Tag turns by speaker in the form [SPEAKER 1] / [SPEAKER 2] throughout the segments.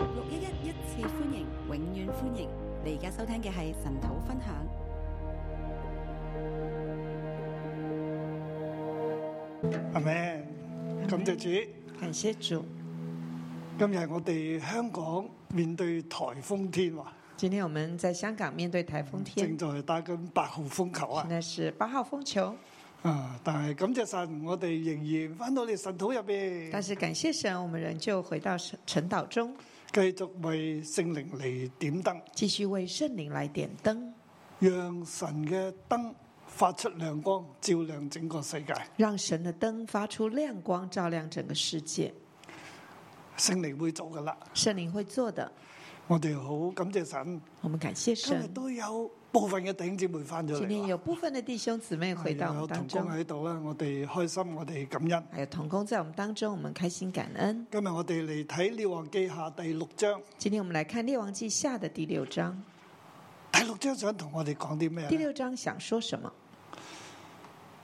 [SPEAKER 1] 六一一一次歡迎，永遠歡迎！你而家收聽嘅係神土分享。
[SPEAKER 2] 係咪？感謝主，
[SPEAKER 3] 感谢主，
[SPEAKER 2] 今日我哋香港面對颱風天喎，
[SPEAKER 3] 今天我们在香港面对台风
[SPEAKER 2] 正
[SPEAKER 3] 天，
[SPEAKER 2] 在打緊八號風球啊
[SPEAKER 3] 现！在是八号风球，
[SPEAKER 2] 啊，但係感謝神，我哋仍然翻到你神土入
[SPEAKER 3] 但
[SPEAKER 2] 邊，
[SPEAKER 3] 是感谢神，我们仍旧回到神晨岛中，
[SPEAKER 2] 繼續為聖靈嚟點燈，
[SPEAKER 3] 继续为圣灵来点灯，
[SPEAKER 2] 讓神嘅燈發出亮光，照亮整個世界。
[SPEAKER 3] 让神的灯发出亮光，照亮整个世界。
[SPEAKER 2] 聖靈會做噶啦，
[SPEAKER 3] 圣灵会做的，
[SPEAKER 2] 我哋好感謝神。
[SPEAKER 3] 我们感谢
[SPEAKER 2] 今日
[SPEAKER 3] 神。
[SPEAKER 2] 都有部分嘅弟兄姊妹翻咗
[SPEAKER 3] 今天
[SPEAKER 2] 嚟
[SPEAKER 3] 有
[SPEAKER 2] 啦，
[SPEAKER 3] 部分的弟兄姊妹
[SPEAKER 2] 啊
[SPEAKER 3] 回到我
[SPEAKER 2] 有
[SPEAKER 3] 们
[SPEAKER 2] 同
[SPEAKER 3] 当
[SPEAKER 2] 工
[SPEAKER 3] 中，
[SPEAKER 2] 喺度啦，我哋開心，我哋感恩。
[SPEAKER 3] 还有童工在我们当中，我们开心感恩。
[SPEAKER 2] 今日我哋嚟睇《列王記下》第六章，
[SPEAKER 3] 今天我们来看《列王记下》的第六章，
[SPEAKER 2] 第六章想同我哋講啲咩
[SPEAKER 3] 第
[SPEAKER 2] 呢？
[SPEAKER 3] 六章想说什么？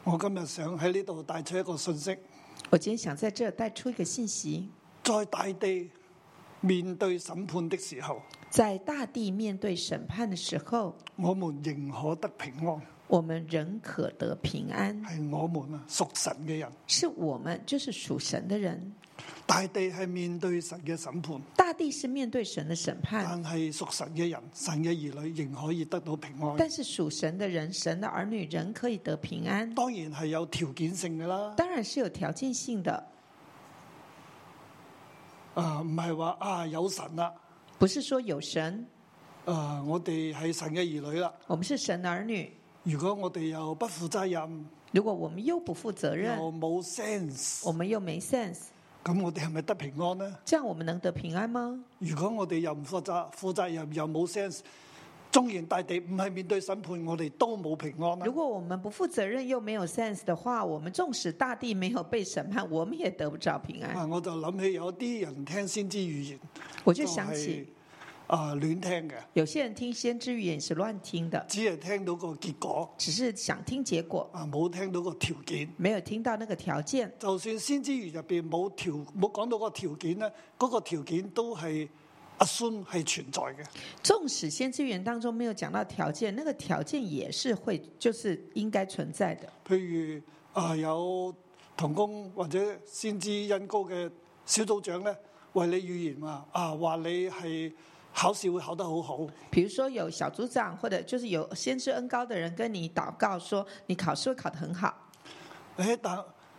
[SPEAKER 2] 我今日想喺呢度帶出一個信息，
[SPEAKER 3] 我今天想在这带出一个信息，
[SPEAKER 2] 在大地面對審判的時候，
[SPEAKER 3] 在大地面对审判的时候，
[SPEAKER 2] 我們仍可得平安，
[SPEAKER 3] 我们仍可得平安。
[SPEAKER 2] 係我們啊屬神嘅人。
[SPEAKER 3] 是我们就是属神的人，
[SPEAKER 2] 大地係面對神嘅審判，
[SPEAKER 3] 大地是面对神的审判，
[SPEAKER 2] 但係屬神嘅人，神嘅兒女仍可以得到平安。
[SPEAKER 3] 但是属神的人，神的儿女仍可以得平安。
[SPEAKER 2] 當然係有條件性嘅啦，
[SPEAKER 3] 当然是有条件性的，
[SPEAKER 2] 啊唔係話啊有神啦，
[SPEAKER 3] 不是说有神，
[SPEAKER 2] 啊我哋係神嘅兒女啦。
[SPEAKER 3] 我们是神的儿女。
[SPEAKER 2] 如果我哋又不負責任，
[SPEAKER 3] 如果我们又不负责任，
[SPEAKER 2] 又冇 sense，
[SPEAKER 3] 我们又没 sense，
[SPEAKER 2] 咁我哋係咪得平安呢？
[SPEAKER 3] 这样我们能得平安吗？
[SPEAKER 2] 如果我哋又唔負責負責任又冇 sense，縱然大地唔係面對審判，我哋都冇平安啊啦。
[SPEAKER 3] 如果我们不负责任又没有 sense 的话，我们纵使大地没有被审判，我们也得不着平安。
[SPEAKER 2] 啊，我就諗起有啲人聽先知預言，
[SPEAKER 3] 我就想
[SPEAKER 2] 係
[SPEAKER 3] 起
[SPEAKER 2] 啊亂聽嘅，
[SPEAKER 3] 有些人听先知预言是乱听的，
[SPEAKER 2] 只係聽到個結果，
[SPEAKER 3] 只是想听结果，
[SPEAKER 2] 啊冇聽到個條件。
[SPEAKER 3] 没有听到那个条件。
[SPEAKER 2] 就算先知預入邊冇條冇講到個條件呢，嗰、個條件都係 assume 係存在嘅。
[SPEAKER 3] 纵使先知预言当中没有讲到条件，那个条件也是会就是应该存在的。
[SPEAKER 2] 譬如啊，有童工或者先知恩高嘅小組長咧，為你預言話啊，話你係考試會考得好好，
[SPEAKER 3] 比如说有小组长或者就是有先知恩高的人跟你祷告说你考试会考得很好，
[SPEAKER 2] 誒，但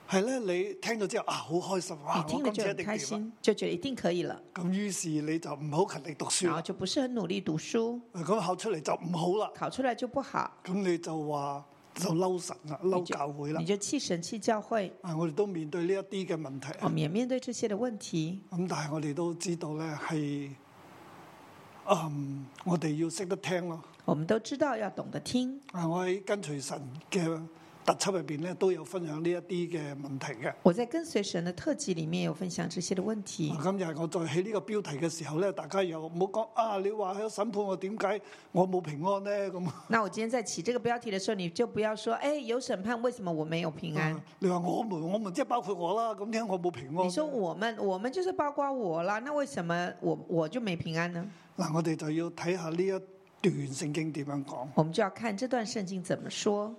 [SPEAKER 2] 係咧你聽咗之後啊，好開心
[SPEAKER 3] 你
[SPEAKER 2] 啊，
[SPEAKER 3] 听
[SPEAKER 2] 我
[SPEAKER 3] 了
[SPEAKER 2] 今
[SPEAKER 3] 哦就
[SPEAKER 2] 次一
[SPEAKER 3] 很
[SPEAKER 2] 定
[SPEAKER 3] 开
[SPEAKER 2] 掂啊！
[SPEAKER 3] 心，就觉得一定可以了，
[SPEAKER 2] 咁於是你就唔好勤力讀書
[SPEAKER 3] 然后
[SPEAKER 2] 啦，
[SPEAKER 3] 就不是很努力读書，
[SPEAKER 2] 咁考出嚟就唔好啦，
[SPEAKER 3] 考出来就不好，
[SPEAKER 2] 咁你就話就嬲神啦，嬲
[SPEAKER 3] 你就
[SPEAKER 2] 教會啦
[SPEAKER 3] 你。就气神气教会。
[SPEAKER 2] 啊，我哋都面對呢一啲嘅問題，啊
[SPEAKER 3] 我们也面对这些的问题，
[SPEAKER 2] 咁但係我哋都知道咧係，嗯，我哋要識得聽咯。
[SPEAKER 3] 我们都知道要懂得听。
[SPEAKER 2] 啊，我喺跟隨神嘅特輯入邊咧，都有分享呢一啲嘅問題嘅。
[SPEAKER 3] 我在跟随神的特辑里面有分享这些的问题
[SPEAKER 2] 啊，今日我再起呢個標題嘅時候咧，大家又唔好講啊！你話喺審判我點解我冇平安咧？咁
[SPEAKER 3] 那我今天在起这个标题的时候，你就不要说，哎，有审判，为什么我没有平安？
[SPEAKER 2] 啊 你話我們我們即係包括我啦，咁點解我冇平安
[SPEAKER 3] 你说
[SPEAKER 2] 呢？
[SPEAKER 3] 我们，我们就是包括我啦，那为什么我我就没平安呢？
[SPEAKER 2] 嗱，我哋就要睇下呢一段聖經點樣講。
[SPEAKER 3] 我们就要看这段圣经怎么说。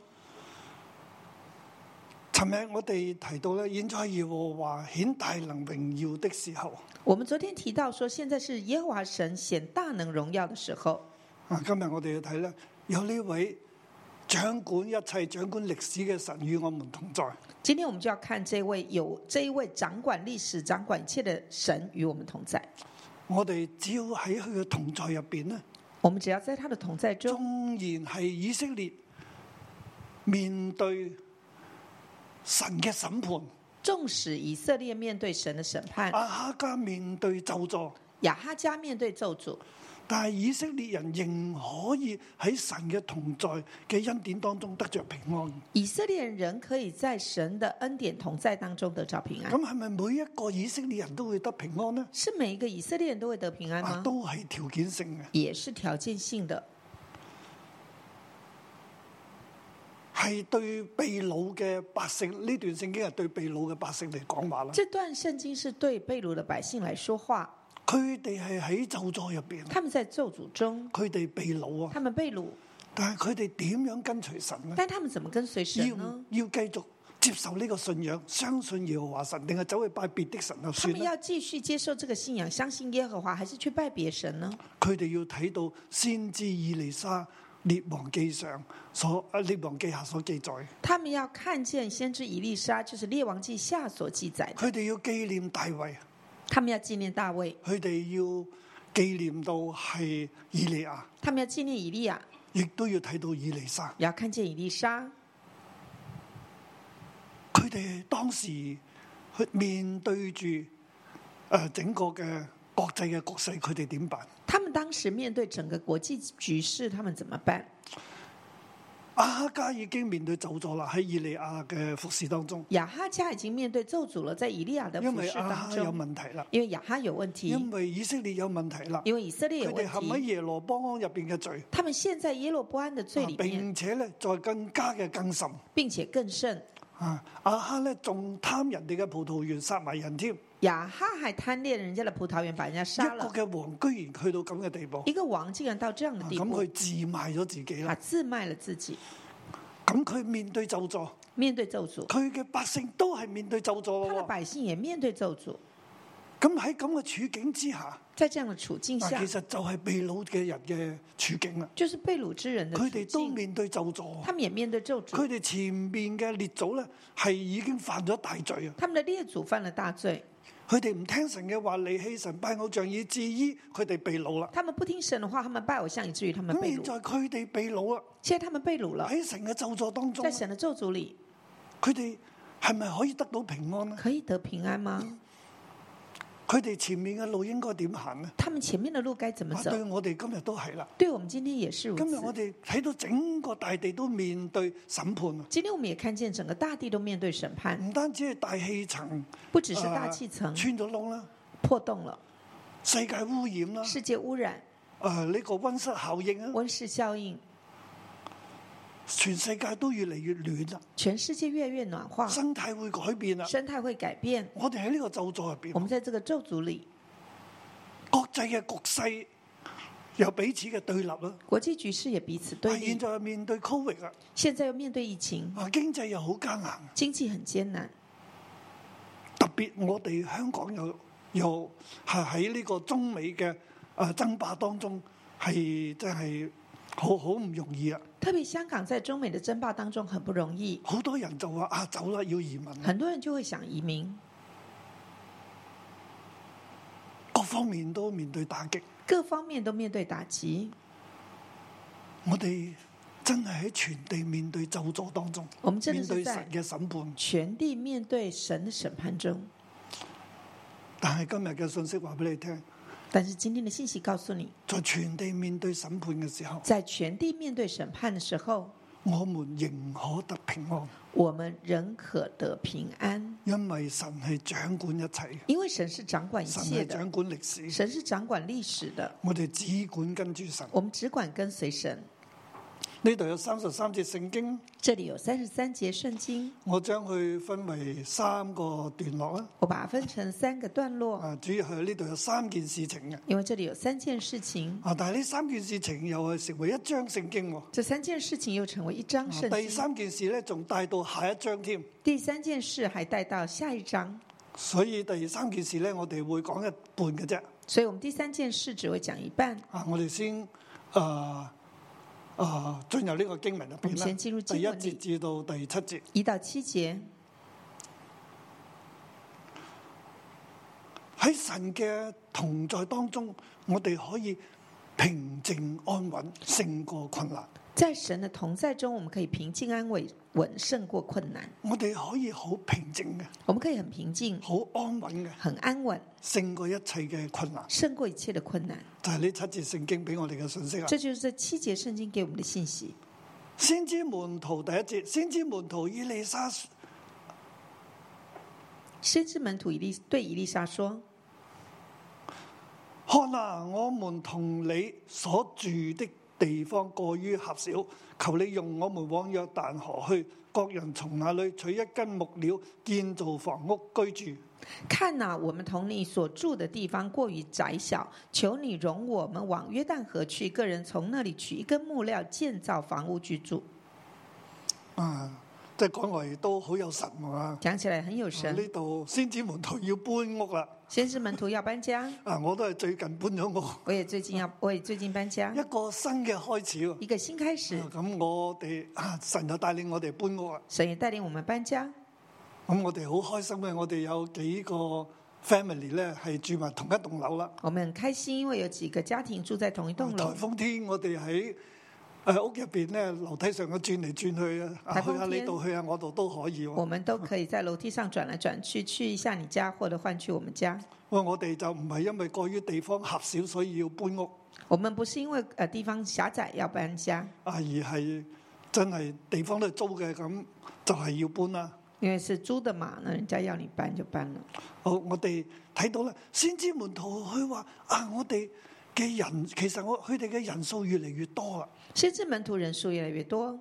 [SPEAKER 2] 尋日我哋提到咧，現在耶和華顯大能榮耀的時候，
[SPEAKER 3] 我们昨天提到说，現在是耶和华神显大能荣耀的时候。
[SPEAKER 2] 啊，今日我哋要睇咧，有呢位掌管一切、掌管歷史嘅神與我們同在。
[SPEAKER 3] 今天我们就要看这位有这一位掌管历史、掌管一切的神与我们同在。
[SPEAKER 2] 我哋只要喺佢嘅同在入邊呢，
[SPEAKER 3] 我们只要在他的同在
[SPEAKER 2] 縱
[SPEAKER 3] 中，
[SPEAKER 2] 然係以色列面對神嘅審判，
[SPEAKER 3] 纵使以色列面对神的审判，
[SPEAKER 2] 阿哈家面對咒詛，
[SPEAKER 3] 亚哈家面对咒诅，
[SPEAKER 2] 但係以色列人仍可以喺神嘅同在嘅恩典當中得着平安。
[SPEAKER 3] 以色列人可以在神的恩典同在当中得着平安。
[SPEAKER 2] 咁係咪每一個以色列人都會得平安呢？
[SPEAKER 3] 是每一个以色列人都会得平安
[SPEAKER 2] 啊，
[SPEAKER 3] 吗？
[SPEAKER 2] 都係條件性嘅，
[SPEAKER 3] 也是条件性的，
[SPEAKER 2] 係對被掳嘅百姓呢段聖經係對被掳嘅百姓嚟講話啦。
[SPEAKER 3] 这段圣经是对被掳的百姓来说话，
[SPEAKER 2] 佢哋係喺咒詛入邊，
[SPEAKER 3] 他们在咒诅中，
[SPEAKER 2] 佢哋被掳啊！
[SPEAKER 3] 他们被掳，
[SPEAKER 2] 但係佢哋點樣跟隨神呢？
[SPEAKER 3] 但他们怎么跟随神
[SPEAKER 2] 要
[SPEAKER 3] 呢
[SPEAKER 2] 唔？要繼續接受呢個信仰，相信耶和華神，定係走去拜別的神就
[SPEAKER 3] 他
[SPEAKER 2] 算
[SPEAKER 3] 们
[SPEAKER 2] 呢？
[SPEAKER 3] 要继续接受这个信仰，相信耶和华，还是去拜别神呢？
[SPEAKER 2] 佢哋要睇到先知以利沙列王記上所啊列王記下所記載，
[SPEAKER 3] 他们要看见先知以利沙，就是列王记下所记载的。
[SPEAKER 2] 佢哋要紀念大衛，
[SPEAKER 3] 他们要纪念大卫，
[SPEAKER 2] 佢哋要紀念到係以利亞，
[SPEAKER 3] 他们要纪念以利亚，
[SPEAKER 2] 亦都要睇到以利沙。
[SPEAKER 3] 也要看见以利沙。
[SPEAKER 2] 佢哋當時去面對住誒、呃整個嘅國際嘅局勢，佢哋點辦？
[SPEAKER 3] 他们当时面对整个国际局势，他们怎么办？
[SPEAKER 2] 阿哈家已經面對走咗啦，喺以利亞嘅服侍當中，
[SPEAKER 3] 亚哈家已经面对咒诅了，在以利亚的
[SPEAKER 2] 因
[SPEAKER 3] 服
[SPEAKER 2] 為
[SPEAKER 3] 饰
[SPEAKER 2] 阿
[SPEAKER 3] 当
[SPEAKER 2] 哈有
[SPEAKER 3] 中，
[SPEAKER 2] 問題啦，
[SPEAKER 3] 因为亚哈有问题，
[SPEAKER 2] 因為以色列有問題啦，
[SPEAKER 3] 因为以色
[SPEAKER 2] 佢
[SPEAKER 3] 列有
[SPEAKER 2] 哋
[SPEAKER 3] 问
[SPEAKER 2] 陷喺
[SPEAKER 3] 題，
[SPEAKER 2] 耶羅波安入邊嘅罪，
[SPEAKER 3] 他们陷在耶罗波安的罪
[SPEAKER 2] 啊
[SPEAKER 3] 里面，
[SPEAKER 2] 並且咧再更加嘅更甚
[SPEAKER 3] 并且更甚，
[SPEAKER 2] 啊！阿哈咧仲貪人哋嘅葡萄園，殺埋人添，一
[SPEAKER 3] 亚哈还贪恋人家的葡萄园，把人家杀
[SPEAKER 2] 個
[SPEAKER 3] 了。
[SPEAKER 2] 嘅王居然去到咁嘅地步，
[SPEAKER 3] 一个王竟然到这样的
[SPEAKER 2] 啊
[SPEAKER 3] 地
[SPEAKER 2] 咁
[SPEAKER 3] 步
[SPEAKER 2] 佢，自賣咗自己
[SPEAKER 3] 啊，
[SPEAKER 2] 啦，
[SPEAKER 3] 自卖了自己，
[SPEAKER 2] 咁佢面對咒詛。
[SPEAKER 3] 面对咒诅，
[SPEAKER 2] 佢嘅百姓都係面對咒詛
[SPEAKER 3] 他的
[SPEAKER 2] 咯喎。
[SPEAKER 3] 百姓也面对咒诅。
[SPEAKER 2] 咁喺咁嘅處境之下，
[SPEAKER 3] 在这样的处境
[SPEAKER 2] 嗱
[SPEAKER 3] 下
[SPEAKER 2] 啊其，實就係被掳嘅人嘅處境啦。
[SPEAKER 3] 就是被掳之人的
[SPEAKER 2] 佢
[SPEAKER 3] 处
[SPEAKER 2] 哋都
[SPEAKER 3] 境，
[SPEAKER 2] 面對咒詛
[SPEAKER 3] 他
[SPEAKER 2] 喎，
[SPEAKER 3] 们也面对咒
[SPEAKER 2] 佢
[SPEAKER 3] 诅，
[SPEAKER 2] 哋前面嘅列祖咧係已經犯咗大罪啊！
[SPEAKER 3] 他们的列祖犯了大罪，
[SPEAKER 2] 佢哋唔聽神嘅話，離棄神拜偶像以至於佢哋被掳啦。
[SPEAKER 3] 他们不聽神的话，他们拜偶像，以至于他们
[SPEAKER 2] 咁
[SPEAKER 3] 被
[SPEAKER 2] 現
[SPEAKER 3] 掳
[SPEAKER 2] 在。佢哋被掳啦，
[SPEAKER 3] 现在他们被掳了，
[SPEAKER 2] 喺神嘅咒詛當中
[SPEAKER 3] 在
[SPEAKER 2] 咧，
[SPEAKER 3] 神的咒诅里
[SPEAKER 2] 佢哋係咪可以得到平安呢？
[SPEAKER 3] 可以得平安吗？
[SPEAKER 2] 佢哋前面嘅路應該點行呢？
[SPEAKER 3] 他们前面的路该怎么
[SPEAKER 2] 啊
[SPEAKER 3] 走？
[SPEAKER 2] 對我哋今日都係啦。
[SPEAKER 3] 对我们今天也是如
[SPEAKER 2] 今日我
[SPEAKER 3] 此。
[SPEAKER 2] 哋睇到整個大地都面對審判啊！
[SPEAKER 3] 今天我们也看见整个大地都面对审判，
[SPEAKER 2] 唔單止係大氣層
[SPEAKER 3] 不只是
[SPEAKER 2] 嗯啊
[SPEAKER 3] 大气层
[SPEAKER 2] 穿咗窿啦，
[SPEAKER 3] 破洞了，
[SPEAKER 2] 世界污染啦，
[SPEAKER 3] 世界污染、
[SPEAKER 2] 誒呢個温室效應啊，
[SPEAKER 3] 温室效应，
[SPEAKER 2] 全世界都越嚟越暖啦，
[SPEAKER 3] 全世界越来越暖化，
[SPEAKER 2] 生態會改變啦。
[SPEAKER 3] 生态会改变。
[SPEAKER 2] 我哋喺呢個咒詛入
[SPEAKER 3] 我
[SPEAKER 2] 邊，
[SPEAKER 3] 们在这个咒诅里，
[SPEAKER 2] 國際嘅局勢有彼此嘅對立啦。
[SPEAKER 3] 国际局势也彼此对
[SPEAKER 2] 但係現
[SPEAKER 3] 立。
[SPEAKER 2] 在面對 Covid 啊，
[SPEAKER 3] 现在又面对疫情，
[SPEAKER 2] 啊經濟又好艱難，
[SPEAKER 3] 经济很艰难，
[SPEAKER 2] 特別我哋香港又又係喺呢個中美嘅誒爭霸當中，係真係好好唔容易啊！
[SPEAKER 3] 特别香港在中美的争霸当中很不容易，
[SPEAKER 2] 好多人就話啊走啦，要移民啦
[SPEAKER 3] 很多人就会想移民，
[SPEAKER 2] 各方面都面對打擊，
[SPEAKER 3] 各方面都面对打击。
[SPEAKER 2] 我哋真係喺全地面對咒詛當中，
[SPEAKER 3] 我們真的
[SPEAKER 2] 面
[SPEAKER 3] 是
[SPEAKER 2] 對
[SPEAKER 3] 在
[SPEAKER 2] 神嘅審判。
[SPEAKER 3] 全地面对神的审判中。
[SPEAKER 2] 但係今日嘅信息話俾你聽，
[SPEAKER 3] 但是今天的信息告诉你，
[SPEAKER 2] 在全地面對審判嘅時候，
[SPEAKER 3] 在全地面对审判的时候，
[SPEAKER 2] 我們仍可得平安，
[SPEAKER 3] 我们仍可得平安，
[SPEAKER 2] 因為神係掌管一切，
[SPEAKER 3] 因为神是掌管一
[SPEAKER 2] 神
[SPEAKER 3] 切
[SPEAKER 2] 係
[SPEAKER 3] 的
[SPEAKER 2] 掌，管歷史，
[SPEAKER 3] 神是掌管历史的。
[SPEAKER 2] 我哋只管跟住神。
[SPEAKER 3] 我们只管跟随神。
[SPEAKER 2] 呢度有三十三節聖經，
[SPEAKER 3] 这里有三十三节圣经，
[SPEAKER 2] 我將佢分為三個段落啦。
[SPEAKER 3] 我把它分成三个段落，
[SPEAKER 2] 啊，主要係呢度有三件事情嘅。
[SPEAKER 3] 因为这里有三件事情，
[SPEAKER 2] 啊！但係呢三件事情又係成為一章聖經喎、啊
[SPEAKER 3] 这三件事情又成为一章圣
[SPEAKER 2] 第
[SPEAKER 3] 经。
[SPEAKER 2] 三件事咧，仲帶到下一章添。
[SPEAKER 3] 第三件事还带到下一章，
[SPEAKER 2] 所以第三件事咧，我哋會講一半嘅啫。
[SPEAKER 3] 所以我们第三件事只会讲一半。
[SPEAKER 2] 啊，我哋先啊啊進入呢個經文入邊
[SPEAKER 3] 我
[SPEAKER 2] 啦。
[SPEAKER 3] 們先進入
[SPEAKER 2] 第
[SPEAKER 3] 經
[SPEAKER 2] 一
[SPEAKER 3] 文裏
[SPEAKER 2] 節至到第七節，
[SPEAKER 3] 一到七节，
[SPEAKER 2] 喺神嘅同在當中，我哋可以平靜安穩，勝過困難。
[SPEAKER 3] 在神的同在中，我们可以平静安稳，稳胜过困难。
[SPEAKER 2] 我哋可以好平靜嘅，
[SPEAKER 3] 我们可以很平静、
[SPEAKER 2] 好安穩嘅，
[SPEAKER 3] 很安稳，
[SPEAKER 2] 勝過一切嘅困難。
[SPEAKER 3] 胜过一切的困难。
[SPEAKER 2] 就係呢七節聖經俾我哋嘅信息啊！
[SPEAKER 3] 这就是这七节圣经给我们的信息。
[SPEAKER 2] 先知門徒第一節，先知門徒以利沙
[SPEAKER 3] 先知门徒以利对以利沙说
[SPEAKER 2] 看啊，我們同你所住的地方過於狹小，求你用我們往約旦河去，各人從那裏取一根木料建造房屋居住。：“
[SPEAKER 3] 看呐、我们同你所住的地方过于窄小，求你容我们往约旦河去，个人从那里取一根木料建造房屋居住。
[SPEAKER 2] 啊，即係講嚟都好有神啊！
[SPEAKER 3] 讲起来很有神，
[SPEAKER 2] 呢度先知門徒要搬屋啦，
[SPEAKER 3] 先知门徒要搬家，
[SPEAKER 2] 啊，我都係最近搬咗屋，
[SPEAKER 3] 我也最近要，我也最近搬家，
[SPEAKER 2] 一個新嘅開始喎。
[SPEAKER 3] 一个新开始
[SPEAKER 2] 啊，咁我哋啊，神就帶領我哋搬屋啦。
[SPEAKER 3] 神也带领我们搬家。
[SPEAKER 2] 咁我哋好開心嘅，我哋有幾個 family 咧係住埋同一棟樓啦。
[SPEAKER 3] 我们很开心，因为有几个家庭住在同一栋
[SPEAKER 2] 台
[SPEAKER 3] 楼。
[SPEAKER 2] 風天，我哋喺誒屋入邊咧，樓梯上嘅轉嚟轉去啊，
[SPEAKER 3] 颱風
[SPEAKER 2] 去下呢
[SPEAKER 3] 天哦
[SPEAKER 2] 度，去下我度都可以喎。
[SPEAKER 3] 我们都可以在楼梯上转来转去，去一下你家，或者换去我们家。
[SPEAKER 2] 喂，我哋就唔係因為過於地方狹小，所以要搬屋
[SPEAKER 3] 我们不是因为呃地方狭窄要搬家，
[SPEAKER 2] 啊，而係真係地方都係租嘅，咁就係要搬啦。
[SPEAKER 3] 因为是租的嘛，那人家要你搬就搬了。
[SPEAKER 2] 好，我哋睇到啦，先知門徒佢話啊，我哋嘅人其實我佢哋嘅人數越嚟越多啊啦，
[SPEAKER 3] 先知门徒人数越来越多，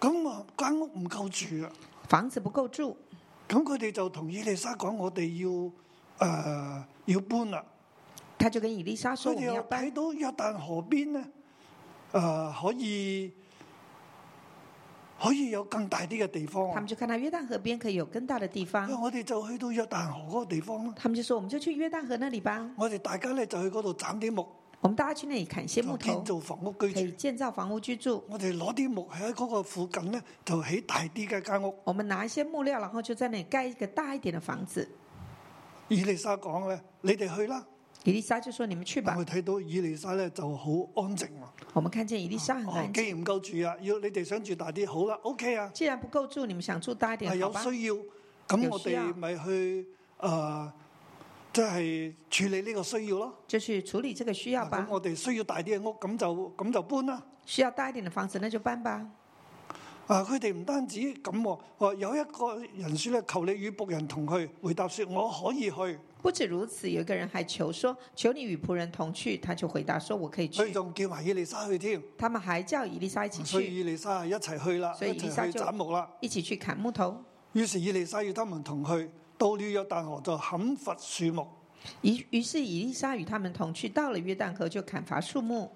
[SPEAKER 2] 咁啊間屋唔夠住啦，啊
[SPEAKER 3] 房子不够住，
[SPEAKER 2] 咁佢哋就同以利沙講，我哋要誒、呃要搬啦。
[SPEAKER 3] 他就跟以丽莎说：“
[SPEAKER 2] 佢
[SPEAKER 3] 我
[SPEAKER 2] 哋
[SPEAKER 3] 们要
[SPEAKER 2] 又
[SPEAKER 3] 搬
[SPEAKER 2] 睇。到約旦河邊咧，誒、可以可以有更大啲嘅地”方
[SPEAKER 3] 他
[SPEAKER 2] 啊
[SPEAKER 3] 们。就看到约旦河边可以有更大的地方
[SPEAKER 2] 咁，我哋就去到約旦河嗰個地方啦。
[SPEAKER 3] 他们就说：“我们就去约旦河那里吧，
[SPEAKER 2] 我哋大家咧就去嗰度斬啲木，
[SPEAKER 3] 我们大家去那里砍一些
[SPEAKER 2] 就
[SPEAKER 3] 木头
[SPEAKER 2] 建，造房屋
[SPEAKER 3] 可以
[SPEAKER 2] 居住。
[SPEAKER 3] 建造房屋居住。
[SPEAKER 2] 我哋攞啲木喺嗰個附近咧，就起大啲嘅間屋。
[SPEAKER 3] 我们拿一些木料，然后就在那里盖一个大一点的房子。”
[SPEAKER 2] 以利沙講咧：你哋去啦。
[SPEAKER 3] 以丽莎就说：“你们去吧
[SPEAKER 2] 但。我睇到以利沙咧就好安靜喎。”
[SPEAKER 3] 我们看见以丽莎很
[SPEAKER 2] 哦
[SPEAKER 3] 安，静。
[SPEAKER 2] 既然唔夠住啊，要你哋想住大啲，好啦，OK 啊。
[SPEAKER 3] 既然不够住，你们想住大一
[SPEAKER 2] 係
[SPEAKER 3] 点，好
[SPEAKER 2] 啊有
[SPEAKER 3] 吧？
[SPEAKER 2] 需哎要，咁
[SPEAKER 3] 有
[SPEAKER 2] 我
[SPEAKER 3] 需要
[SPEAKER 2] 哋咪去誒，即係處理呢個需要咯。啊
[SPEAKER 3] 就去处理这个需要
[SPEAKER 2] 咁
[SPEAKER 3] 吧。
[SPEAKER 2] 我哋需要大啲嘅屋，咁就咁就搬啦。
[SPEAKER 3] 需要大一点的房子，那就搬吧。
[SPEAKER 2] 啊！佢哋唔單止咁喎，話有一個人説咧，求你與仆人同去。回答説我可以去，
[SPEAKER 3] 不止如此，有一个人还求说：“求你与仆人同去。”他就回答说：“我可以
[SPEAKER 2] 佢
[SPEAKER 3] 去。
[SPEAKER 2] 仲叫埋以利沙去添，”
[SPEAKER 3] 他们还叫以丽莎一起
[SPEAKER 2] 所以
[SPEAKER 3] 去，
[SPEAKER 2] 以利沙一齊去啦，一
[SPEAKER 3] 所以以利沙
[SPEAKER 2] 齊去
[SPEAKER 3] 就
[SPEAKER 2] 斬木啦。
[SPEAKER 3] 一起去砍木頭。
[SPEAKER 2] 於是以利沙與他們同去，到了約旦河就砍伐樹木。
[SPEAKER 3] 于于是以丽莎与他们同去，到了约旦河就砍伐树木。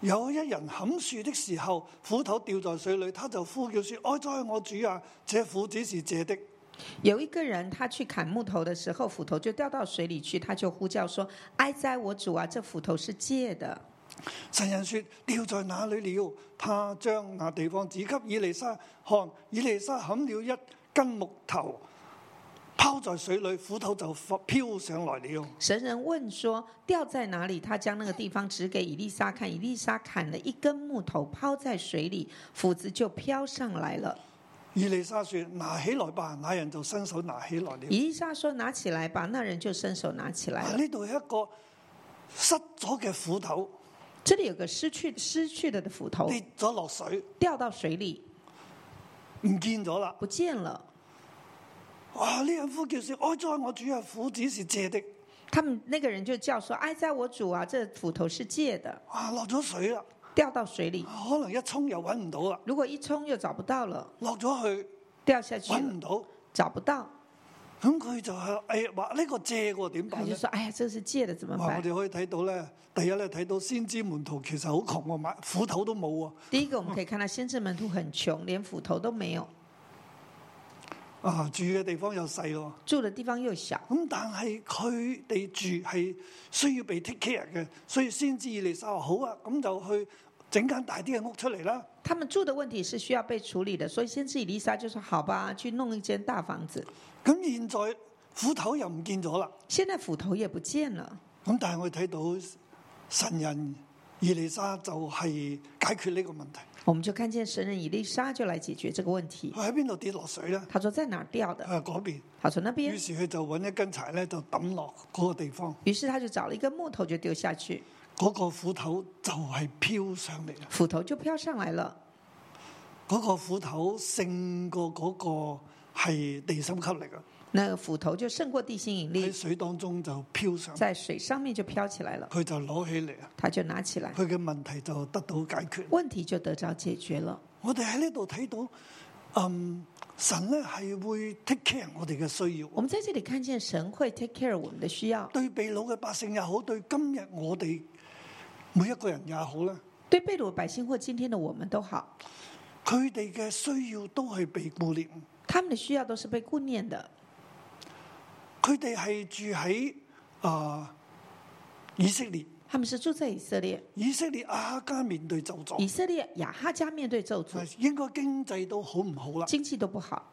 [SPEAKER 2] 有一人砍樹的時候，斧頭掉在水裏，他就呼叫說：哀哉我主啊！這斧子是借的。
[SPEAKER 3] 有一个人他去砍木头的时候，斧头就掉到水里去，他就呼叫说：“哀哉，我主啊，这斧头是借的。”
[SPEAKER 2] 神人說：掉在哪裏了？他將那地方指給以利沙看，以利沙砍了一根木頭，拋在水裏，斧頭就飄上來了。
[SPEAKER 3] 神人问说：“掉在哪里？”他将那个地方指给以丽莎看，以丽莎砍了一根木头，抛在水里，斧子就飘上来了。
[SPEAKER 2] 以利沙說：拿起來吧！那人就伸手拿起來了。
[SPEAKER 3] 以丽莎说：“拿起来吧。”那人就伸手拿起来
[SPEAKER 2] 啊
[SPEAKER 3] 了。
[SPEAKER 2] 呢度有一個失咗嘅斧頭
[SPEAKER 3] 这里有个失去失去了的斧头，
[SPEAKER 2] 跌咗落水，
[SPEAKER 3] 掉到水里
[SPEAKER 2] 唔見咗啦。
[SPEAKER 3] 不见了。
[SPEAKER 2] 哇！呢人呼叫說：哀哉我主啊！斧子是借的。
[SPEAKER 3] 他们那个人就叫说：“哀哉，我主啊，这斧头是借的，
[SPEAKER 2] 哇！落咗水啦，啊
[SPEAKER 3] 掉到水里。
[SPEAKER 2] 可能一沖又揾唔到啦，
[SPEAKER 3] 如果一冲又找不到了，
[SPEAKER 2] 落咗去
[SPEAKER 3] 掉下去
[SPEAKER 2] 揾
[SPEAKER 3] 了
[SPEAKER 2] 唔到。
[SPEAKER 3] 找不到。”
[SPEAKER 2] 咁佢就係哎話呢個借喎點
[SPEAKER 3] 他
[SPEAKER 2] 辦
[SPEAKER 3] 就
[SPEAKER 2] 咧？
[SPEAKER 3] 说：“哎呀，这是借的，怎么
[SPEAKER 2] 哇！
[SPEAKER 3] 办
[SPEAKER 2] 我？”哋可以睇到咧，第一咧睇到先知門徒其實好窮喎，買斧頭都冇
[SPEAKER 3] 第一个，我们可以看到先知门徒很穷，连斧头都没有，
[SPEAKER 2] 喎，啊住嘅地方又細喎。
[SPEAKER 3] 住的地方又小。
[SPEAKER 2] 咁但係佢哋住係需要被 take care 嘅，所以先知以利沙話好啊，咁就去整間大啲嘅屋出嚟啦。
[SPEAKER 3] 他们住的问题是需要被处理的，所以先知以丽莎就说：“好吧，去弄一间大房子。
[SPEAKER 2] 咁現在斧頭又唔見咗啦。”
[SPEAKER 3] 现在斧头也不见了，
[SPEAKER 2] 咁但係我哋睇到神人以利沙就係解決呢個問題。
[SPEAKER 3] 我们就看见神人以丽莎就来解决这个问题。
[SPEAKER 2] 佢喺邊度跌落水咧？
[SPEAKER 3] 他说在哪儿掉
[SPEAKER 2] 佢
[SPEAKER 3] 的？
[SPEAKER 2] 話嗰邊。
[SPEAKER 3] 他说那
[SPEAKER 2] 於
[SPEAKER 3] 边。
[SPEAKER 2] 是佢就揾一根柴咧，就抌落嗰個地方。
[SPEAKER 3] 于是他就找了一根木头就丢下去，
[SPEAKER 2] 嗰、個斧頭就係飄上嚟啦。啊
[SPEAKER 3] 斧头就飘上来了。
[SPEAKER 2] 嗰、個斧頭勝過嗰個係地心吸力啊！
[SPEAKER 3] 那个斧頭就胜过地心引
[SPEAKER 2] 喺
[SPEAKER 3] 力，
[SPEAKER 2] 水當中就飄上嚟，
[SPEAKER 3] 在水上面就飘起来了。
[SPEAKER 2] 佢就攞起嚟啊！
[SPEAKER 3] 他就拿起来，
[SPEAKER 2] 佢嘅問題就得到解決。
[SPEAKER 3] 问题就得着解决了。
[SPEAKER 2] 我哋喺呢度睇到嗯，神咧係會 take care 我哋嘅需要，
[SPEAKER 3] 我们在这里看见神会 take care 我们的需要，
[SPEAKER 2] 對被掳嘅百姓也好，對今日我哋每一個人也好咧，
[SPEAKER 3] 对被掳百姓或今天的我们都好，
[SPEAKER 2] 佢哋嘅需要都係被顧念，
[SPEAKER 3] 他们的需要都是被顾念的。
[SPEAKER 2] 佢哋係住喺啊、以色列，
[SPEAKER 3] 他们是住在以色列，
[SPEAKER 2] 以色列阿哈家面對咒
[SPEAKER 3] 以
[SPEAKER 2] 詛，
[SPEAKER 3] 色列雅哈家面对咒诅，
[SPEAKER 2] 應該經濟都好唔好啦。
[SPEAKER 3] 经济都不好，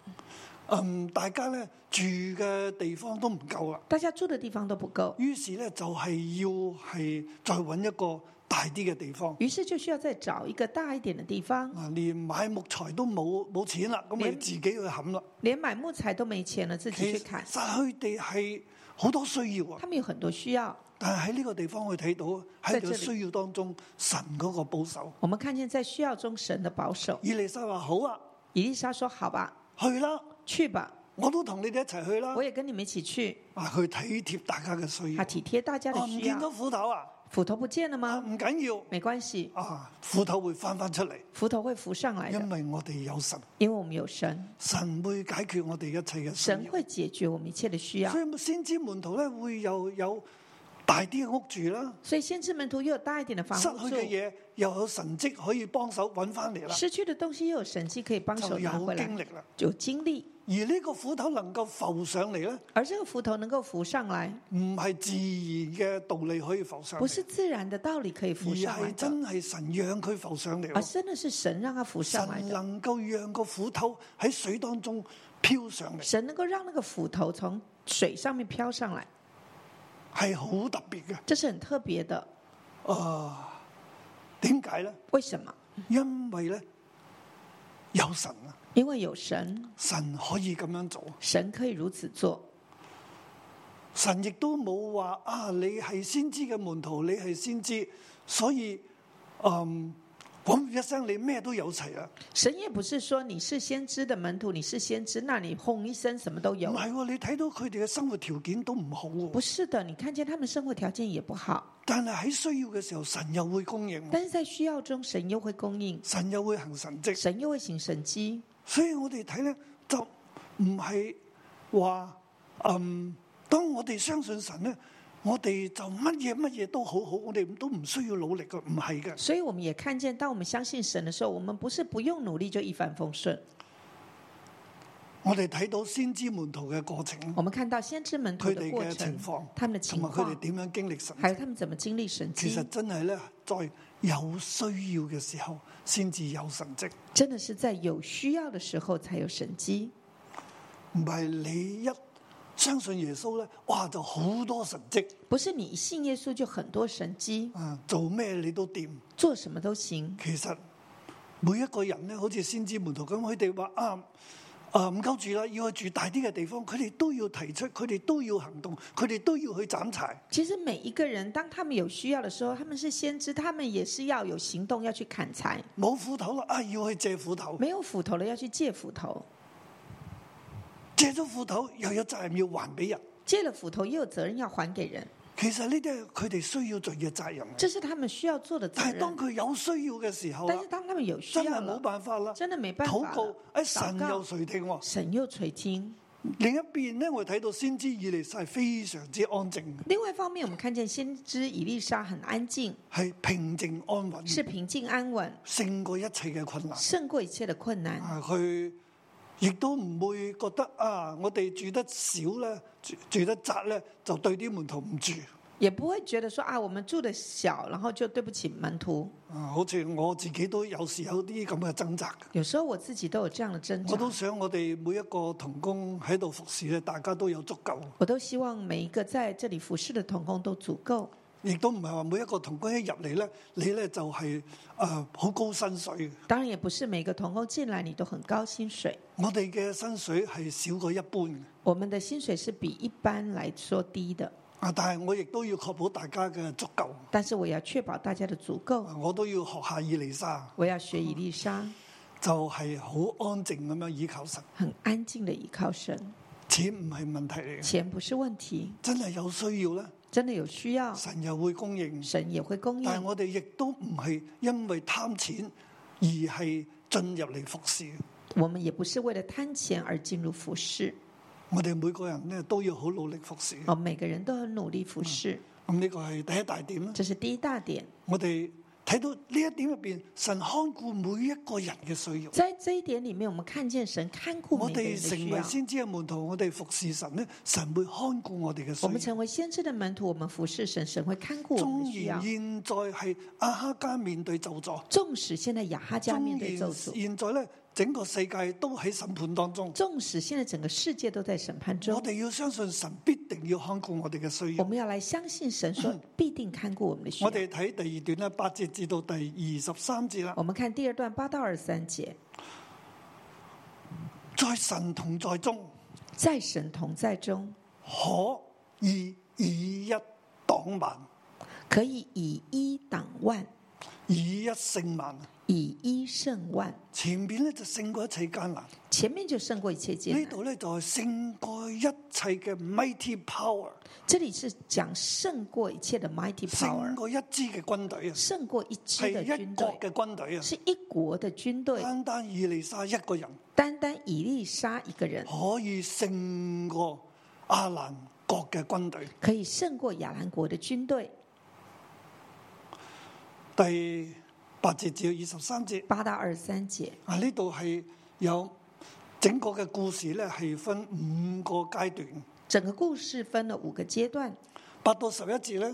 [SPEAKER 2] 嗯，大家咧住嘅地方都唔夠啦，
[SPEAKER 3] 大家住的地方都不够，
[SPEAKER 2] 於是咧就係要係再揾一個大啲嘅地方。
[SPEAKER 3] 于是就需要再找一个大一点的地方，
[SPEAKER 2] 嗱，連買木材都冇冇錢啦，咁你
[SPEAKER 3] 連
[SPEAKER 2] 自己去冚啦。
[SPEAKER 3] 连买木材都没钱了，自己
[SPEAKER 2] 其
[SPEAKER 3] 去
[SPEAKER 2] 實
[SPEAKER 3] 砍。
[SPEAKER 2] 佢哋係好多需要啊，
[SPEAKER 3] 他们有很多需要，
[SPEAKER 2] 但係喺呢個地方去睇到喺
[SPEAKER 3] 即
[SPEAKER 2] 佢
[SPEAKER 3] 係這裡
[SPEAKER 2] 需要當中神嗰個保守。
[SPEAKER 3] 我们看见在需要中神的保守。
[SPEAKER 2] 以利沙話：好啊，
[SPEAKER 3] 以利沙说：“好吧，
[SPEAKER 2] 去啦，
[SPEAKER 3] 去吧，
[SPEAKER 2] 我都同你哋一齊去啦
[SPEAKER 3] 我。也跟你们一起去。
[SPEAKER 2] 啊，去體貼大家嘅需”
[SPEAKER 3] 他
[SPEAKER 2] 要。
[SPEAKER 3] 体贴大家
[SPEAKER 2] 我
[SPEAKER 3] 的
[SPEAKER 2] 唔
[SPEAKER 3] 需
[SPEAKER 2] 見到
[SPEAKER 3] 要。
[SPEAKER 2] 斧頭啊，
[SPEAKER 3] 斧头不见了
[SPEAKER 2] 啊
[SPEAKER 3] 吗？
[SPEAKER 2] 唔緊要。
[SPEAKER 3] 没关系，
[SPEAKER 2] 啊，斧頭會翻翻出嚟，
[SPEAKER 3] 斧头会浮上来
[SPEAKER 2] 因
[SPEAKER 3] 的，
[SPEAKER 2] 為我哋有神，
[SPEAKER 3] 因为我们有神，
[SPEAKER 2] 神會解決我哋一切嘅需
[SPEAKER 3] 神啊
[SPEAKER 2] 要。
[SPEAKER 3] 会解决我们一切的需
[SPEAKER 2] 嗯
[SPEAKER 3] 要
[SPEAKER 2] 所。以先知門徒咧會有有大啲嘅屋住啦。
[SPEAKER 3] 所以先知门徒又有大一点的房
[SPEAKER 2] 失
[SPEAKER 3] 屋
[SPEAKER 2] 去
[SPEAKER 3] 住
[SPEAKER 2] 嘅，嘢又有神迹可以幫手揾翻嚟啦，
[SPEAKER 3] 失去的东西又有神迹可以帮手
[SPEAKER 2] 就有
[SPEAKER 3] 拿回
[SPEAKER 2] 經
[SPEAKER 3] 来，
[SPEAKER 2] 歷啦。
[SPEAKER 3] 有精力。
[SPEAKER 2] 而呢個斧頭能夠浮上嚟咧，
[SPEAKER 3] 而这个斧头能够浮上来，
[SPEAKER 2] 唔係自然嘅道理可以浮上
[SPEAKER 3] 不是
[SPEAKER 2] 嚟，
[SPEAKER 3] 自然的道理可以浮
[SPEAKER 2] 而
[SPEAKER 3] 上来
[SPEAKER 2] 係
[SPEAKER 3] 哎的，
[SPEAKER 2] 真係神讓佢浮上嚟
[SPEAKER 3] 而
[SPEAKER 2] 喎。
[SPEAKER 3] 真的是神让它浮上来
[SPEAKER 2] 神
[SPEAKER 3] 的。
[SPEAKER 2] 能夠讓個斧頭喺水當中飄上嚟，
[SPEAKER 3] 神能够让那个斧头从水上面飘上来，
[SPEAKER 2] 係好特別嘅。
[SPEAKER 3] 这是很特别的。
[SPEAKER 2] 啊、點解咧？
[SPEAKER 3] 为什么？
[SPEAKER 2] 因為咧有神啊，
[SPEAKER 3] 因为有神，
[SPEAKER 2] 神可以咁樣做。
[SPEAKER 3] 神可以如此做。
[SPEAKER 2] 神亦都冇話啊，你係先知嘅門徒，你係先知，所以嗯，講一聲你咩都有齊啦。
[SPEAKER 3] 神也不是说你是先知的门徒，你是先知，那你轰一声什么都
[SPEAKER 2] 唔
[SPEAKER 3] 有。
[SPEAKER 2] 係喎，你睇到佢哋嘅生活條件都唔好喎，
[SPEAKER 3] 不是的，你看见他们生活条件也不好，
[SPEAKER 2] 但係喺需要嘅時候，神又會供應喎，
[SPEAKER 3] 但是在需要中，神又会供应，
[SPEAKER 2] 神又會行神蹟，
[SPEAKER 3] 神又会行神迹。
[SPEAKER 2] 所以我哋睇咧就唔係話嗯，當我哋相信神咧，我哋就乜嘢乜嘢都好好，我哋都唔需要努力嘅，唔係嘅。
[SPEAKER 3] 所以我们也看见，当我们相信神的时候，我们不是不用努力就一帆风顺。
[SPEAKER 2] 我哋睇到先知門徒嘅過程，
[SPEAKER 3] 我们看到先知门徒
[SPEAKER 2] 佢
[SPEAKER 3] 的
[SPEAKER 2] 哋
[SPEAKER 3] 过
[SPEAKER 2] 嘅
[SPEAKER 3] 程
[SPEAKER 2] 情況，
[SPEAKER 3] 他们的
[SPEAKER 2] 同
[SPEAKER 3] 情
[SPEAKER 2] 埋佢哋
[SPEAKER 3] 况，
[SPEAKER 2] 點樣經歷神蹟
[SPEAKER 3] 还有他们怎么经历神
[SPEAKER 2] 其
[SPEAKER 3] 迹
[SPEAKER 2] 實。真係咧，在有需要嘅時候先至有神蹟，
[SPEAKER 3] 真的是在有需要的时候才有神机，
[SPEAKER 2] 唔係你一相信耶穌咧，哇就好多神蹟
[SPEAKER 3] 不是你一信耶稣就很多神机，
[SPEAKER 2] 啊，做咩你都掂。
[SPEAKER 3] 做什么都行。
[SPEAKER 2] 其實每一個人咧，好似先知門徒咁，佢哋話啊。啊唔夠住啦，要去住大啲嘅地方，佢哋都要提出，佢哋都要行動，佢哋都要去斬柴。
[SPEAKER 3] 其实每一个人，当他们有需要的时候，他们是先知，他们也是要有行动，要去砍柴。
[SPEAKER 2] 冇斧頭啦，啊要去借斧頭，
[SPEAKER 3] 没有斧头了，要去借斧头；
[SPEAKER 2] 借咗斧頭又有責任要還俾人。
[SPEAKER 3] 借了斧头，也有责任要还给人。
[SPEAKER 2] 其實呢啲係佢哋需要盡嘅責任。
[SPEAKER 3] 这是他们需要做的责
[SPEAKER 2] 但係當
[SPEAKER 3] 任。
[SPEAKER 2] 佢有需要嘅時候啦
[SPEAKER 3] 啊但是当他们有需
[SPEAKER 2] 真
[SPEAKER 3] 要
[SPEAKER 2] 係冇
[SPEAKER 3] 了，
[SPEAKER 2] 辦法啦，
[SPEAKER 3] 真的沒辦法
[SPEAKER 2] 禱告
[SPEAKER 3] 了，
[SPEAKER 2] 哎神
[SPEAKER 3] 禱告
[SPEAKER 2] 又垂聽喎。
[SPEAKER 3] 神又垂听。
[SPEAKER 2] 另一邊咧，我睇到先知以利沙係非常之安靜，
[SPEAKER 3] 另外一方面，我们看见先知以利沙很安静，
[SPEAKER 2] 係平靜安
[SPEAKER 3] 是
[SPEAKER 2] 穩，
[SPEAKER 3] 平静安稳，
[SPEAKER 2] 勝過一切嘅困難。
[SPEAKER 3] 胜过一切的困难。
[SPEAKER 2] 啊，佢亦都唔會覺得啊，我哋住得少咧，住住得窄咧，就對啲門徒唔住。
[SPEAKER 3] 也不会觉得说啊，我们住的小，然后就对不起门徒。
[SPEAKER 2] 啊，好似我自己都有時有啲咁嘅掙扎嘅。
[SPEAKER 3] 有时候我自己都有这样的挣扎，
[SPEAKER 2] 我都想我哋每一個童工喺度服侍咧，大家都有足夠。
[SPEAKER 3] 我都希望每一个在这里服侍的童工都足够，
[SPEAKER 2] 亦都唔係話每一個童工一入嚟咧，你咧就係誒好高薪水。
[SPEAKER 3] 当然也不是每个童工进来你都很高薪水，
[SPEAKER 2] 我哋嘅薪水係少過一般嘅，
[SPEAKER 3] 我们的薪水是比一般来说低的，
[SPEAKER 2] 啊！但係我亦都要確保大家嘅足夠，
[SPEAKER 3] 但是我要确保大家的足够
[SPEAKER 2] 啊，我都要學下以利沙，
[SPEAKER 3] 我要学以丽莎，
[SPEAKER 2] 就係好安靜咁樣倚靠神，
[SPEAKER 3] 很安靜的依靠神，
[SPEAKER 2] 錢唔係問題嚟嘅，
[SPEAKER 3] 钱不是问题，
[SPEAKER 2] 真係有需要咧，
[SPEAKER 3] 真的有需要，
[SPEAKER 2] 神又會供應。
[SPEAKER 3] 神也会供
[SPEAKER 2] 但係
[SPEAKER 3] 应。
[SPEAKER 2] 我哋亦都唔係因為貪錢而係進入嚟服侍，
[SPEAKER 3] 我们也不是为了贪钱而进入服饰。
[SPEAKER 2] 我哋每個人咧都要好努力服侍。
[SPEAKER 3] 哦，每个人都很努力服侍，
[SPEAKER 2] 咁呢個係第一大點啦。
[SPEAKER 3] 这是第一大点。
[SPEAKER 2] 我哋睇到呢一點入邊，神看顧每一個人嘅需要。
[SPEAKER 3] 在这一点里面，我们看见神看顾
[SPEAKER 2] 我
[SPEAKER 3] 每个
[SPEAKER 2] 哋
[SPEAKER 3] 人的
[SPEAKER 2] 成
[SPEAKER 3] 需
[SPEAKER 2] 為
[SPEAKER 3] 要。
[SPEAKER 2] 先知嘅門徒，我哋服侍神咧，神會看顧我哋嘅
[SPEAKER 3] 我们
[SPEAKER 2] 需要。
[SPEAKER 3] 成为先知的门徒，我们服侍神，神会看顾我
[SPEAKER 2] 縱
[SPEAKER 3] 们的需要
[SPEAKER 2] 然。現在係阿哈加面對咒詛，
[SPEAKER 3] 纵使现在雅哈家面对咒
[SPEAKER 2] 縱然
[SPEAKER 3] 诅，
[SPEAKER 2] 現在咧整個世界都喺審判當中，
[SPEAKER 3] 纵使现在整个世界都在审判
[SPEAKER 2] 我
[SPEAKER 3] 中，
[SPEAKER 2] 哋要相信神必定要看顧我哋嘅需
[SPEAKER 3] 我
[SPEAKER 2] 要。
[SPEAKER 3] 们要来相信神说必定看顾我们的需要
[SPEAKER 2] 嗯我。哋睇第二段咧，八節至到第二十三節啦。
[SPEAKER 3] 我们看第二段八到二三节，
[SPEAKER 2] 在神同在中，
[SPEAKER 3] 在神同在中，
[SPEAKER 2] 可以以一擋萬，
[SPEAKER 3] 可以以一挡万，
[SPEAKER 2] 以一勝萬。
[SPEAKER 3] 以一胜万。
[SPEAKER 2] 前面咧就勝過一切艱難，
[SPEAKER 3] 前面就胜过一切艰
[SPEAKER 2] 呢
[SPEAKER 3] 难，
[SPEAKER 2] 度咧就係勝過一切嘅 mighty power，
[SPEAKER 3] 这里是讲胜过一切的 mighty
[SPEAKER 2] 勝
[SPEAKER 3] power，
[SPEAKER 2] 過一支嘅軍隊啊，
[SPEAKER 3] 胜过一支
[SPEAKER 2] 係
[SPEAKER 3] 的
[SPEAKER 2] 一
[SPEAKER 3] 军
[SPEAKER 2] 國
[SPEAKER 3] 队，
[SPEAKER 2] 嘅軍隊啊。
[SPEAKER 3] 是一国的军队。
[SPEAKER 2] 單單以利沙一個人
[SPEAKER 3] 单单以利沙一个人
[SPEAKER 2] 可以勝過阿蘭國嘅軍隊。
[SPEAKER 3] 可以胜过亚兰国的军队。
[SPEAKER 2] 第八節至二十三節
[SPEAKER 3] 八到二三节，
[SPEAKER 2] 啊，呢度係有整個嘅故事咧，係分五個階段。
[SPEAKER 3] 整个故事分了五个阶段。
[SPEAKER 2] 八到十一節咧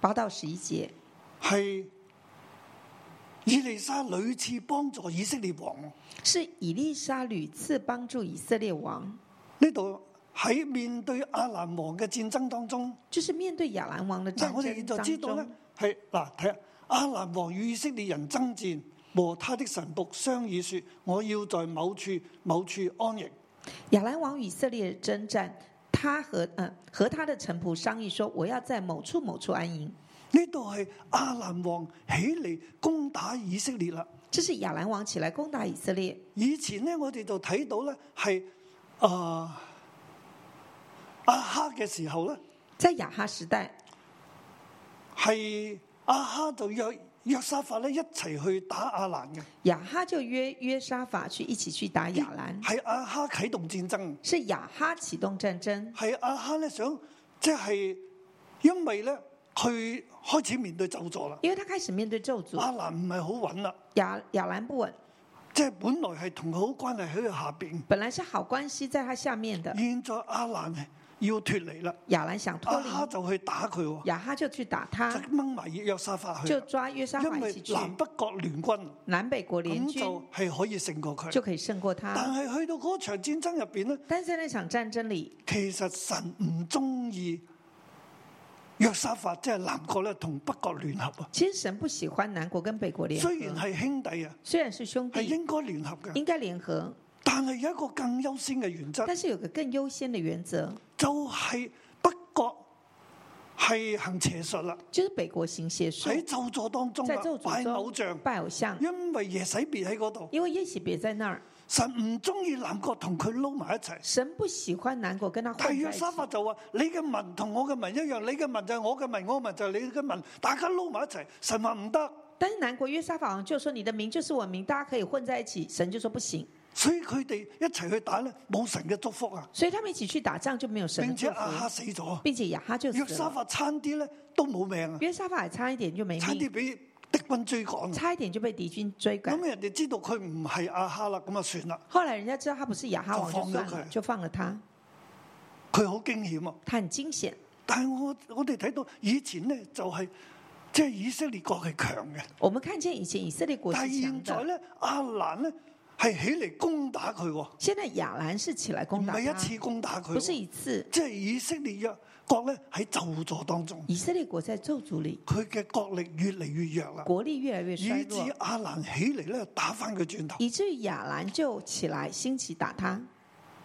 [SPEAKER 3] 八到十一节
[SPEAKER 2] 係以利沙屢次幫助以色列王。
[SPEAKER 3] 是以利沙屡次帮助以色列王，
[SPEAKER 2] 呢度喺面對阿蘭王嘅戰爭當中，
[SPEAKER 3] 就是面对亚兰王的
[SPEAKER 2] 嗱
[SPEAKER 3] 战
[SPEAKER 2] 我哋現
[SPEAKER 3] 争
[SPEAKER 2] 在
[SPEAKER 3] 当
[SPEAKER 2] 知道咧
[SPEAKER 3] 中，
[SPEAKER 2] 係嗱睇下阿蘭王與以色列人爭戰，和他的神仆商議說：我要在某處某處安營。
[SPEAKER 3] 亚兰王与以色列征战，他和呃和他的臣仆商议说，我要在某处某处安营。
[SPEAKER 2] 呢度係阿蘭王起嚟攻打以色列啦。
[SPEAKER 3] 这是亚兰王起来攻打以色列。
[SPEAKER 2] 以前咧，我哋就睇到咧係啊阿哈嘅時候咧。
[SPEAKER 3] 在亚哈时代，
[SPEAKER 2] 係阿哈就約約沙法咧一齊去打阿蘭嘅，
[SPEAKER 3] 亚哈就约约沙法去一起去打亚兰，
[SPEAKER 2] 係阿哈啟動戰爭，
[SPEAKER 3] 是亚哈启动战争。
[SPEAKER 2] 係阿哈咧想即係因為咧佢開始面對咒助啦，
[SPEAKER 3] 因为他开始面对咒诅，
[SPEAKER 2] 阿蘭唔係好穩啦，
[SPEAKER 3] 亚亚兰不稳，
[SPEAKER 2] 即係本來係同佢好關係喺佢下邊，
[SPEAKER 3] 本来是好關係在他下面的，
[SPEAKER 2] 現在阿蘭要脱離啦，
[SPEAKER 3] 亚兰想脱
[SPEAKER 2] 阿
[SPEAKER 3] 离，
[SPEAKER 2] 哈就去打佢喎，
[SPEAKER 3] 亚哈就去打
[SPEAKER 2] 就
[SPEAKER 3] 他，
[SPEAKER 2] 掹埋約沙法去
[SPEAKER 3] 就
[SPEAKER 2] 啦，
[SPEAKER 3] 抓约沙
[SPEAKER 2] 因
[SPEAKER 3] 法一
[SPEAKER 2] 為
[SPEAKER 3] 起去，
[SPEAKER 2] 南北國聯軍
[SPEAKER 3] 南北国联
[SPEAKER 2] 咁
[SPEAKER 3] 军
[SPEAKER 2] 就係可以勝過佢
[SPEAKER 3] 就，可以胜过
[SPEAKER 2] 但
[SPEAKER 3] 他。
[SPEAKER 2] 係去到嗰場戰爭入邊咧。
[SPEAKER 3] 但是在那场战争里，
[SPEAKER 2] 其實神唔中意約沙法，即係南國咧同北國聯合啊。
[SPEAKER 3] 其实神不喜欢南国跟北国联合，
[SPEAKER 2] 雖然係兄弟啊，
[SPEAKER 3] 虽然是兄
[SPEAKER 2] 係
[SPEAKER 3] 弟，
[SPEAKER 2] 應該聯合嘅，
[SPEAKER 3] 应该联合，
[SPEAKER 2] 但係有一個更優先嘅原則，
[SPEAKER 3] 但是有个更优先的原则，
[SPEAKER 2] 就係北國係行邪術啦，
[SPEAKER 3] 就是北国行邪术，
[SPEAKER 2] 喺咒助當中
[SPEAKER 3] 在
[SPEAKER 2] 啊
[SPEAKER 3] 咒诅
[SPEAKER 2] 拜偶
[SPEAKER 3] 中
[SPEAKER 2] 像，
[SPEAKER 3] 拜偶像，
[SPEAKER 2] 因為耶洗別喺嗰度，
[SPEAKER 3] 因为耶洗别在那儿，
[SPEAKER 2] 神唔中意南國同佢撈埋一齊。
[SPEAKER 3] 神不喜欢南国跟他
[SPEAKER 2] 但
[SPEAKER 3] 混
[SPEAKER 2] 係
[SPEAKER 3] 在
[SPEAKER 2] 約
[SPEAKER 3] 一起
[SPEAKER 2] 沙。法就話：你嘅民同我嘅民一樣，你嘅民就係我嘅民，我嘅民就係你嘅民，大家撈埋一齊。神話唔得。
[SPEAKER 3] 但是南国约沙法王就说：“你的名就是我名，大家可以混在一起。”神就说：“不行。
[SPEAKER 2] 所以佢哋一齊去打咧，冇神嘅祝福啊！”
[SPEAKER 3] 所以他们一起去打仗就没有神的
[SPEAKER 2] 並且
[SPEAKER 3] 祝
[SPEAKER 2] 阿哈死
[SPEAKER 3] 福，
[SPEAKER 2] 咗，
[SPEAKER 3] 并且亚哈就
[SPEAKER 2] 約
[SPEAKER 3] 死
[SPEAKER 2] 沙
[SPEAKER 3] 了。
[SPEAKER 2] 法差啲咧都冇命啊，
[SPEAKER 3] 约沙法也差一点就没
[SPEAKER 2] 差
[SPEAKER 3] 命
[SPEAKER 2] 啲，俾敵軍追趕啊。
[SPEAKER 3] 差一点就被敌军追赶
[SPEAKER 2] 咁。人哋知道佢唔係阿哈啦，咁啊算啦。
[SPEAKER 3] 后来人家知道他不是亚哈
[SPEAKER 2] 就
[SPEAKER 3] 王，就
[SPEAKER 2] 放
[SPEAKER 3] 算
[SPEAKER 2] 了
[SPEAKER 3] 了，
[SPEAKER 2] 他
[SPEAKER 3] 就放了他。
[SPEAKER 2] 佢好驚險啊！
[SPEAKER 3] 他很惊险。
[SPEAKER 2] 但係我我哋睇到以前咧就係即係以色列國係強嘅，
[SPEAKER 3] 我们看见以前以色列国
[SPEAKER 2] 但
[SPEAKER 3] 是
[SPEAKER 2] 係
[SPEAKER 3] 强
[SPEAKER 2] 現在
[SPEAKER 3] 的，
[SPEAKER 2] 咧阿蘭咧係起嚟攻打佢喎，
[SPEAKER 3] 现在亚兰是起来
[SPEAKER 2] 唔
[SPEAKER 3] 攻打
[SPEAKER 2] 係一
[SPEAKER 3] 他，
[SPEAKER 2] 次攻打佢
[SPEAKER 3] 不是
[SPEAKER 2] 喎，
[SPEAKER 3] 一次。
[SPEAKER 2] 即係以色列約國咧喺咒助當中，
[SPEAKER 3] 以色列国在咒诅里，
[SPEAKER 2] 佢嘅國力越嚟越弱啦。
[SPEAKER 3] 国力越来越衰
[SPEAKER 2] 以致
[SPEAKER 3] 弱，
[SPEAKER 2] 阿蘭起嚟咧打翻佢轉頭。
[SPEAKER 3] 以至于亚兰就起来兴起打他。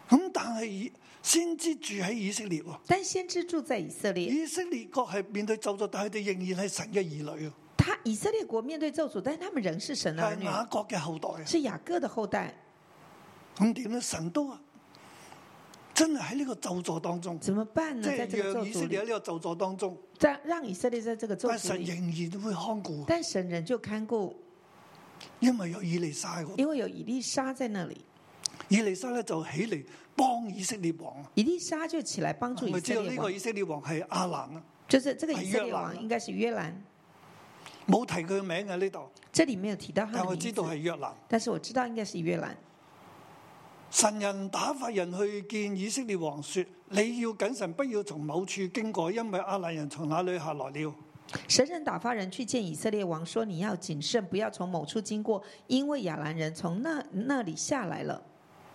[SPEAKER 2] 咁但係以先知住喺以色列喎，
[SPEAKER 3] 但先知住在以色列，
[SPEAKER 2] 以色列國係面對咒詛，但係佢哋仍然係神嘅兒女啊，
[SPEAKER 3] 他以色列国面对咒诅，但他们仍是神的儿
[SPEAKER 2] 係
[SPEAKER 3] 女，
[SPEAKER 2] 雅各嘅後代啊。
[SPEAKER 3] 是雅各的后代。
[SPEAKER 2] 咁點咧？神都啊真係喺呢個咒詛當中，
[SPEAKER 3] 怎么办
[SPEAKER 2] 即
[SPEAKER 3] 呢？在
[SPEAKER 2] 係
[SPEAKER 3] 这个咒
[SPEAKER 2] 讓以色
[SPEAKER 3] 诅
[SPEAKER 2] 列喺
[SPEAKER 3] 里，
[SPEAKER 2] 呢個咒詛當中，
[SPEAKER 3] 在让以色列在这个咒
[SPEAKER 2] 但係
[SPEAKER 3] 诅
[SPEAKER 2] 神
[SPEAKER 3] 里，
[SPEAKER 2] 仍然會看顧，
[SPEAKER 3] 但神仍旧看顾，
[SPEAKER 2] 因為有以利沙喺嗰度。
[SPEAKER 3] 因为有以利沙在那里。
[SPEAKER 2] 以利沙咧就起嚟幫以色列王啊！
[SPEAKER 3] 以利沙就起來幫助
[SPEAKER 2] 我
[SPEAKER 3] 以
[SPEAKER 2] 哋知道呢
[SPEAKER 3] 色
[SPEAKER 2] 啊
[SPEAKER 3] 列
[SPEAKER 2] 個
[SPEAKER 3] 王，
[SPEAKER 2] 以色列王係阿蘭啊，
[SPEAKER 3] 就是这个以色
[SPEAKER 2] 係約
[SPEAKER 3] 列
[SPEAKER 2] 蘭
[SPEAKER 3] 王應該是约兰，
[SPEAKER 2] 冇提佢名嘅呢度，
[SPEAKER 3] 這裡沒有提到他
[SPEAKER 2] 但
[SPEAKER 3] 的
[SPEAKER 2] 我
[SPEAKER 3] 名
[SPEAKER 2] 知道係
[SPEAKER 3] 字，
[SPEAKER 2] 約蘭。
[SPEAKER 3] 但是我知道應該是约兰。
[SPEAKER 2] 神人打發人去見以色列王，說：你要謹慎，不要從某處經過，因為阿蘭人從那裏下來了。
[SPEAKER 3] 神人打发人去见以色列王，说：“你要谨慎，不要从某处经过，因为亚兰人从那那里下来了。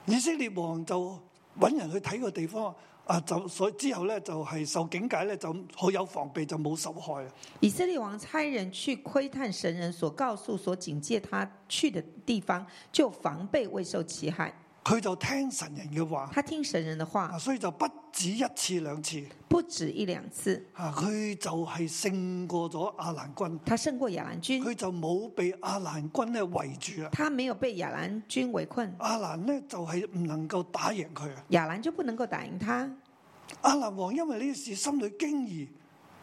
[SPEAKER 2] 以色列王就揾人去睇個地方，啊就所以之後咧就係受警戒咧就好有防備，就冇受害啊。”
[SPEAKER 3] 以色列王差人去窥探神人所告诉、所警戒他去的地方，就防备未受其害。
[SPEAKER 2] 佢就聽神人嘅話，
[SPEAKER 3] 他听神人的
[SPEAKER 2] 啊
[SPEAKER 3] 话
[SPEAKER 2] 所以就不止一次兩次，
[SPEAKER 3] 不止一两次，
[SPEAKER 2] 啊佢就係勝過咗亞蘭軍，
[SPEAKER 3] 他胜过亚兰军，
[SPEAKER 2] 佢就冇被亞蘭軍咧圍住啊。
[SPEAKER 3] 他没有被亚兰军围困，
[SPEAKER 2] 亞蘭呢就係唔能夠打贏佢啊。
[SPEAKER 3] 亚兰就不能够打赢他。
[SPEAKER 2] 亞蘭王因為呢件事心裏驚疑，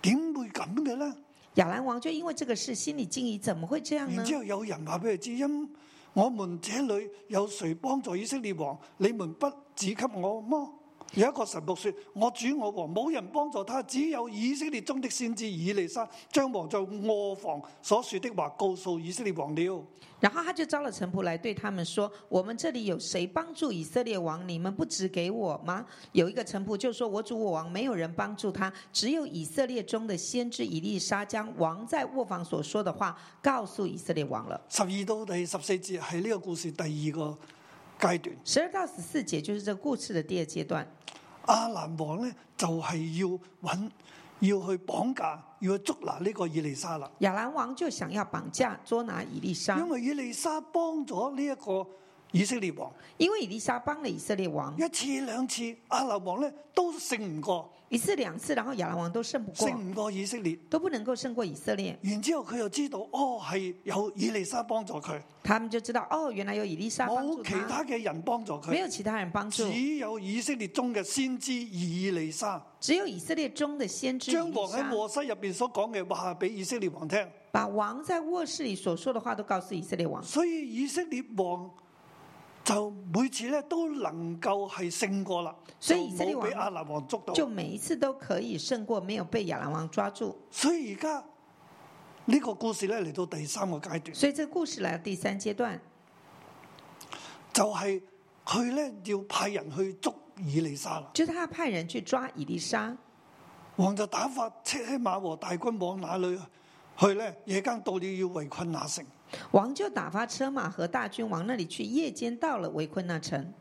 [SPEAKER 2] 點會咁嘅咧？
[SPEAKER 3] 亚兰王就因为这个事心里惊疑，怎么会这样
[SPEAKER 2] 然
[SPEAKER 3] 呢？
[SPEAKER 2] 之後有人話俾佢知，因我們這裏有誰幫助以色列王？你們不指給我麼？有一個神僕說：我主我王冇人幫助他，只有以色列中的先知以利沙將王在卧房所說的話告訴以色列王了。
[SPEAKER 3] 然后他就招了臣仆来，对他们说：“我们这里有谁帮助以色列王？你们不指给我吗？”有一个臣仆就说：“我主我王没有人帮助他，只有以色列中的先知以利沙将王在卧房所说的话告诉以色列王了。
[SPEAKER 2] 十二到第十四節係呢個故事第二個階段。”
[SPEAKER 3] 十二到十四节就是这个故事的第二阶段。
[SPEAKER 2] 阿蘭王呢，就係要揾，要去綁架，要去捉拿呢個以利沙啦。
[SPEAKER 3] 亚兰王就想要绑架捉拿以利沙
[SPEAKER 2] 因，為以利沙幫咗呢一個以色列王。
[SPEAKER 3] 因为以利沙帮了以色列王
[SPEAKER 2] 一次兩次，阿蘭王咧都勝唔過，
[SPEAKER 3] 一次两次，然后亚兰王都胜不过
[SPEAKER 2] 勝，唔過以色列。
[SPEAKER 3] 都不能够胜过以色列。
[SPEAKER 2] 然之後佢又知道，哦係有以利沙幫助佢，
[SPEAKER 3] 他们就知道哦，原来有以利沙帮助
[SPEAKER 2] 冇其他
[SPEAKER 3] 他，
[SPEAKER 2] 嘅人幫助
[SPEAKER 3] 没
[SPEAKER 2] 佢，
[SPEAKER 3] 有其他人帮助。
[SPEAKER 2] 只有以色列中嘅先知以利沙，
[SPEAKER 3] 只有以色列中的先知以
[SPEAKER 2] 將
[SPEAKER 3] 利
[SPEAKER 2] 王喺
[SPEAKER 3] 沙，
[SPEAKER 2] 卧室入边所講嘅話俾以色列王聽。
[SPEAKER 3] 把王在卧室里所说的话都告诉以色列王，
[SPEAKER 2] 所以以色列王就每次咧都能夠係勝過啦，
[SPEAKER 3] 所以以色列
[SPEAKER 2] 就
[SPEAKER 3] 王
[SPEAKER 2] 冇俾阿蘭王捉到。
[SPEAKER 3] 就每一次都可以胜过没有被亚兰王抓住。
[SPEAKER 2] 所以而家呢個故事咧嚟到第三個階段。
[SPEAKER 3] 所以这故事来到第三阶段，
[SPEAKER 2] 就係佢咧要派人去捉以利沙啦。
[SPEAKER 3] 就是他派人去抓以利沙，
[SPEAKER 2] 王就打發車馬和大軍往哪裏去咧？夜間到了要圍困那城。
[SPEAKER 3] 王就打发车马和大军往那里去，夜间到了围困那城。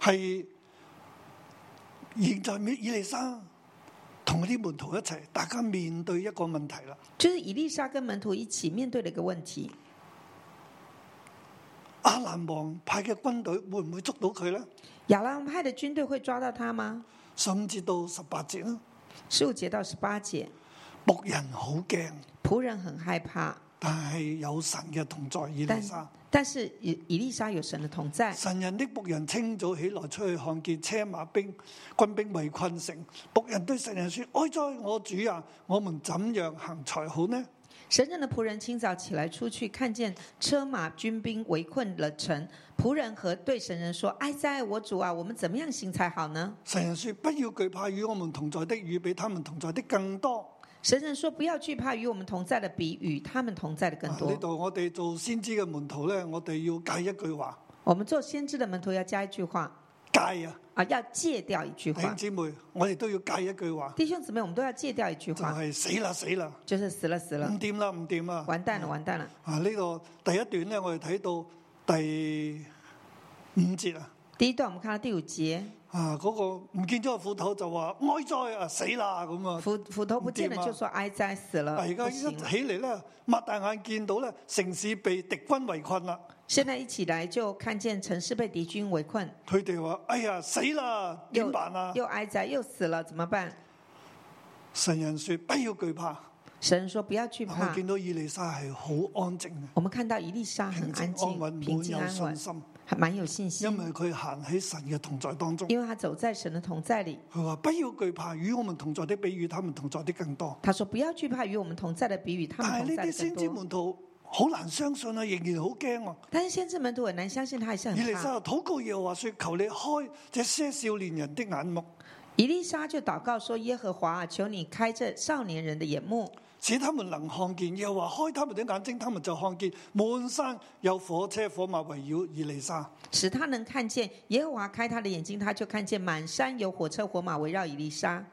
[SPEAKER 2] 係現在面以利沙同啲門徒一齊，大家面對一個問題啦。
[SPEAKER 3] 就是以利沙跟门徒一起面对了一个问题：
[SPEAKER 2] 阿蘭王派嘅軍隊會唔會捉到佢咧？
[SPEAKER 3] 亚兰派的军队会抓到他吗？
[SPEAKER 2] 甚至到十八節啦，
[SPEAKER 3] 十五节到十八节，
[SPEAKER 2] 牧人好驚，
[SPEAKER 3] 仆人很害怕，
[SPEAKER 2] 但係有神嘅同在。以利
[SPEAKER 3] 但
[SPEAKER 2] 沙。
[SPEAKER 3] 但是以以利沙有神的同在。
[SPEAKER 2] 神人的仆人清早起來出去看見車馬兵軍兵圍困城，仆人對神人說：哀哉我主啊！我們怎樣行才好呢？
[SPEAKER 3] 神人的仆人清早起来出去，看见车马军兵围困了城。仆人和对神人说：“哀哉，我主啊，我们怎么样行才好呢
[SPEAKER 2] 神人說：不要懼怕，與我們同在的與比他們同在的更多。？”
[SPEAKER 3] 神人说：“不要惧怕，与我们同在的比与他们同在的更
[SPEAKER 2] 啊呢
[SPEAKER 3] 多。
[SPEAKER 2] 度、我哋做先知嘅門徒呢，我哋要戒一句話：
[SPEAKER 3] 我们做先知的门徒要加一句话
[SPEAKER 2] 戒啊！
[SPEAKER 3] 啊，要戒掉一句
[SPEAKER 2] 弟
[SPEAKER 3] 话
[SPEAKER 2] 兄。姊妹，我哋都要戒一句話，
[SPEAKER 3] 弟兄姊妹，我们都要戒掉一句
[SPEAKER 2] 就
[SPEAKER 3] 话，
[SPEAKER 2] 係、死啦死啦，
[SPEAKER 3] 就是死了死了
[SPEAKER 2] 唔，掂啦唔掂啦。
[SPEAKER 3] 完蛋了完蛋了。
[SPEAKER 2] 啊呢度第一段呢，我哋睇到第五節啊。
[SPEAKER 3] 第一段我们看到第五节，
[SPEAKER 2] 啊！嗰、個唔見咗個斧頭就話哀哉啊死啦咁啊！
[SPEAKER 3] 斧斧头不见了
[SPEAKER 2] 不见吗
[SPEAKER 3] 就说哀哉死了，
[SPEAKER 2] 啊而家
[SPEAKER 3] 不啊
[SPEAKER 2] 一
[SPEAKER 3] 行了。
[SPEAKER 2] 起嚟咧，擘大眼見到咧城市被敵軍圍困啦，
[SPEAKER 3] 现在一起来就看見城市被敵軍圍困，
[SPEAKER 2] 佢哋話：哎呀死啦，點
[SPEAKER 3] 又
[SPEAKER 2] 辦啊？
[SPEAKER 3] 又挨宰又死了，怎么办？
[SPEAKER 2] 神人說：不要懼怕。
[SPEAKER 3] 神说不要惧
[SPEAKER 2] 我
[SPEAKER 3] 怕。
[SPEAKER 2] 見到以利沙係好安靜嘅，
[SPEAKER 3] 我们看到以利沙很
[SPEAKER 2] 平靜
[SPEAKER 3] 啊
[SPEAKER 2] 安哦
[SPEAKER 3] 安靜、
[SPEAKER 2] 穩，
[SPEAKER 3] 平
[SPEAKER 2] 滿
[SPEAKER 3] 靜安
[SPEAKER 2] 有信
[SPEAKER 3] 穩，嗯
[SPEAKER 2] 心，
[SPEAKER 3] 还蛮有信心
[SPEAKER 2] 因，為佢行喺神嘅同在當中。
[SPEAKER 3] 因为他走在神的同在里。
[SPEAKER 2] 佢話：不要懼怕，與我們同在的比與他們同在的更多。
[SPEAKER 3] 他说不要惧怕，与我们同在的比与他
[SPEAKER 2] 但
[SPEAKER 3] 们
[SPEAKER 2] 係
[SPEAKER 3] 同
[SPEAKER 2] 呢
[SPEAKER 3] 在
[SPEAKER 2] 啲
[SPEAKER 3] 的更
[SPEAKER 2] 啊先知
[SPEAKER 3] 多。
[SPEAKER 2] 門徒好難相信啊，仍然好驚啊！
[SPEAKER 3] 但是先知门徒很难相信，他还是
[SPEAKER 2] 以
[SPEAKER 3] 很
[SPEAKER 2] 利
[SPEAKER 3] 怕。
[SPEAKER 2] 沙就禱告耶和華說：求你開這些少年人的眼目，
[SPEAKER 3] 以利沙就祷告说：“耶和华啊，求你开这少年人的眼目，
[SPEAKER 2] 使他們能看見。耶和華開他們的眼睛，他們就看見滿山有火車火馬圍繞以利沙。
[SPEAKER 3] 使他能看见。耶和华开他的眼睛，他就看见满山有火车火马围绕以利沙。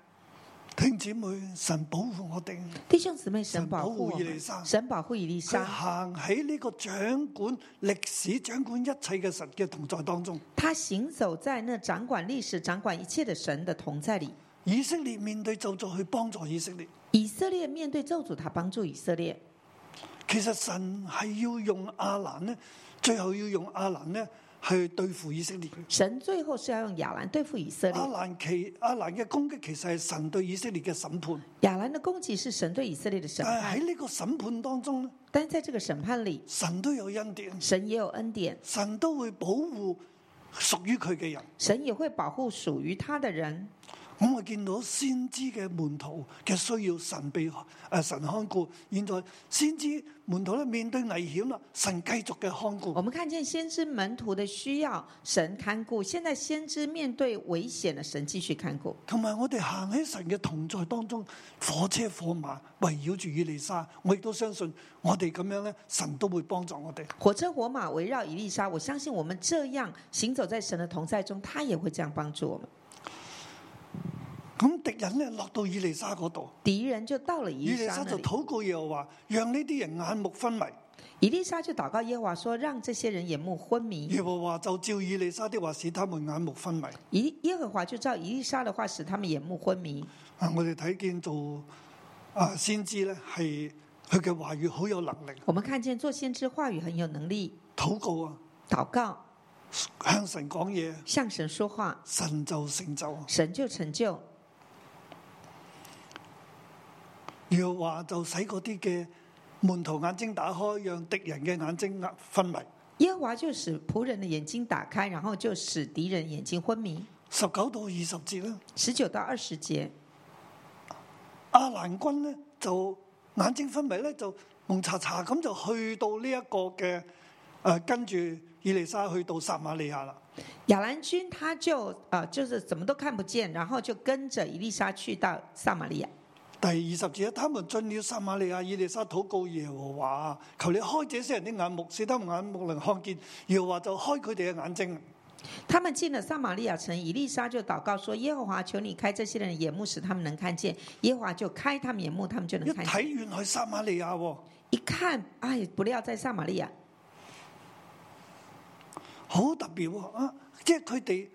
[SPEAKER 2] 弟兄姊妹，神保護我哋，
[SPEAKER 3] 弟兄姊妹，神
[SPEAKER 2] 神
[SPEAKER 3] 保
[SPEAKER 2] 保
[SPEAKER 3] 护
[SPEAKER 2] 护
[SPEAKER 3] 我
[SPEAKER 2] 以
[SPEAKER 3] 们
[SPEAKER 2] 利沙，
[SPEAKER 3] 神保护以利
[SPEAKER 2] 佢
[SPEAKER 3] 沙，
[SPEAKER 2] 行喺呢個掌管歷史、掌管一切嘅神嘅同在當中。
[SPEAKER 3] 他行走在那掌管历史、掌管一切的神的同在里。
[SPEAKER 2] 以色列面對就助去幫助以色列。
[SPEAKER 3] 以色列面对咒诅，他帮助以色列。
[SPEAKER 2] 其實神係要用亞蘭呢，最後要用亞蘭呢去對付以色列。
[SPEAKER 3] 神最后是要用亚兰对付以色
[SPEAKER 2] 亞
[SPEAKER 3] 列。
[SPEAKER 2] 蘭其亞蘭嘅攻擊其實係神對以色列嘅審判，
[SPEAKER 3] 亚兰的攻击是神对以色列的审
[SPEAKER 2] 但
[SPEAKER 3] 判
[SPEAKER 2] 係，喺呢個審判當中呢，
[SPEAKER 3] 但是在这个审判里，
[SPEAKER 2] 神都有恩典，
[SPEAKER 3] 神也有恩典，
[SPEAKER 2] 神都會保護屬於佢嘅人。
[SPEAKER 3] 神也会保护属于他的人。
[SPEAKER 2] 咁我見到先知嘅門徒嘅需要，神被誒、呃神看顧。現在先知門徒咧面對危險啦，神繼續嘅看顧
[SPEAKER 3] 我。们看见先知门徒的需要，神看顾；现在先知面对危险了，神继续看顾。
[SPEAKER 2] 同埋我哋行喺神嘅同在當中，火車火馬圍繞住以利沙，我亦都相信我哋咁樣咧，神都會幫助我哋。
[SPEAKER 3] 火车火马围绕以利沙，我相信我们这样行走在神的同在中，他也会这样帮助我们。
[SPEAKER 2] 咁敵人咧落到以利沙嗰度，
[SPEAKER 3] 敌人就到了以
[SPEAKER 2] 以
[SPEAKER 3] 利
[SPEAKER 2] 利
[SPEAKER 3] 沙
[SPEAKER 2] 沙
[SPEAKER 3] 那
[SPEAKER 2] 就
[SPEAKER 3] 里，
[SPEAKER 2] 禱告耶和華，讓呢啲人眼目昏迷。
[SPEAKER 3] 以利沙就祷告耶和华说：“让这些人眼目昏迷。
[SPEAKER 2] 耶和華就照以利沙的話使他們眼目昏迷。”
[SPEAKER 3] 以耶和华就照以利沙的话，使他们眼目昏迷。
[SPEAKER 2] 啊，我哋睇見做啊先知咧係佢嘅話語好有能力，
[SPEAKER 3] 我们看见做先知话语很有能力，
[SPEAKER 2] 禱告啊
[SPEAKER 3] 祷告
[SPEAKER 2] 向神講嘢，
[SPEAKER 3] 向神说话，
[SPEAKER 2] 神就成就。
[SPEAKER 3] 神就成就。
[SPEAKER 2] 耶和華就使嗰啲嘅門徒眼睛打開，讓敵人嘅眼睛啊昏迷。
[SPEAKER 3] 耶和华就使仆人的眼睛打开，然后就使敌人眼睛昏迷。
[SPEAKER 2] 十九到二十節咧，
[SPEAKER 3] 十九到二十节，
[SPEAKER 2] 阿蘭軍咧就眼睛昏迷咧就蒙查查咁就去到呢一個嘅誒、呃跟住以利沙去到撒瑪利亞啦。
[SPEAKER 3] 亚兰军他就呃就是怎么都看不见，然后就跟着以利沙去到撒玛利亚。
[SPEAKER 2] 第二十節咧，他們進了撒瑪利亞，以利沙禱告耶和華，求你開這些人的眼目，使他們眼目能看見。耶和華就開佢哋嘅眼睛。
[SPEAKER 3] 他们进了撒玛利亚城，以利沙就祷告说：“耶和华，求你开这些人的眼目，使他们能看见。”耶和华就开他们眼目，他们就
[SPEAKER 2] 一
[SPEAKER 3] 能看见。
[SPEAKER 2] 睇原來撒瑪利亞喎，
[SPEAKER 3] 一看，哎，不料在撒玛利亚，
[SPEAKER 2] 好特別喎啊！即係佢哋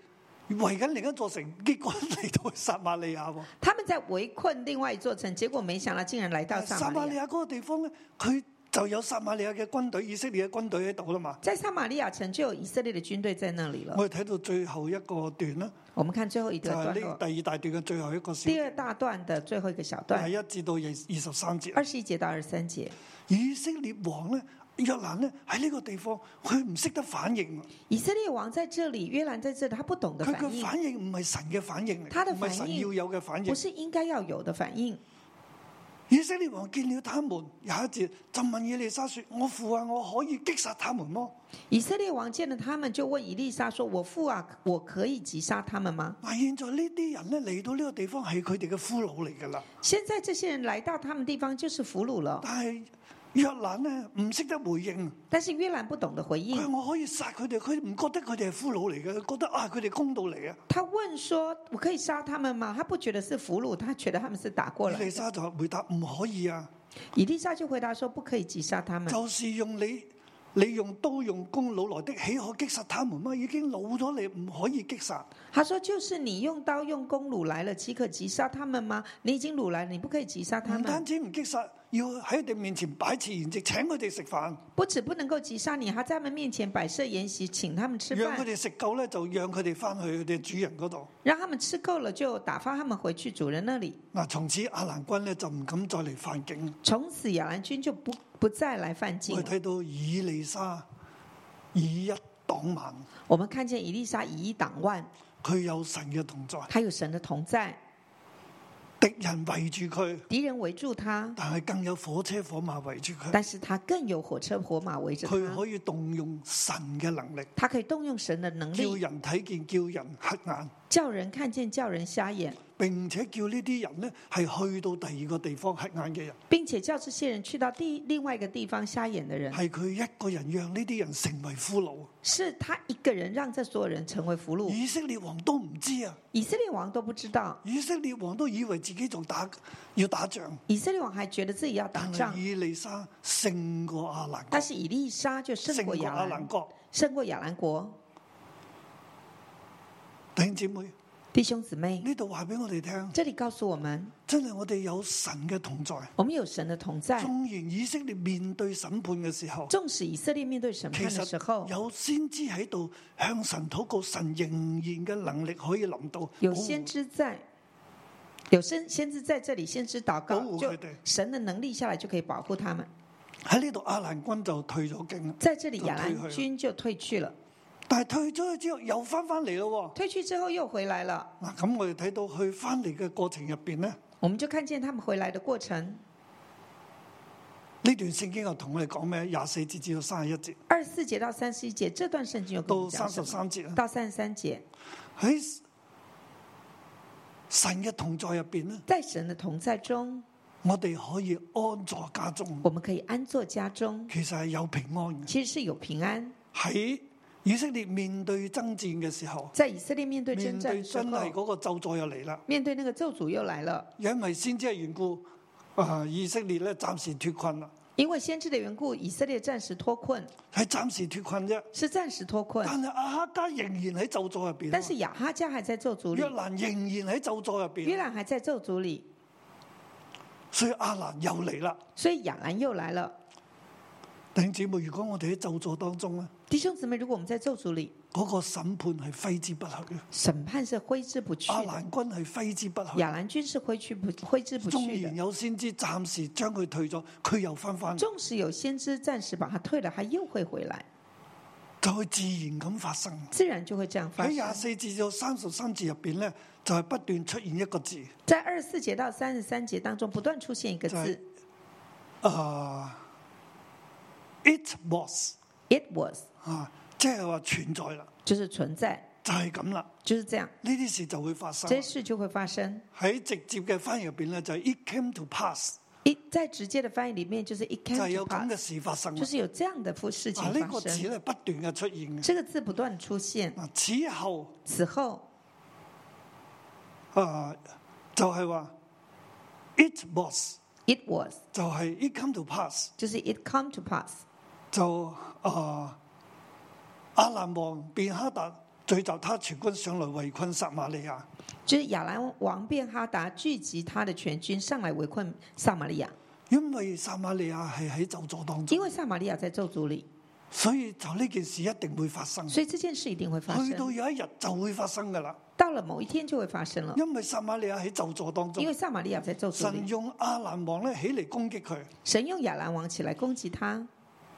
[SPEAKER 2] 圍緊另一座城，結果嚟到撒瑪利亞喎。
[SPEAKER 3] 他们在围困另外一座城，结果没想到竟然来到
[SPEAKER 2] 但
[SPEAKER 3] 撒
[SPEAKER 2] 撒
[SPEAKER 3] 玛
[SPEAKER 2] 瑪
[SPEAKER 3] 利
[SPEAKER 2] 利
[SPEAKER 3] 亚。
[SPEAKER 2] 亞嗰個地方咧，佢就有撒瑪利亞嘅軍隊、以色列嘅軍隊喺度啦嘛。
[SPEAKER 3] 在撒玛利亚城就有以色列的军队在那里了。
[SPEAKER 2] 我哋睇到最後一個段啦，
[SPEAKER 3] 我们看最后一
[SPEAKER 2] 就
[SPEAKER 3] 个
[SPEAKER 2] 係
[SPEAKER 3] 啊段
[SPEAKER 2] 呢
[SPEAKER 3] 落，
[SPEAKER 2] 第二大段嘅最後一個小
[SPEAKER 3] 第二大段的最后一个小段
[SPEAKER 2] 第，一至到二二十三節。
[SPEAKER 3] 二十一节到二十三节。
[SPEAKER 2] 以色列王咧，約蘭咧喺呢個地方，佢唔識得反應，啊
[SPEAKER 3] 以色列王在这里，约兰在这里，他不懂得
[SPEAKER 2] 佢嘅
[SPEAKER 3] 反应，
[SPEAKER 2] 反應唔係神嘅反應嚟，
[SPEAKER 3] 他的
[SPEAKER 2] 唔係
[SPEAKER 3] 反
[SPEAKER 2] 神
[SPEAKER 3] 應
[SPEAKER 2] 要有嘅反應
[SPEAKER 3] 不。是应该要有的反应。
[SPEAKER 2] 以色列王見了他們，有一節就問以利沙說：我父啊，我可以擊殺他們麼？
[SPEAKER 3] 以色列王见了他们，就问以利沙说：“我父啊，我可以击杀他们吗
[SPEAKER 2] 嗱，現在呢啲人咧嚟到呢個地方係佢哋嘅俘虜嚟㗎啦，？”
[SPEAKER 3] 现在这些人来到他们地方就是俘虜了，
[SPEAKER 2] 但係約蘭咧唔識得回應，
[SPEAKER 3] 但是约兰不懂得回
[SPEAKER 2] 佢話
[SPEAKER 3] 应。
[SPEAKER 2] 我可以殺佢哋，佢唔覺得佢哋係俘虜嚟嘅，佢覺得啊佢哋公道嚟啊。
[SPEAKER 3] 他问说：“我可以杀他们吗？”他不觉得是俘虜，他觉得他们是打过
[SPEAKER 2] 以利
[SPEAKER 3] 来。
[SPEAKER 2] 沙就回答唔可以啊。
[SPEAKER 3] 以利沙就回答说：“不可以击杀他们。
[SPEAKER 2] 就是用你，你用刀用弓老來的，岂可擊殺他們嗎？已經老咗，你唔可以擊殺。”
[SPEAKER 3] 他说：“就是你用刀用弓掳来了，岂可击杀他们吗？你已经掳来了，你不可以击杀他
[SPEAKER 2] 唔
[SPEAKER 3] 们。”
[SPEAKER 2] 單止唔擊殺，要喺佢哋面前擺設筵席，請佢哋食飯，
[SPEAKER 3] 不止不能够击杀你，还在他们面前摆设筵席，请他们吃
[SPEAKER 2] 讓佢
[SPEAKER 3] 饭，
[SPEAKER 2] 哋食夠咧，就讓佢哋翻去佢哋主人嗰度。
[SPEAKER 3] 让他们吃够了就打发他们回去主人那里。
[SPEAKER 2] 嗱，從此阿蘭軍呢就唔敢再嚟犯境。
[SPEAKER 3] 从此亚兰军就不不再来犯境
[SPEAKER 2] 我
[SPEAKER 3] 了。
[SPEAKER 2] 睇到以利沙以一擋萬，
[SPEAKER 3] 我们看见以利沙以一挡万，
[SPEAKER 2] 佢有神嘅同在。
[SPEAKER 3] 他有神的同在。
[SPEAKER 2] 敵人圍住佢，
[SPEAKER 3] 敌人围住他，
[SPEAKER 2] 但係更有火車火馬圍住佢。
[SPEAKER 3] 但是他更有火车火马围着
[SPEAKER 2] 佢
[SPEAKER 3] 他，
[SPEAKER 2] 可以動用神嘅能力，
[SPEAKER 3] 他可以动用神的能
[SPEAKER 2] 叫
[SPEAKER 3] 力，
[SPEAKER 2] 人睇見，叫人黑眼，
[SPEAKER 3] 叫人看见，叫人瞎眼，
[SPEAKER 2] 並且叫呢啲人呢係去到第二個地方黑眼嘅人，
[SPEAKER 3] 并且叫这些人去到第另外一个地方瞎眼的人，哦
[SPEAKER 2] 係佢一個人讓呢啲人成為俘虜。
[SPEAKER 3] 是他一个人让这所有人成为俘虏。
[SPEAKER 2] 以色列王都唔知啊！
[SPEAKER 3] 以色列王都不知道，
[SPEAKER 2] 以色列王都以為自己仲打要打仗，
[SPEAKER 3] 以色列王还觉得自己要打
[SPEAKER 2] 但係
[SPEAKER 3] 仗，
[SPEAKER 2] 以利沙勝過亞蘭國
[SPEAKER 3] 但，是以利沙就胜
[SPEAKER 2] 勝
[SPEAKER 3] 过
[SPEAKER 2] 過
[SPEAKER 3] 亚
[SPEAKER 2] 亞
[SPEAKER 3] 兰
[SPEAKER 2] 蘭，國。
[SPEAKER 3] 胜过亚兰国。
[SPEAKER 2] 弟兄姊妹，
[SPEAKER 3] 弟兄姊妹，
[SPEAKER 2] 呢度話俾我哋聽，
[SPEAKER 3] 这里告诉我们，
[SPEAKER 2] 真係我哋有神嘅同在。
[SPEAKER 3] 我们有神的同在。
[SPEAKER 2] 縱然以色列面對審判嘅時候，
[SPEAKER 3] 纵使以色列面对审
[SPEAKER 2] 其
[SPEAKER 3] 判的时候
[SPEAKER 2] 實，有先知喺度向神禱告，神仍然嘅能力可以臨到，
[SPEAKER 3] 有
[SPEAKER 2] 保護
[SPEAKER 3] 先知在，有先先知在这里，先知祷
[SPEAKER 2] 保
[SPEAKER 3] 告，
[SPEAKER 2] 护
[SPEAKER 3] 就
[SPEAKER 2] 佢哋
[SPEAKER 3] 神的能力下来就可以保护他们。
[SPEAKER 2] 哦喺呢度亞蘭軍就退咗境啦。
[SPEAKER 3] 在这里，
[SPEAKER 2] 就
[SPEAKER 3] 亚
[SPEAKER 2] 退去
[SPEAKER 3] 兰
[SPEAKER 2] 了
[SPEAKER 3] 军就退去了，
[SPEAKER 2] 但係退咗去之後又翻翻嚟咯
[SPEAKER 3] 退去之后又回来了。
[SPEAKER 2] 喎。嗱，咁我哋睇到佢翻嚟嘅過程入邊呢，
[SPEAKER 3] 我们就看见他们回来的过程。
[SPEAKER 2] 呢段聖經又同我哋講咩？廿四節至到三十一節
[SPEAKER 3] 二十四节到三十一节这段圣经有跟
[SPEAKER 2] 到
[SPEAKER 3] 我们
[SPEAKER 2] 三
[SPEAKER 3] 讲什
[SPEAKER 2] 十
[SPEAKER 3] 么？
[SPEAKER 2] 三節啊，
[SPEAKER 3] 到三十三节，
[SPEAKER 2] 喺神嘅同在入邊呢，
[SPEAKER 3] 在神的同在中，
[SPEAKER 2] 我哋可以安坐家中，
[SPEAKER 3] 我们可以安坐家中，
[SPEAKER 2] 其實係有平安嘅。
[SPEAKER 3] 其实是有平安。
[SPEAKER 2] 喺以色列面對爭戰嘅時候，
[SPEAKER 3] 在以色列面对征
[SPEAKER 2] 面對
[SPEAKER 3] 战之
[SPEAKER 2] 真係
[SPEAKER 3] 后，
[SPEAKER 2] 嗰個咒詛又嚟啦，
[SPEAKER 3] 面对那个咒诅又来了，
[SPEAKER 2] 因為先知嘅緣故，啊、以色列咧暫時脱困啦，
[SPEAKER 3] 因为先知的缘故，以色列暂时脱困，
[SPEAKER 2] 係暫時脱困啫。
[SPEAKER 3] 是暂时脱困，
[SPEAKER 2] 但係阿哈家仍然喺咒詛入边
[SPEAKER 3] 但，是亚哈家还在咒诅里
[SPEAKER 2] 約，蘭仍然喺咒詛入
[SPEAKER 3] 约
[SPEAKER 2] 边，
[SPEAKER 3] 兰还在咒诅里，
[SPEAKER 2] 所以阿蘭又嚟啦。
[SPEAKER 3] 所以亚兰又来了。
[SPEAKER 2] 弟兄姊妹，如果我哋喺咒詛當中咧，
[SPEAKER 3] 弟兄姊妹，如果我们在咒诅里，
[SPEAKER 2] 嗰、個審判係揮之不去嘅，
[SPEAKER 3] 审判是挥之不去
[SPEAKER 2] 阿
[SPEAKER 3] 的，
[SPEAKER 2] 蘭軍係揮之不去。
[SPEAKER 3] 亚兰军是挥去不挥之不去
[SPEAKER 2] 縱
[SPEAKER 3] 的
[SPEAKER 2] 然。有先知暫時將佢退咗，佢又翻翻，就
[SPEAKER 3] 纵使有先知暂时把他退了，他又会回来，
[SPEAKER 2] 會自然咁發生。
[SPEAKER 3] 自然就会这样发
[SPEAKER 2] 喺廿
[SPEAKER 3] 生。
[SPEAKER 2] 四至到三十三字入邊咧，就係、不斷出現一個字，
[SPEAKER 3] 在二十四节到三十三节当中，不断出现一个
[SPEAKER 2] 在
[SPEAKER 3] 字
[SPEAKER 2] 啊、i t was
[SPEAKER 3] ，it was，
[SPEAKER 2] 啊，即係話存在啦，
[SPEAKER 3] 就是存在，
[SPEAKER 2] 就係咁啦，
[SPEAKER 3] 就是这样，
[SPEAKER 2] 呢啲事就會發生
[SPEAKER 3] 这
[SPEAKER 2] 啦。
[SPEAKER 3] 些事就会发生。
[SPEAKER 2] 喺直接嘅翻譯入邊咧，就係、it came to pass，
[SPEAKER 3] 一在直接的翻译里面，就是 it
[SPEAKER 2] 就係
[SPEAKER 3] came to
[SPEAKER 2] 有咁
[SPEAKER 3] pass，
[SPEAKER 2] 嘅事發生啦
[SPEAKER 3] 就。是有这样的事情
[SPEAKER 2] 啊，呢、個
[SPEAKER 3] 发
[SPEAKER 2] 字
[SPEAKER 3] 生。
[SPEAKER 2] 咧不斷嘅出現嘅。
[SPEAKER 3] 这个字不断出现，
[SPEAKER 2] 嗱，此後
[SPEAKER 3] 此后
[SPEAKER 2] 啊，就係、話 it was，
[SPEAKER 3] it was，
[SPEAKER 2] 就係 it came to pass，
[SPEAKER 3] 就是 it come to pass，
[SPEAKER 2] 就啊、阿蘭王便哈達聚集他全軍上來圍困撒瑪利亞。
[SPEAKER 3] 就是亚兰王便哈达聚集他的全军上来围困撒玛利亚，
[SPEAKER 2] 因為撒瑪利亞係喺咒詛當
[SPEAKER 3] 因
[SPEAKER 2] 中，
[SPEAKER 3] 为撒玛利亚在咒诅里，
[SPEAKER 2] 所以就呢件事一定會發生。
[SPEAKER 3] 所以这件事一定会发
[SPEAKER 2] 去到
[SPEAKER 3] 生。
[SPEAKER 2] 有一日就會發生噶啦，
[SPEAKER 3] 到了某一天就会发生了，
[SPEAKER 2] 因為撒瑪利亞喺咒詛當
[SPEAKER 3] 哦因
[SPEAKER 2] 中
[SPEAKER 3] 为，撒玛利亚在咒诅
[SPEAKER 2] 神
[SPEAKER 3] 里，
[SPEAKER 2] 用阿蘭王咧起嚟攻擊佢，
[SPEAKER 3] 神用亚兰王起来攻击他，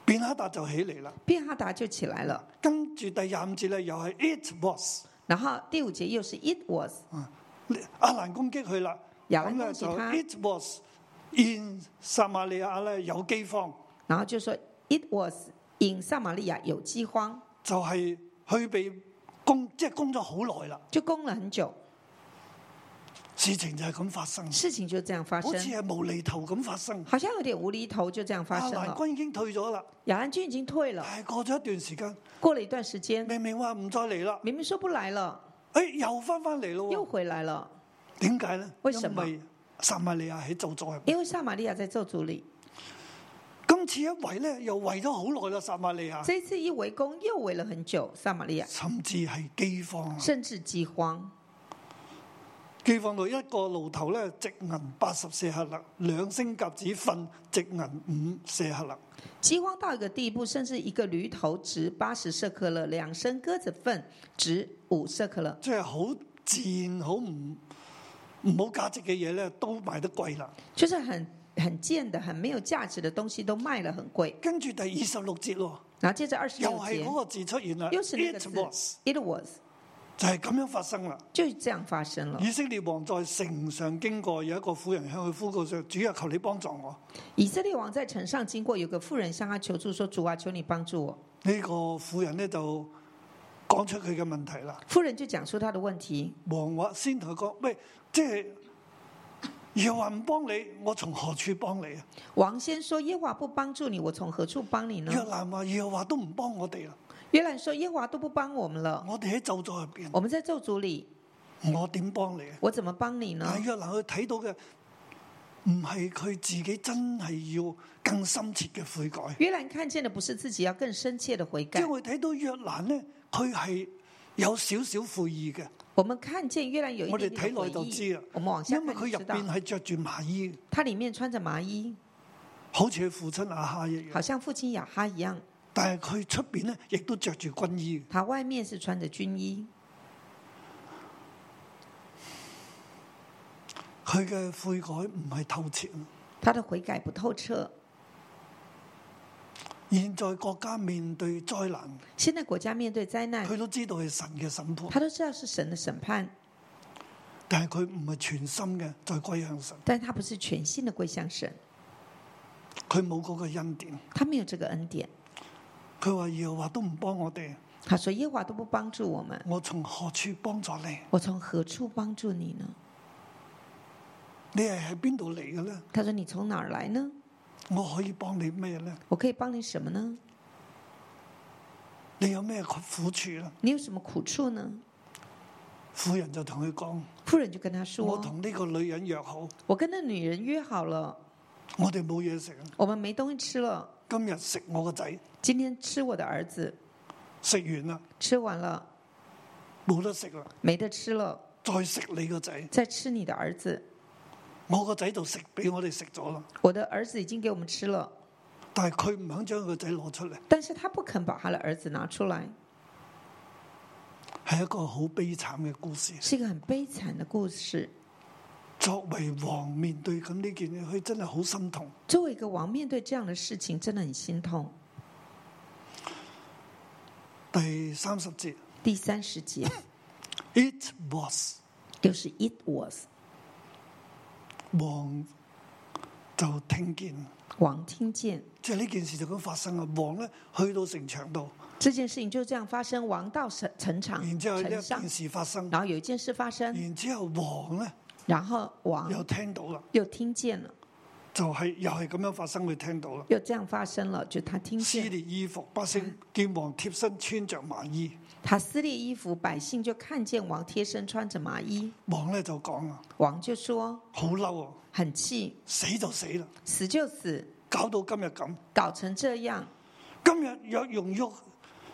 [SPEAKER 2] 便哈達就起嚟啦。
[SPEAKER 3] 便哈达就起来了。
[SPEAKER 2] 跟住第廿五節咧，又係 it was
[SPEAKER 3] 然后第五节又是 it was，
[SPEAKER 2] 阿蘭攻擊佢啦，
[SPEAKER 3] 亞蘭
[SPEAKER 2] 咁咧
[SPEAKER 3] 攻擊
[SPEAKER 2] 就
[SPEAKER 3] 他
[SPEAKER 2] it was in 撒瑪利亞咧有饑荒，
[SPEAKER 3] 然后就说 it was in 撒玛利亚有饥荒，
[SPEAKER 2] 就係佢被攻，即係攻咗好耐啦。
[SPEAKER 3] 就攻了很久，
[SPEAKER 2] 事情就係咁發生，
[SPEAKER 3] 事情就这样发
[SPEAKER 2] 好似
[SPEAKER 3] 生，
[SPEAKER 2] 係無厘頭咁發生。
[SPEAKER 3] 好像有点无厘头，就这样发
[SPEAKER 2] 阿
[SPEAKER 3] 生
[SPEAKER 2] 蘭
[SPEAKER 3] 了。
[SPEAKER 2] 軍已經退咗啦。
[SPEAKER 3] 亚兰军已经退了，
[SPEAKER 2] 但係過咗一段時間，
[SPEAKER 3] 过了一段时间，
[SPEAKER 2] 明明話唔再嚟啦，
[SPEAKER 3] 明明说不来了，
[SPEAKER 2] 诶、又翻翻嚟
[SPEAKER 3] 又
[SPEAKER 2] 咯
[SPEAKER 3] 回来了，
[SPEAKER 2] 喎。點解呢？
[SPEAKER 3] 為什
[SPEAKER 2] 因
[SPEAKER 3] 麼
[SPEAKER 2] 為撒瑪利亞喺咒詛入邊，
[SPEAKER 3] 因为撒玛利亚在咒诅里，
[SPEAKER 2] 今次一圍呢，又圍咗好耐啦。撒瑪利亞
[SPEAKER 3] 这一次一围攻又围了很久，撒玛利亚
[SPEAKER 2] 甚至係饑荒啊，
[SPEAKER 3] 甚至饥荒，
[SPEAKER 2] 饑荒到一個爐頭呢，值銀八十舍客勒，兩升鴿子份值銀五舍客勒。
[SPEAKER 3] 饥荒到一个地步，甚至一个驴头值八十舍克勒，两升鸽子粪值五舍克勒，
[SPEAKER 2] 即係好賤、好唔唔好價值嘅嘢呢，都賣得貴啦。
[SPEAKER 3] 就是很很贱的、很没有价值的东西都卖了很贵。
[SPEAKER 2] 跟住第二十六節喎，
[SPEAKER 3] 然后接着二十
[SPEAKER 2] 又
[SPEAKER 3] 六
[SPEAKER 2] 係
[SPEAKER 3] 节
[SPEAKER 2] 嗰個字出現啦
[SPEAKER 3] 又是那个
[SPEAKER 2] ，it
[SPEAKER 3] 字
[SPEAKER 2] was
[SPEAKER 3] ，it was
[SPEAKER 2] 就係咁樣發生啦。
[SPEAKER 3] 就这样发生了。
[SPEAKER 2] 以色列王在城上經過，有一個婦人向佢呼告上：主啊，求你幫助我。
[SPEAKER 3] 以色列王在城上经过，有个妇人向他求助说：“主啊，求你帮助我。
[SPEAKER 2] 呢、個婦人呢，就講出佢嘅問題啦。”
[SPEAKER 3] 妇人就讲出他的问题。
[SPEAKER 2] 王話先同佢講：喂，即係耶和華唔幫你，我從何處幫你啊？
[SPEAKER 3] 王先说：“耶和华不帮助你，我从何处帮你呢
[SPEAKER 2] 約蘭話：耶和華都唔幫我哋啦，？”
[SPEAKER 3] 约兰说：“耶和华都不帮我们了，
[SPEAKER 2] 我哋喺咒詛入边，
[SPEAKER 3] 我们在咒诅里，
[SPEAKER 2] 我點幫你啊？
[SPEAKER 3] 我怎么帮你呢
[SPEAKER 2] 但係約蘭佢睇到嘅唔係佢自己真係要更深切嘅悔改？”，
[SPEAKER 3] 约兰看见的不是自己，要更深切的悔
[SPEAKER 2] 即
[SPEAKER 3] 改
[SPEAKER 2] 係。我哋睇到約蘭呢，佢係有少少悔意嘅，
[SPEAKER 3] 我们看见约兰有一
[SPEAKER 2] 我哋
[SPEAKER 3] 点
[SPEAKER 2] 睇
[SPEAKER 3] 点的
[SPEAKER 2] 耐就
[SPEAKER 3] 回
[SPEAKER 2] 知
[SPEAKER 3] 忆
[SPEAKER 2] 啦，
[SPEAKER 3] 我们往下
[SPEAKER 2] 因為
[SPEAKER 3] 看
[SPEAKER 2] 佢
[SPEAKER 3] 就
[SPEAKER 2] 入
[SPEAKER 3] 知道
[SPEAKER 2] 邊，係着住麻衣，
[SPEAKER 3] 它里面穿着麻衣，
[SPEAKER 2] 好似佢父親阿哈一
[SPEAKER 3] 好
[SPEAKER 2] 樣。
[SPEAKER 3] 像父亲雅哈一样，
[SPEAKER 2] 但係佢出邊呢，亦都着住軍衣。
[SPEAKER 3] 他外面是穿着军衣。
[SPEAKER 2] 佢嘅悔改唔係透徹。
[SPEAKER 3] 他的悔改不透彻。
[SPEAKER 2] 現在國家面對災難，
[SPEAKER 3] 现在国家面对灾难，
[SPEAKER 2] 佢都知道係神嘅審判，
[SPEAKER 3] 他都知道是神的审判，
[SPEAKER 2] 但係佢唔係全心嘅再歸向神，
[SPEAKER 3] 但他不是全心的归向神，
[SPEAKER 2] 佢冇嗰個恩典。
[SPEAKER 3] 他没有这个恩典。
[SPEAKER 2] 佢話耶和華都唔幫我哋，
[SPEAKER 3] 他说：“耶和华都不帮助我们，
[SPEAKER 2] 我從何處幫助你？
[SPEAKER 3] 我从何处帮助你呢
[SPEAKER 2] 你係喺邊度嚟嘅呢？？”
[SPEAKER 3] 他说：“你从哪儿来呢？
[SPEAKER 2] 我可以幫你咩呢？
[SPEAKER 3] 我可以帮你什么呢？
[SPEAKER 2] 你有咩苦處呢？
[SPEAKER 3] 你有什么苦处呢
[SPEAKER 2] 婦人就同佢講：？”
[SPEAKER 3] 妇人就跟他
[SPEAKER 2] 我
[SPEAKER 3] 说
[SPEAKER 2] 同呢個女人約好，：“
[SPEAKER 3] 我跟那女人约好了，
[SPEAKER 2] 我哋冇嘢食，
[SPEAKER 3] 我们没东西吃了，
[SPEAKER 2] 今日食我個仔，
[SPEAKER 3] 今天吃我的儿子，
[SPEAKER 2] 食完啦，
[SPEAKER 3] 吃完了
[SPEAKER 2] 冇得食啦，
[SPEAKER 3] 没得吃了，
[SPEAKER 2] 再食你個仔，
[SPEAKER 3] 再吃你的儿子。
[SPEAKER 2] 我個仔就食俾我哋食咗啦。
[SPEAKER 3] 我的儿子已经给我们吃了，
[SPEAKER 2] 但係佢唔肯將佢個仔攞出嚟，
[SPEAKER 3] 但是他不肯把他的儿子拿出来，
[SPEAKER 2] 係一個好悲慘嘅故事。
[SPEAKER 3] 是一个很悲惨的故事。
[SPEAKER 2] 作為王面對咁呢件嘢，佢真係好心痛。
[SPEAKER 3] 作为一个王，面对这样的事情真的很心痛。
[SPEAKER 2] 第三十節
[SPEAKER 3] 第三十节
[SPEAKER 2] ，It was
[SPEAKER 3] 就是 “it was”，
[SPEAKER 2] 王就聽見，
[SPEAKER 3] 王听见
[SPEAKER 2] 即係呢件事就咁發生啦。王咧去到城牆度，
[SPEAKER 3] 这件事情就这样发生。王到城城场
[SPEAKER 2] 然之後呢一
[SPEAKER 3] 城上
[SPEAKER 2] 件，事發生，
[SPEAKER 3] 然后有一件事发生，
[SPEAKER 2] 然之後王咧
[SPEAKER 3] 然后
[SPEAKER 2] 又
[SPEAKER 3] 王
[SPEAKER 2] 聽到啦，
[SPEAKER 3] 又聽見了，
[SPEAKER 2] 就係、又係咁樣發生，佢聽到啦。
[SPEAKER 3] 又这样发生了，就他听
[SPEAKER 2] 撕
[SPEAKER 3] 见。
[SPEAKER 2] 裂衣服，百姓見王貼身穿着麻衣，
[SPEAKER 3] 他撕裂衣服，百姓就看见王贴身穿着麻衣。
[SPEAKER 2] 王咧就講啊，
[SPEAKER 3] 王就说
[SPEAKER 2] 好嬲啊，
[SPEAKER 3] 很气，
[SPEAKER 2] 死就死啦，
[SPEAKER 3] 死就死，
[SPEAKER 2] 搞到今日咁。
[SPEAKER 3] 搞成这样。
[SPEAKER 2] 今日若容辱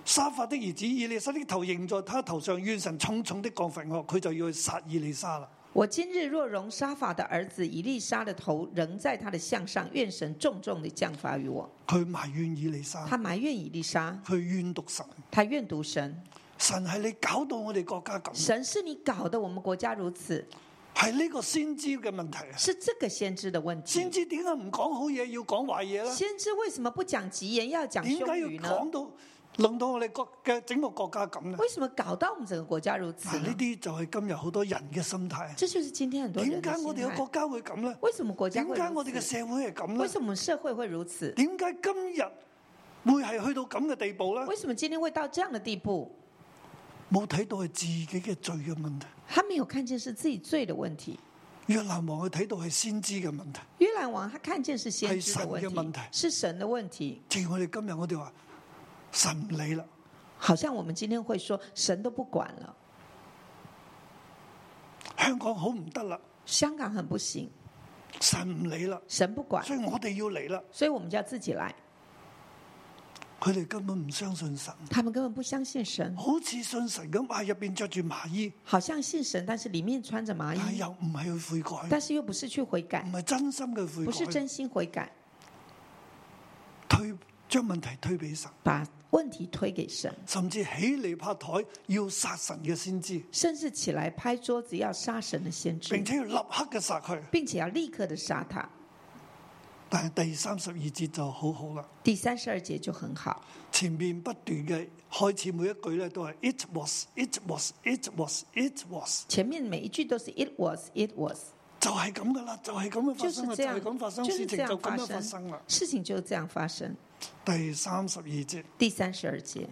[SPEAKER 2] 沙法的兒子以利沙的頭仍在他頭上，願神重重的降罰我，佢就要去殺以利沙啦。
[SPEAKER 3] 我今日若容沙法的儿子以利沙的头仍在他的项上，愿神重重的降罚于我。
[SPEAKER 2] 佢埋怨以利沙，
[SPEAKER 3] 他埋怨以利沙，
[SPEAKER 2] 佢怨毒神，
[SPEAKER 3] 他怨毒神，
[SPEAKER 2] 神係你搞到我哋國家咁，
[SPEAKER 3] 神是你搞得我们国家如此，
[SPEAKER 2] 係呢個先知嘅問題啊！
[SPEAKER 3] 是这个先知的问
[SPEAKER 2] 先
[SPEAKER 3] 题。
[SPEAKER 2] 知點解唔講好嘢，要講壞嘢呢？
[SPEAKER 3] 先知为什么不讲吉言，要讲
[SPEAKER 2] 點解
[SPEAKER 3] 凶
[SPEAKER 2] 要
[SPEAKER 3] 语呢？
[SPEAKER 2] 講到令到我哋國嘅整個國家咁呢？
[SPEAKER 3] 为什么搞到我们整个国家如此
[SPEAKER 2] 嗱，呢
[SPEAKER 3] 呢？
[SPEAKER 2] 啲就係今日好多人嘅心態。啊
[SPEAKER 3] 这就是今天很多人
[SPEAKER 2] 點
[SPEAKER 3] 的
[SPEAKER 2] 解我
[SPEAKER 3] 心
[SPEAKER 2] 哋嘅國
[SPEAKER 3] 态。
[SPEAKER 2] 家會咁呢？
[SPEAKER 3] 为什么国家
[SPEAKER 2] 點
[SPEAKER 3] 会
[SPEAKER 2] 解我
[SPEAKER 3] 如
[SPEAKER 2] 哋嘅啊
[SPEAKER 3] 此？
[SPEAKER 2] 社會係咁
[SPEAKER 3] 为
[SPEAKER 2] 呢？
[SPEAKER 3] 什么我们社会会如此？
[SPEAKER 2] 點解今日會係去到咁嘅地步呢？
[SPEAKER 3] 为什么今天会到这样的地步？
[SPEAKER 2] 冇睇到係自己嘅罪嘅問題。
[SPEAKER 3] 他没有看见是自己罪的问题。
[SPEAKER 2] 約蘭王佢睇到係先知嘅問題。
[SPEAKER 3] 约兰王他看见是先知的
[SPEAKER 2] 是神的问
[SPEAKER 3] 问
[SPEAKER 2] 题
[SPEAKER 3] 题，是神的问题。
[SPEAKER 2] 正如我哋今日我哋話神唔理啦，
[SPEAKER 3] 好像我们今天会说神都不管了，
[SPEAKER 2] 香港好唔得啦，
[SPEAKER 3] 香港很不行，
[SPEAKER 2] 神唔理啦，
[SPEAKER 3] 神不管
[SPEAKER 2] 所，以我哋要嚟啦。
[SPEAKER 3] 所以我们就要自己来。
[SPEAKER 2] 佢哋根本唔相信神，
[SPEAKER 3] 他们根本不相信神，
[SPEAKER 2] 好似信神咁啊！入邊着住麻衣，
[SPEAKER 3] 好像信神，但是里面穿着麻
[SPEAKER 2] 但係
[SPEAKER 3] 衣，
[SPEAKER 2] 又唔係去悔改，
[SPEAKER 3] 但是又不是去悔
[SPEAKER 2] 唔
[SPEAKER 3] 改，
[SPEAKER 2] 係真心嘅悔
[SPEAKER 3] 不是
[SPEAKER 2] 改，
[SPEAKER 3] 真心悔改，
[SPEAKER 2] 推將問題推俾神，
[SPEAKER 3] 把问题推给神，
[SPEAKER 2] 甚至起嚟拍台要殺神嘅先知，
[SPEAKER 3] 甚至起来拍桌子要杀神的先知
[SPEAKER 2] 並，且要立刻嘅殺佢。
[SPEAKER 3] 并且要立刻的杀他。
[SPEAKER 2] 但係第三十二節就好好啦，
[SPEAKER 3] 第三十二节就很好，
[SPEAKER 2] 前面不斷嘅開始每一句咧都係 it was it was it was it was，
[SPEAKER 3] 前面每一句都是 it was it was，
[SPEAKER 2] 就係咁噶啦，就係咁樣發生啦，
[SPEAKER 3] 就是
[SPEAKER 2] 就
[SPEAKER 3] 這樣
[SPEAKER 2] 係咁發生，
[SPEAKER 3] 就是
[SPEAKER 2] 事情
[SPEAKER 3] 這樣
[SPEAKER 2] 就咁樣
[SPEAKER 3] 發
[SPEAKER 2] 發
[SPEAKER 3] 生
[SPEAKER 2] 生啦。
[SPEAKER 3] 事情就这样发生。
[SPEAKER 2] 第三十二節
[SPEAKER 3] 第三十二节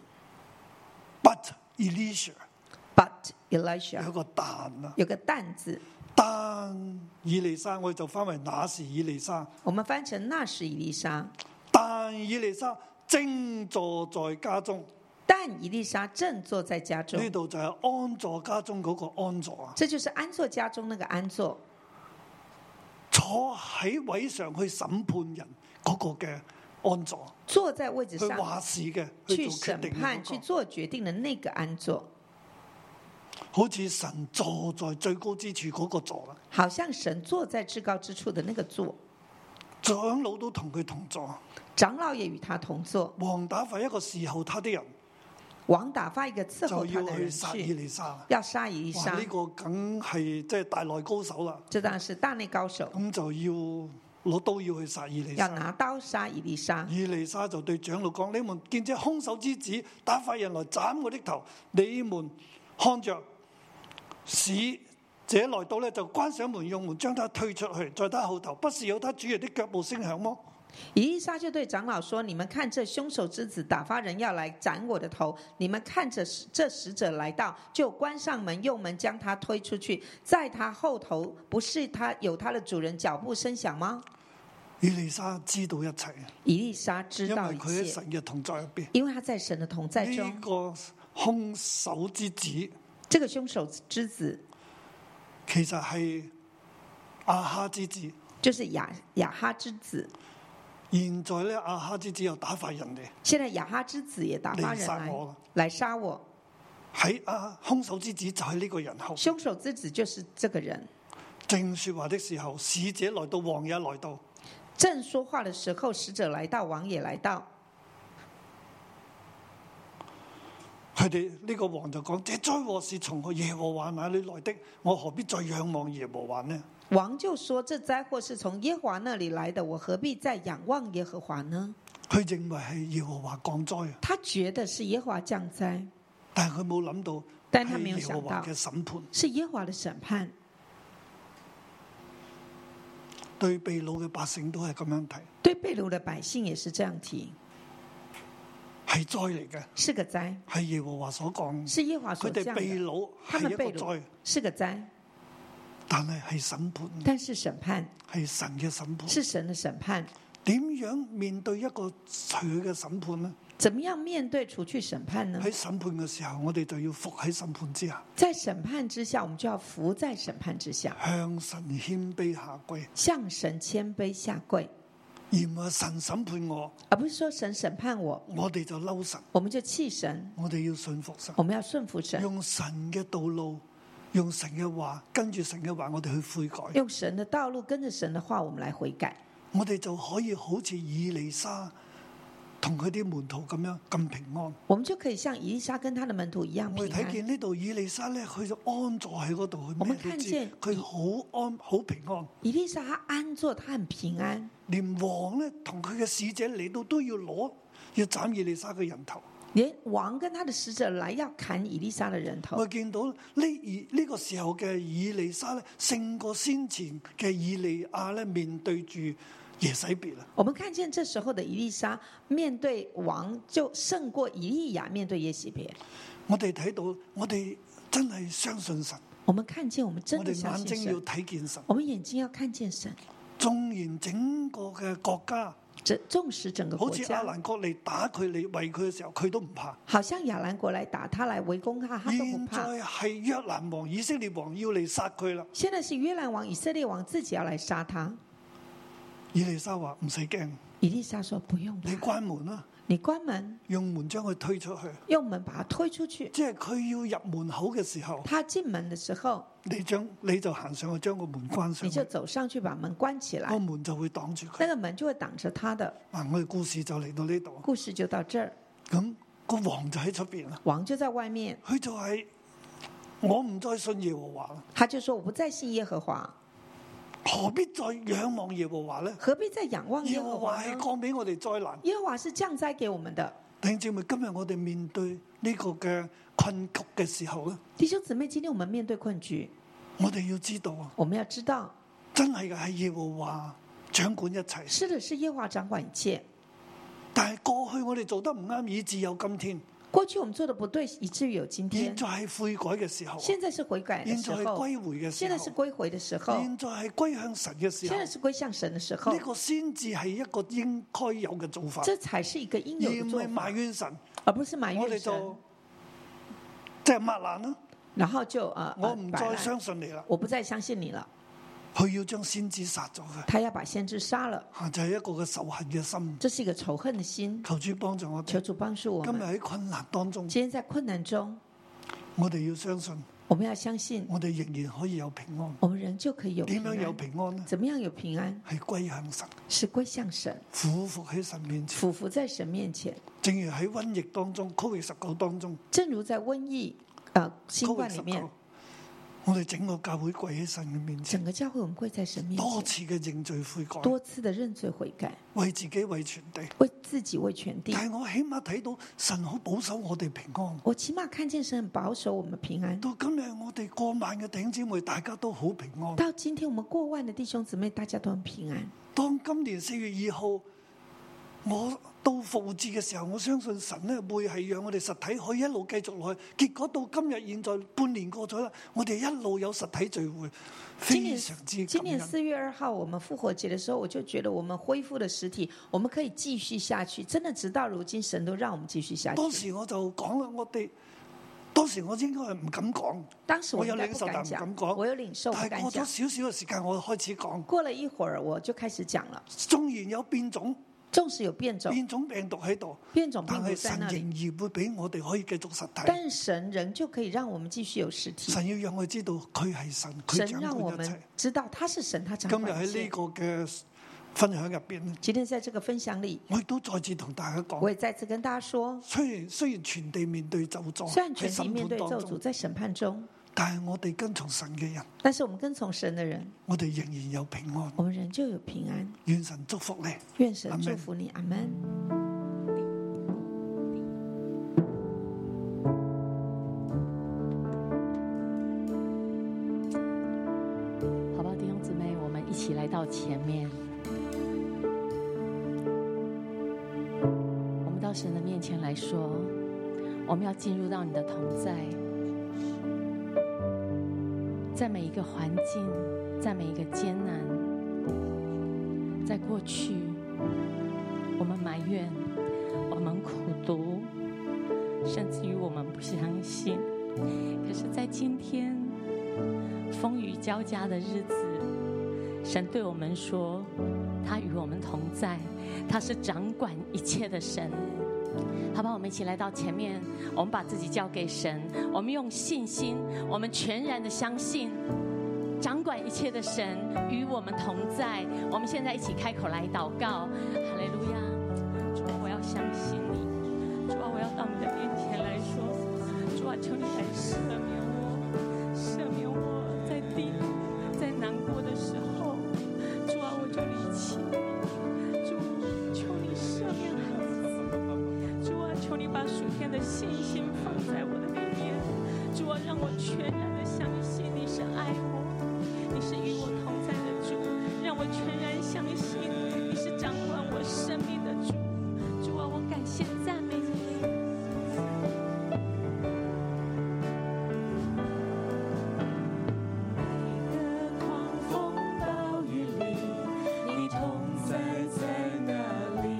[SPEAKER 2] ，but Elisha
[SPEAKER 3] ，but
[SPEAKER 2] 有一
[SPEAKER 3] Elisha
[SPEAKER 2] 個但啦，
[SPEAKER 3] 有个但字，
[SPEAKER 2] 但以利沙我哋就翻為那時以利沙，
[SPEAKER 3] 我们翻成那时以利沙，
[SPEAKER 2] 但以利沙正坐在家中，
[SPEAKER 3] 但以利沙正坐在家中
[SPEAKER 2] 呢，度就係安坐家中嗰個安坐啊，
[SPEAKER 3] 这就是安坐家中那个安坐，
[SPEAKER 2] 坐喺位上去審判人嗰個嘅安坐。
[SPEAKER 3] 坐在位置
[SPEAKER 2] 去
[SPEAKER 3] 上
[SPEAKER 2] 話事嘅，去
[SPEAKER 3] 去
[SPEAKER 2] 做決
[SPEAKER 3] 审
[SPEAKER 2] 定嘅
[SPEAKER 3] 判、去
[SPEAKER 2] 嗰個
[SPEAKER 3] 做决定的那个安坐，
[SPEAKER 2] 好似神坐在最高之處嗰個座啊啦。
[SPEAKER 3] 好像神坐在至高之处的那个坐，
[SPEAKER 2] 長老都同佢同坐，啊
[SPEAKER 3] 长老也与他同坐，
[SPEAKER 2] 王打發一個侍候他的人
[SPEAKER 3] 王打发一个伺候
[SPEAKER 2] 就
[SPEAKER 3] 他
[SPEAKER 2] 要
[SPEAKER 3] 的
[SPEAKER 2] 去
[SPEAKER 3] 人
[SPEAKER 2] 殺以
[SPEAKER 3] 去，
[SPEAKER 2] 利沙啦。
[SPEAKER 3] 要杀以利
[SPEAKER 2] 哇！
[SPEAKER 3] 沙
[SPEAKER 2] 呢、，個梗係即係大內高手啦，
[SPEAKER 3] 这当然是大内高手，
[SPEAKER 2] 咁就要攞刀要去殺以利
[SPEAKER 3] 要
[SPEAKER 2] 沙。
[SPEAKER 3] 拿刀杀以利沙。
[SPEAKER 2] 以利沙就對長老講：你們見這兇手之子打發人來斬我的頭，你們看着，使這來到呢，就關上門，用門將他推出去，在他後頭，不是有他主人的腳步聲響麼？
[SPEAKER 3] 以利沙就对长老说：“你们看这凶手之子打发人要来斩我的头，你们看着使这使者来到，就关上门，用门将他推出去，在他后头不是他有他的主人脚步声响吗
[SPEAKER 2] 以利沙知道一切，？”
[SPEAKER 3] 以利沙知
[SPEAKER 2] 因為
[SPEAKER 3] 道一
[SPEAKER 2] 佢喺
[SPEAKER 3] 切，
[SPEAKER 2] 神嘅同在入邊。
[SPEAKER 3] 因为他在神的同在中
[SPEAKER 2] 呢。個兇手之子
[SPEAKER 3] 这个凶手之子
[SPEAKER 2] 其實係亞哈之子。
[SPEAKER 3] 就是雅雅哈之子，
[SPEAKER 2] 現在咧，亞哈之子又打發人哋
[SPEAKER 3] 现在雅哈之子也打发
[SPEAKER 2] 嚟
[SPEAKER 3] 人
[SPEAKER 2] 殺
[SPEAKER 3] 来
[SPEAKER 2] 我啦。
[SPEAKER 3] 来杀我，
[SPEAKER 2] 喺啊，兇手之子就喺呢個人後。
[SPEAKER 3] 凶手之子就是这个人。
[SPEAKER 2] 正說話的時候，使者來到，王也來到。
[SPEAKER 3] 正说话的时候，使者来到，王也来到。
[SPEAKER 2] 佢哋呢個王就講：這災禍是從耶和華那裏來的，我何必再仰望耶和華呢？
[SPEAKER 3] 王就说：“这灾祸是从耶和华那里来的，我何必再仰望耶和华呢
[SPEAKER 2] 佢認為係耶和華降災啊，？”
[SPEAKER 3] 他觉得是耶和华降灾，
[SPEAKER 2] 但係佢冇諗到
[SPEAKER 3] 但他沒有
[SPEAKER 2] 係耶和華
[SPEAKER 3] 想到
[SPEAKER 2] 嘅審判。
[SPEAKER 3] 是耶和华的审判。
[SPEAKER 2] 對被掳嘅百姓都係咁樣睇，
[SPEAKER 3] 对被掳的百姓也是这样提，
[SPEAKER 2] 係災嚟嘅，
[SPEAKER 3] 是个灾，
[SPEAKER 2] 係耶和華所降。
[SPEAKER 3] 是耶和华所
[SPEAKER 2] 佢哋
[SPEAKER 3] 降
[SPEAKER 2] 被
[SPEAKER 3] 的。
[SPEAKER 2] 掳
[SPEAKER 3] 他
[SPEAKER 2] 係
[SPEAKER 3] 们
[SPEAKER 2] 一
[SPEAKER 3] 被
[SPEAKER 2] 個
[SPEAKER 3] 掳
[SPEAKER 2] 災，
[SPEAKER 3] 是个灾，
[SPEAKER 2] 但係係審判，
[SPEAKER 3] 但是审判
[SPEAKER 2] 係神嘅審判。
[SPEAKER 3] 是神的審判。
[SPEAKER 2] 點樣面對一個佢嘅審判呢？
[SPEAKER 3] 怎么样面对除去審判呢
[SPEAKER 2] 喺？審判嘅時候，我哋就要服喺審判之下，
[SPEAKER 3] 在審判之下，我们就要服在審判之下，
[SPEAKER 2] 向神謙卑下跪，
[SPEAKER 3] 向神谦卑下跪，
[SPEAKER 2] 而唔係神審判我，
[SPEAKER 3] 而不是说神审判我，
[SPEAKER 2] 我哋就嬲神。
[SPEAKER 3] 我们就弃神。
[SPEAKER 2] 我哋要信服神，
[SPEAKER 3] 我们要顺服神，
[SPEAKER 2] 用神嘅道路，用神嘅話，跟住神嘅話，我哋去悔改，
[SPEAKER 3] 用神的道路，跟着神的话，我们来悔改，
[SPEAKER 2] 我哋就可以好似以利沙同佢啲門徒咁樣咁平安。
[SPEAKER 3] 我们就可以像以利沙跟他的门徒一样
[SPEAKER 2] 我哋
[SPEAKER 3] 平
[SPEAKER 2] 睇
[SPEAKER 3] 安。
[SPEAKER 2] 見呢度以利沙咧，佢就安坐喺嗰度，佢
[SPEAKER 3] 我
[SPEAKER 2] 咩
[SPEAKER 3] 們
[SPEAKER 2] 都
[SPEAKER 3] 看
[SPEAKER 2] 知
[SPEAKER 3] 見，
[SPEAKER 2] 佢好安好平安。
[SPEAKER 3] 以利沙她安坐，她很平安，
[SPEAKER 2] 連王咧同佢嘅使者嚟到都要攞，要斬以利沙嘅人頭。
[SPEAKER 3] 连王跟他的使者来要砍以利沙的人头
[SPEAKER 2] 我。見到呢而呢個時候嘅以利沙咧，勝過先前嘅以利亞咧，面對住耶洗別啦。
[SPEAKER 3] 我们看见这时候的以利沙面对王，就胜过以利亚面对耶洗别。
[SPEAKER 2] 我哋睇到，我哋真係相信神，
[SPEAKER 3] 我们看见，我们真
[SPEAKER 2] 我
[SPEAKER 3] 的
[SPEAKER 2] 哋
[SPEAKER 3] 相
[SPEAKER 2] 眼
[SPEAKER 3] 信
[SPEAKER 2] 睛要
[SPEAKER 3] 神，
[SPEAKER 2] 睇見神。
[SPEAKER 3] 我们眼睛要看见神。
[SPEAKER 2] 縱然整個嘅國家，
[SPEAKER 3] 这纵使整个国
[SPEAKER 2] 好似阿
[SPEAKER 3] 家，
[SPEAKER 2] 蘭國嚟打佢嚟圍佢嘅時候，佢都唔怕。
[SPEAKER 3] 好像亚兰国来打他，来围攻他，他都不
[SPEAKER 2] 現
[SPEAKER 3] 怕。
[SPEAKER 2] 在係約蘭王、以色列王要嚟殺佢啦。
[SPEAKER 3] 现在是约兰王、以色列王自己要来杀他。
[SPEAKER 2] 以利沙話：唔使驚，
[SPEAKER 3] 以利沙说：“不用
[SPEAKER 2] 你
[SPEAKER 3] 怕，
[SPEAKER 2] 關門啦，
[SPEAKER 3] 你关门，
[SPEAKER 2] 用門將佢推出去。
[SPEAKER 3] 用门把他推出去。
[SPEAKER 2] 即係佢要入門口嘅時候，
[SPEAKER 3] 他进门的时候，
[SPEAKER 2] 你將你就行上去將個門關上哦
[SPEAKER 3] 你就
[SPEAKER 2] 去，
[SPEAKER 3] 走上去把门关起
[SPEAKER 2] 個
[SPEAKER 3] 来，
[SPEAKER 2] 門就會擋住
[SPEAKER 3] 那
[SPEAKER 2] 佢。
[SPEAKER 3] 个门就会挡着他的。
[SPEAKER 2] 嗱，我哋故事就嚟到呢”度，
[SPEAKER 3] 故事就到这儿，
[SPEAKER 2] 咁、個王就喺出邊啦，
[SPEAKER 3] 王就在外面，
[SPEAKER 2] 佢就係我唔再信耶和華啦，
[SPEAKER 3] 他就说：“我不再信耶和华。”
[SPEAKER 2] 何必再仰望耶和華呢？
[SPEAKER 3] 何必再仰望啊
[SPEAKER 2] 耶
[SPEAKER 3] 耶
[SPEAKER 2] 和
[SPEAKER 3] 和
[SPEAKER 2] 華
[SPEAKER 3] 华
[SPEAKER 2] 係
[SPEAKER 3] 呢？
[SPEAKER 2] 降俾我哋災難。
[SPEAKER 3] 耶和华是降灾给我们的。
[SPEAKER 2] 弟兄姊妹，今日我哋面對呢個嘅困局嘅時候咧，
[SPEAKER 3] 弟兄姊妹，今天我们面对困局，
[SPEAKER 2] 我哋要知道啊，
[SPEAKER 3] 我们要知道，
[SPEAKER 2] 真係嘅係耶和華掌管一切。
[SPEAKER 3] 是的是耶和华掌管一切。
[SPEAKER 2] 但係過去我哋做得唔啱，以致有今天。
[SPEAKER 3] 过去我们做的不对，以至于有今
[SPEAKER 2] 現
[SPEAKER 3] 天。
[SPEAKER 2] 在係悔改嘅時候，現
[SPEAKER 3] 现在是悔改的时
[SPEAKER 2] 在係
[SPEAKER 3] 候，
[SPEAKER 2] 歸回嘅時
[SPEAKER 3] 现在是
[SPEAKER 2] 候，
[SPEAKER 3] 归回的时候，
[SPEAKER 2] 現在係歸向神嘅時
[SPEAKER 3] 现在
[SPEAKER 2] 候，
[SPEAKER 3] 是归向神的时候
[SPEAKER 2] 呢、。個先至係一個應該有嘅做法，
[SPEAKER 3] 这才是一个应
[SPEAKER 2] 而
[SPEAKER 3] 有
[SPEAKER 2] 唔
[SPEAKER 3] 的做
[SPEAKER 2] 係
[SPEAKER 3] 法
[SPEAKER 2] 埋，怨神。
[SPEAKER 3] 而不是埋
[SPEAKER 2] 我
[SPEAKER 3] 怨
[SPEAKER 2] 哋
[SPEAKER 3] 神
[SPEAKER 2] 就，即係抹爛啦，
[SPEAKER 3] 然后就啊，
[SPEAKER 2] 我
[SPEAKER 3] 啊
[SPEAKER 2] 唔
[SPEAKER 3] 摆
[SPEAKER 2] 再
[SPEAKER 3] 烂
[SPEAKER 2] 相信你啦。
[SPEAKER 3] 我不再相信你了。
[SPEAKER 2] 佢要將先知殺咗佢，
[SPEAKER 3] 他要把先知杀了，
[SPEAKER 2] 啊就係一個嘅仇恨嘅心。
[SPEAKER 3] 这是一个仇恨的心。
[SPEAKER 2] 求主幫助我哋
[SPEAKER 3] 求。主帮助我
[SPEAKER 2] 今日
[SPEAKER 3] 们。
[SPEAKER 2] 喺困難當中，
[SPEAKER 3] 今天在困难中，
[SPEAKER 2] 我哋要相信，
[SPEAKER 3] 我们要相信，
[SPEAKER 2] 我哋仍然可以有平安。
[SPEAKER 3] 我们人就可以有
[SPEAKER 2] 點
[SPEAKER 3] 平
[SPEAKER 2] 樣有
[SPEAKER 3] 安。
[SPEAKER 2] 平安呢？
[SPEAKER 3] 怎么样有平安？
[SPEAKER 2] 係歸向神，
[SPEAKER 3] 是归向神，
[SPEAKER 2] 俯伏喺神面前。
[SPEAKER 3] 俯伏在神面前。
[SPEAKER 2] 正如喺瘟疫當中，Covid 十九當中
[SPEAKER 3] 正如在瘟疫啊新
[SPEAKER 2] ，Covid
[SPEAKER 3] 冠里
[SPEAKER 2] 十
[SPEAKER 3] 面
[SPEAKER 2] 九，，我哋整個教會跪喺神嘅面前
[SPEAKER 3] 整，个教会我们跪在神面
[SPEAKER 2] 多
[SPEAKER 3] 前，
[SPEAKER 2] 次嘅認罪悔改，
[SPEAKER 3] 多次的认罪悔改，
[SPEAKER 2] 為自己為全地。
[SPEAKER 3] 为自己为全地。
[SPEAKER 2] 但係我起碼睇到神好保守我哋平安。
[SPEAKER 3] 我起码看见神很保守我们平安。
[SPEAKER 2] 到今日我哋過萬嘅弟兄姊妹，大家都好平安。
[SPEAKER 3] 到今天我们过万的弟兄姊妹，大家都很平安。
[SPEAKER 2] 當今年四月二號，我到復節嘅時候，我相信神咧會係讓我哋實體可以一路繼續落去。結果到今日現在半年過咗啦，我哋一路有實體聚會，
[SPEAKER 3] 今年
[SPEAKER 2] 非常之
[SPEAKER 3] 今
[SPEAKER 2] 感
[SPEAKER 3] 年
[SPEAKER 2] 恩。
[SPEAKER 3] 四月二号，我们复活节的时候，我就觉得我们恢复了实体，我们可以继续下去。真的，直到如今，神都让我们继续下
[SPEAKER 2] 當
[SPEAKER 3] 去。
[SPEAKER 2] 時我就講啦，我哋當時我應該係唔敢講，
[SPEAKER 3] 当时我
[SPEAKER 2] 我有
[SPEAKER 3] 应该
[SPEAKER 2] 領
[SPEAKER 3] 不
[SPEAKER 2] 受但
[SPEAKER 3] 敢
[SPEAKER 2] 唔
[SPEAKER 3] 讲
[SPEAKER 2] 敢，講。
[SPEAKER 3] 我有领受
[SPEAKER 2] 但
[SPEAKER 3] 不
[SPEAKER 2] 係
[SPEAKER 3] 敢
[SPEAKER 2] 過咗
[SPEAKER 3] 讲。
[SPEAKER 2] 少少嘅時間，我開始講。
[SPEAKER 3] 过了一会儿，我就开始讲了。
[SPEAKER 2] 縱然有變種
[SPEAKER 3] 纵使有变种，
[SPEAKER 2] 變種病毒喺度，
[SPEAKER 3] 变种病
[SPEAKER 2] 但
[SPEAKER 3] 毒
[SPEAKER 2] 係
[SPEAKER 3] 在
[SPEAKER 2] 神
[SPEAKER 3] 那里，
[SPEAKER 2] 仍然會俾我哋可以繼續實體。
[SPEAKER 3] 但神仍旧可以让我们继续有实体。
[SPEAKER 2] 神要讓我知道佢係神，佢
[SPEAKER 3] 神
[SPEAKER 2] 掌
[SPEAKER 3] 让我
[SPEAKER 2] 管一切
[SPEAKER 3] 们。知道他是神，他掌
[SPEAKER 2] 今日
[SPEAKER 3] 管
[SPEAKER 2] 喺
[SPEAKER 3] 一
[SPEAKER 2] 呢
[SPEAKER 3] 切。
[SPEAKER 2] 個嘅分享入邊咧，
[SPEAKER 3] 今天在這個分享里，
[SPEAKER 2] 我亦都再次同大家
[SPEAKER 3] 我
[SPEAKER 2] 講，
[SPEAKER 3] 也再次跟大家說，
[SPEAKER 2] 雖然雖然全地面對咒詛
[SPEAKER 3] 雖
[SPEAKER 2] 喺
[SPEAKER 3] 然全
[SPEAKER 2] 審
[SPEAKER 3] 民
[SPEAKER 2] 判
[SPEAKER 3] 面對
[SPEAKER 2] 當
[SPEAKER 3] 咒詛
[SPEAKER 2] 中，
[SPEAKER 3] 在審判中，
[SPEAKER 2] 但係我哋跟從神嘅人，
[SPEAKER 3] 但是我們跟從神的人，
[SPEAKER 2] 我哋仍然有平安。
[SPEAKER 3] 我們仍舊有平安。
[SPEAKER 2] 願神祝福你。
[SPEAKER 3] 願神
[SPEAKER 2] Amen
[SPEAKER 3] 祝福你，阿門。
[SPEAKER 4] 好吧，弟兄姊妹，我们一起来到前面，我们到神的面前来说，我们要进入到你的同在，在每一个环境，在每一个艰难，在过去，我们埋怨，我们苦读，甚至于我们不相信，可是，在今天。风雨交加的日子，神对我们说，他与我们同在，他是掌管一切的神。好吧，我们一起来到前面，我们把自己交给神，我们用信心，我们全然的相信。掌管一切的神与我们同在，我们现在一起开口来祷告，哈利路亚！主啊，我要相信你，主啊，我要到你的面前来说，主啊，求你来赦免我。赦免我在低、在难过的时候，主啊，我就离弃你。主，求你赦免孩子。主啊，求你把属天的信心放在我的里面。主啊，让我全然的相信你是爱我，你是与我同在的主，让我全然相信你是掌管我生命的主。主啊，我感谢赞美你。的狂风暴雨里，你同在在哪里？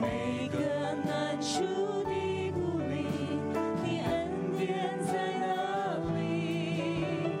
[SPEAKER 4] 每个难处的鼓励，你恩典在哪里？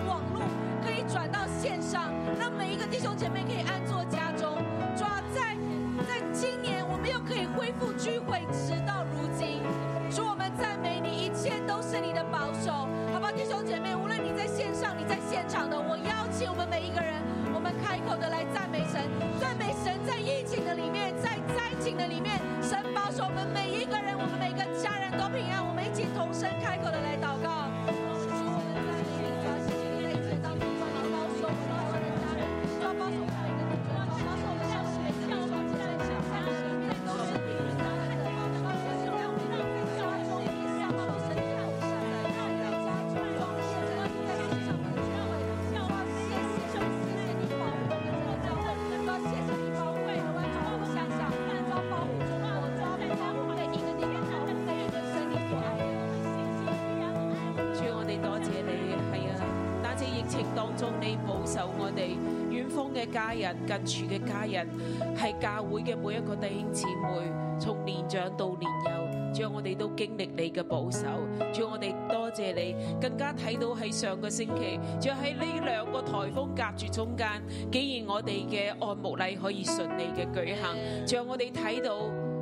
[SPEAKER 4] 啊啊你保守我哋遠方嘅家人、近處嘅家人，係教會嘅每一個弟兄姊妹，從年長到年幼，主啊，我哋都經歷你嘅保守，主啊，我哋多謝你，更加睇到喺上個星期，仲喺呢兩個颱風夾住中間，竟然我哋嘅按牧禮可以順利嘅舉行，仲我哋睇到，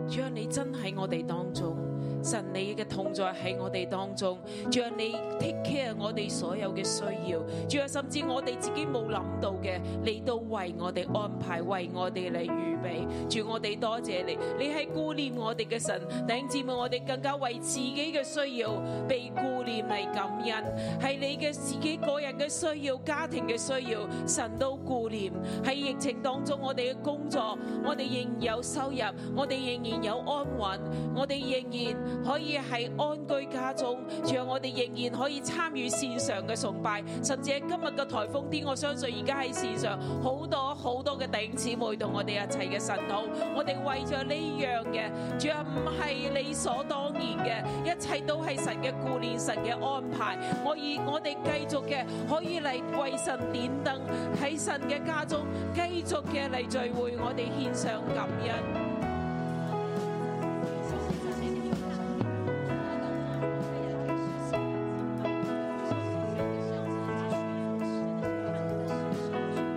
[SPEAKER 4] 主啊，你真喺我哋當中。神你嘅同在喺我哋當中，主啊你 take care 我哋所有嘅需要，主啊甚至我哋自己冇諗到嘅，你都為我哋安排，為我哋嚟預備。主我哋多謝你，你係顧念我哋嘅神，弟兄姊妹，我哋更加為自己嘅需要被顧念嚟感恩，係你嘅自己個人嘅需要、家庭嘅需要，神都顧念。喺疫情當中，我哋嘅工作，我哋仍然有收入，我哋仍然有安穩，我哋仍然。可以係安居家中，讓我哋仍然可以參與線上嘅崇拜，甚至喺今日嘅颱風天，我相信而家喺線上好多好多嘅弟兄姊妹同我哋一齊嘅神禱，我哋為咗呢樣嘅，仲有唔係理所當然嘅，一切都係神嘅顧念、神嘅安排。我以我哋繼續嘅可以嚟為神點燈，喺神嘅家中繼續嘅嚟聚會，我哋獻上感恩。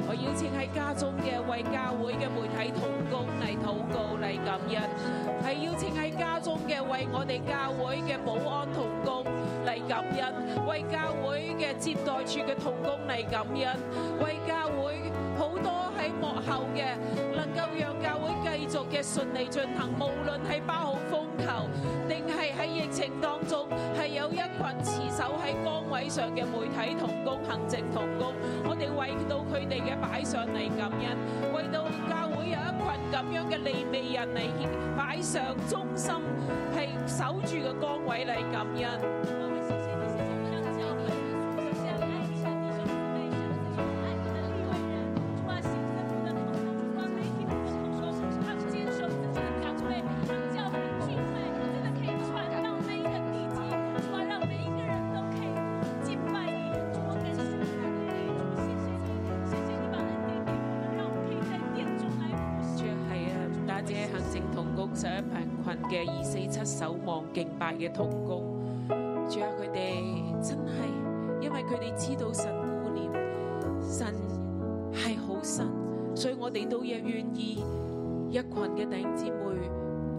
[SPEAKER 4] 我邀請喺家中嘅為教會嘅媒體同工嚟禱告嚟感恩，係邀請喺家中嘅為我哋教會嘅保安同工嚟感恩，為教會嘅接待處嘅同工嚟感恩，為教會好多喺幕後嘅能夠讓教會繼續嘅順利進行，無論係八號風球，定係喺疫情當中係有一群持守喺崗位上嘅媒體同工、行政同工，我哋為到佢哋嘅擺上嚟感恩，為到教會有一群咁樣嘅利未人嚟擺上忠心，係守住嘅崗位嚟感恩。主係啊，唔單止係行政同工，上一班群嘅二四七守望敬拜嘅同工，主啊，佢哋真係，因為佢哋知道神顧念，神係好神，所以我哋都亦願意一群嘅弟兄姊妹。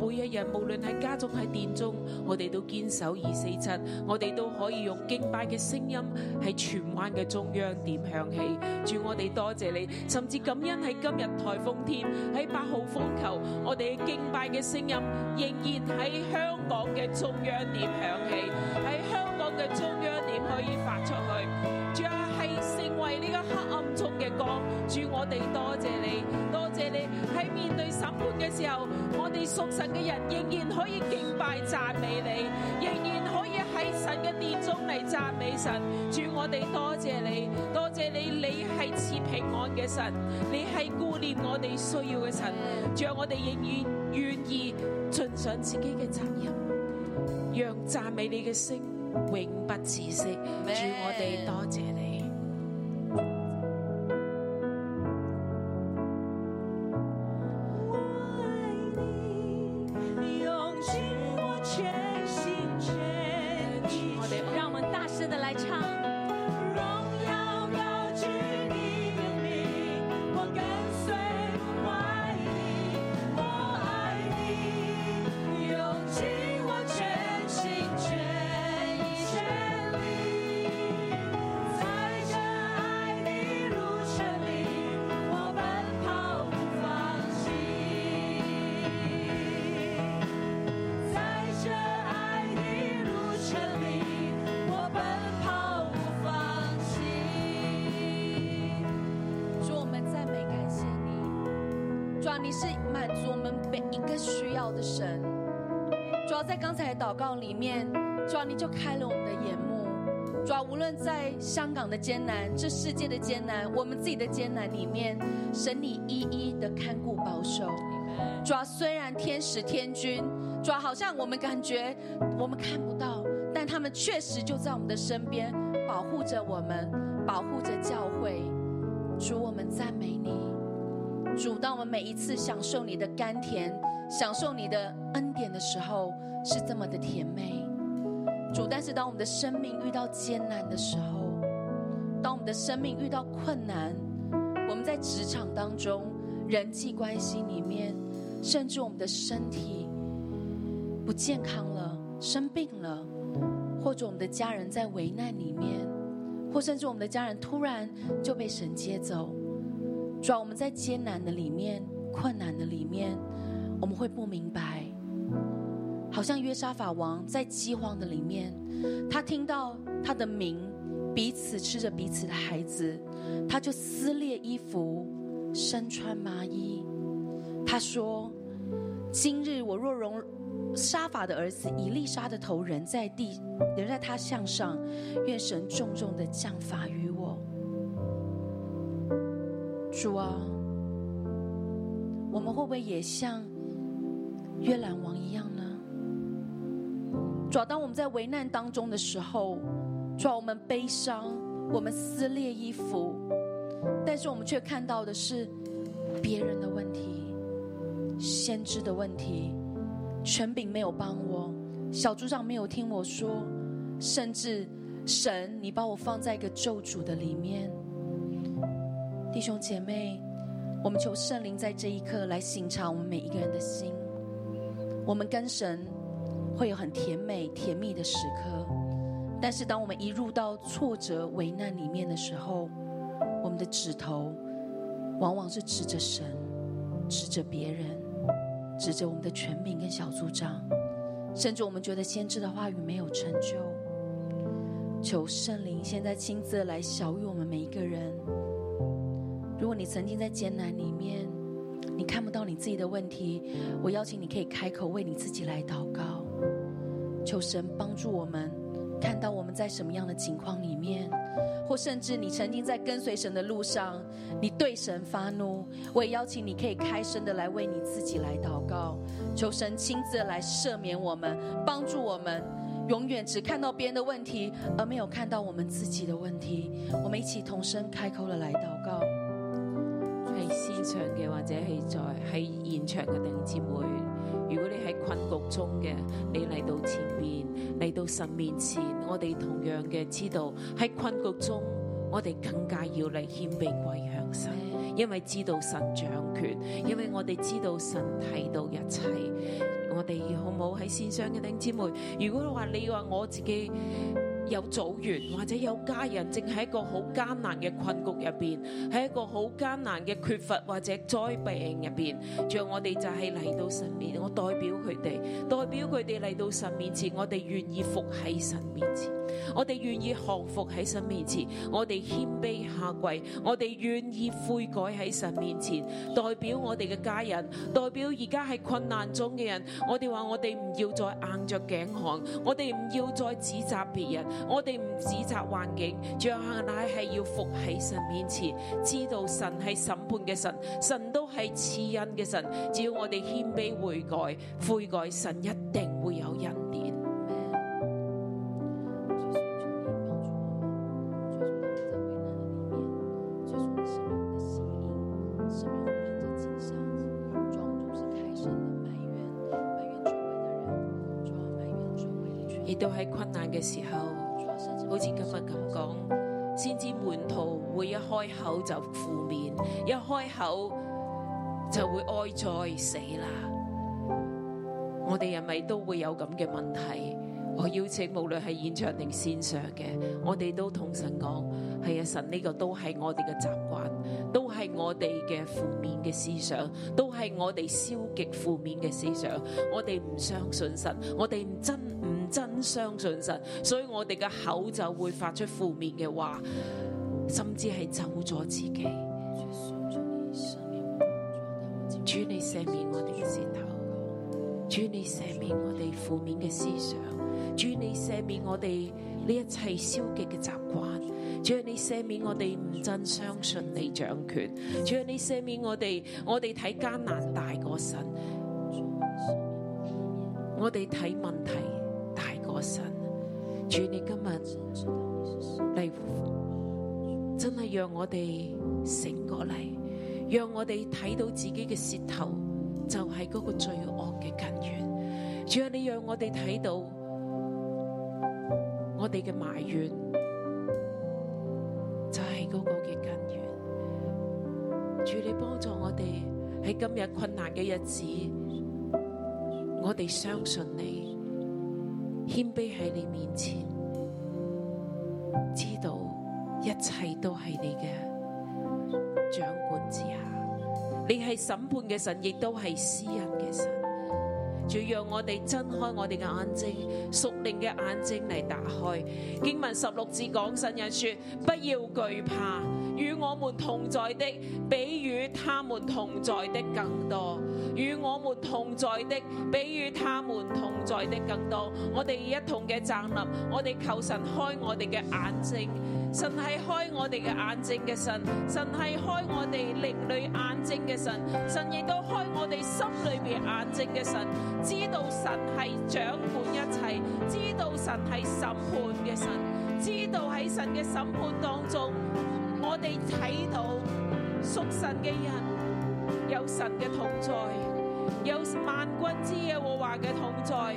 [SPEAKER 4] 每一日，無論喺家中喺殿中，我哋都堅守二四七，我哋都可以用敬拜嘅聲音喺荃灣嘅中央點響起。主，我哋多謝你，甚至感恩喺今日颱風天喺八號風球，我哋嘅敬拜嘅聲音仍然喺香港嘅中央點響起，喺香港嘅中央點可以發出去。主啊，係成為呢個黑暗中嘅光。主，我哋多謝你，多謝你喺面對審判嘅時候，我哋屬神嘅人仍然可以敬拜讚美你，仍然可以喺神嘅殿中嚟讚美神。主，我哋多謝你，多謝你，你係賜平安嘅神，你係顧念我哋需要嘅神。主啊，我哋仍然願意盡上自己嘅責任，讓讚美你嘅聲永不止息。主，我哋多謝你。我哋
[SPEAKER 5] 让我们大声的来唱。荣耀高举你的名，我跟随怀疑，我爱你，用尽我全心全意全力，在这爱的路程里，我奔跑不放弃。在这爱的路程里，我奔跑不放弃。
[SPEAKER 6] 主，我们赞美感谢你。主啊，你是满足我们每一个需要的神。主啊，在刚才的祷告里面，主啊，你就开了我们的眼目。主啊，无论在香港的艰难、这世界的艰难、我们自己的艰难里面，神你一一的看顾保守。主啊，虽然天使天君，主啊，好像我们感觉我们看不到，但他们确实就在我们的身边，保护着我们，保护着教会。主，我们赞美你。主，当我们每一次享受你的甘甜，享受你的恩典的时候，是这么的甜美。主，但是当我们的生命遇到艰难的时候，当我们的生命遇到困难，我们在职场当中、人际关系里面，甚至我们的身体不健康了、生病了，或者我们的家人在危难里面，或甚至我们的家人突然就被神接走。主要啊我们在艰难的里面、困难的里面，我们会不明白。好像约沙法王在饥荒的里面，他听到他的名彼此吃着彼此的孩子，他就撕裂衣服，身穿麻衣。他说：“今日我若容沙法的儿子以利沙的头仍在地，仍在他项上，愿神重重的降罚于我。”主啊，我们会不会也像约兰王一样呢？主啊要当我们在危难当中的时候，主啊要我们悲伤，我们撕裂衣服，但是我们却看到的是别人的问题、先知的问题，权柄没有帮我，小组长没有听我说，甚至神，你把我放在一个咒诅的里面。弟兄姐妹，我们求圣灵在这一刻来醒察我们每一个人的心。我们跟神会有很甜美、甜蜜的时刻，但是当我们一入到挫折、危难里面的时候，我们的指头往往是指着神、指着别人、指着我们的权柄跟小组长，甚至我们觉得先知的话语没有成就。求圣灵现在亲自来小于我们每一个人。如果你曾经在艰难里面，你看不到你自己的问题，我邀请你可以开口为你自己来祷告，求神帮助我们看到我们在什么样的情况里面，或甚至你曾经在跟随神的路上，你对神发怒，我也邀请你可以开声的来为你自己来祷告，求神亲自来赦免我们，帮助我们。永远只看到别人的问题，而没有看到我们自己的问题。我们一起同声开口的来祷告。
[SPEAKER 4] 喺線上嘅或者係在喺現場嘅弟兄姊妹，如果你喺困局中嘅，你嚟到前面，嚟到神面前，我哋同樣嘅知道喺困局中，我哋更加要嚟謙卑歸向神，因為知道神掌權，因為我哋知道神睇到一切。我哋好唔好喺線上嘅弟兄姊妹？如果話你話我自己。有組員或者有家人正喺一個好艱難嘅困局入邊，喺一個好艱難嘅缺乏或者災病入邊，讓我哋就係嚟到神面，我代表佢哋，代表佢哋嚟到神面前，我哋願意服喺神面前，我哋願意降服喺神面前，我哋謙卑下跪，我哋願意悔改喺神面前，代表我哋嘅家人，代表而家喺困難中嘅人，我哋話我哋唔要再硬着頸項，我哋唔要再指責別人，我哋唔指責環境，最後乃係要服喺神面前，知道神係審判嘅神，神都係賜恩嘅神，只要我哋謙卑悔改，悔改神一定會有恩典。
[SPEAKER 6] 主，求你帮助我们，主，求你在危难的里面，主，求你生命的吸引，生命会因着景象，主，我们总是开声的埋怨，埋怨周围的人，主，埋怨周围的权
[SPEAKER 4] 亦
[SPEAKER 6] 柄，
[SPEAKER 4] 都喺困難嘅時候。
[SPEAKER 6] 主，甚至
[SPEAKER 4] 好似今日咁講，先知門徒會一開口就負面，一開口就會哀哉死啦。我哋係咪都會有咁嘅問題？我邀請無論係現場定線上嘅，我哋都同神講：係啊，神呢個都係我哋嘅習慣，都係我哋嘅負面嘅思想，都係我哋消極負面嘅思想。我哋唔相信神，我哋唔真唔真相信神，所以我哋嘅口就會發出負面嘅話，甚至係咒咗自己。主你赦免我哋嘅舌頭。主你赦免我哋負面嘅思想，主你赦免我哋呢一切消極嘅習慣，主你赦免我哋唔真相信你掌權，主你赦免我哋，我哋睇艱難大過神，我哋睇問題大過神，主你今日嚟真係讓我哋
[SPEAKER 6] 醒過嚟，讓我哋睇到自己嘅舌頭就係嗰個罪惡嘅根源。主啊，你讓我哋睇到我哋嘅埋怨就係嗰個嘅根源。主，你幫助我哋喺今日困難嘅日子，我哋相信你，謙卑喺你面前，知道一切都係你嘅掌管之下。你係審判嘅神，亦都係施恩嘅神。主，讓我哋睜開我哋嘅眼睛，屬靈嘅眼睛嚟打開。經文十六節講神人說：不要懼怕，與我們同在的比與他們同在的更多；與我們同在的比與他們同在的更多。我哋一同嘅站立，我哋求神開我哋嘅眼睛。神係開我哋嘅眼睛嘅神，神係開我哋靈裏眼睛嘅神，神亦都開我哋心裏邊眼睛嘅神，知道神係掌管一切，知道神係審判嘅神，知道喺神嘅審判當中，我哋睇到屬神嘅人有神嘅同在，有萬軍之耶和華嘅同在，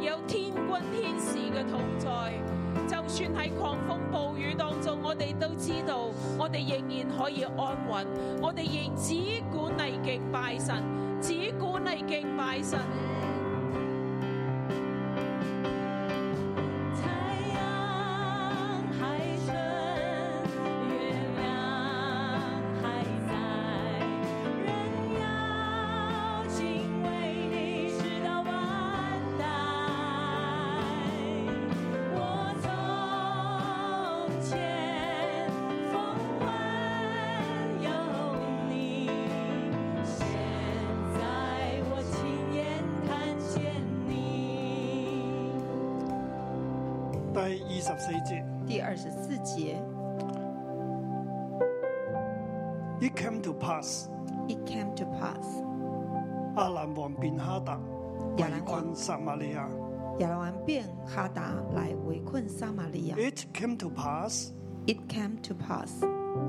[SPEAKER 6] 有天軍天使嘅同在。就算喺狂風暴雨當中，我哋都知道，我哋仍然可以安穩，我哋亦只管嚟敬拜神，只管嚟敬拜神。
[SPEAKER 4] 太阳还升，月亮还在，人要敬畏你直到万代。我从前风闻有你，现在我亲眼看见你。
[SPEAKER 2] 第二十四節
[SPEAKER 3] 第二十四节
[SPEAKER 2] ，It came to pass，
[SPEAKER 3] ，It came to pass，
[SPEAKER 2] 亞蘭王便哈達
[SPEAKER 3] 亞
[SPEAKER 2] 圍
[SPEAKER 3] 蘭王
[SPEAKER 2] 困撒瑪利亞。
[SPEAKER 3] 亚兰王便哈达来围困撒玛利亚。
[SPEAKER 2] It came to pass，
[SPEAKER 3] It came to pass，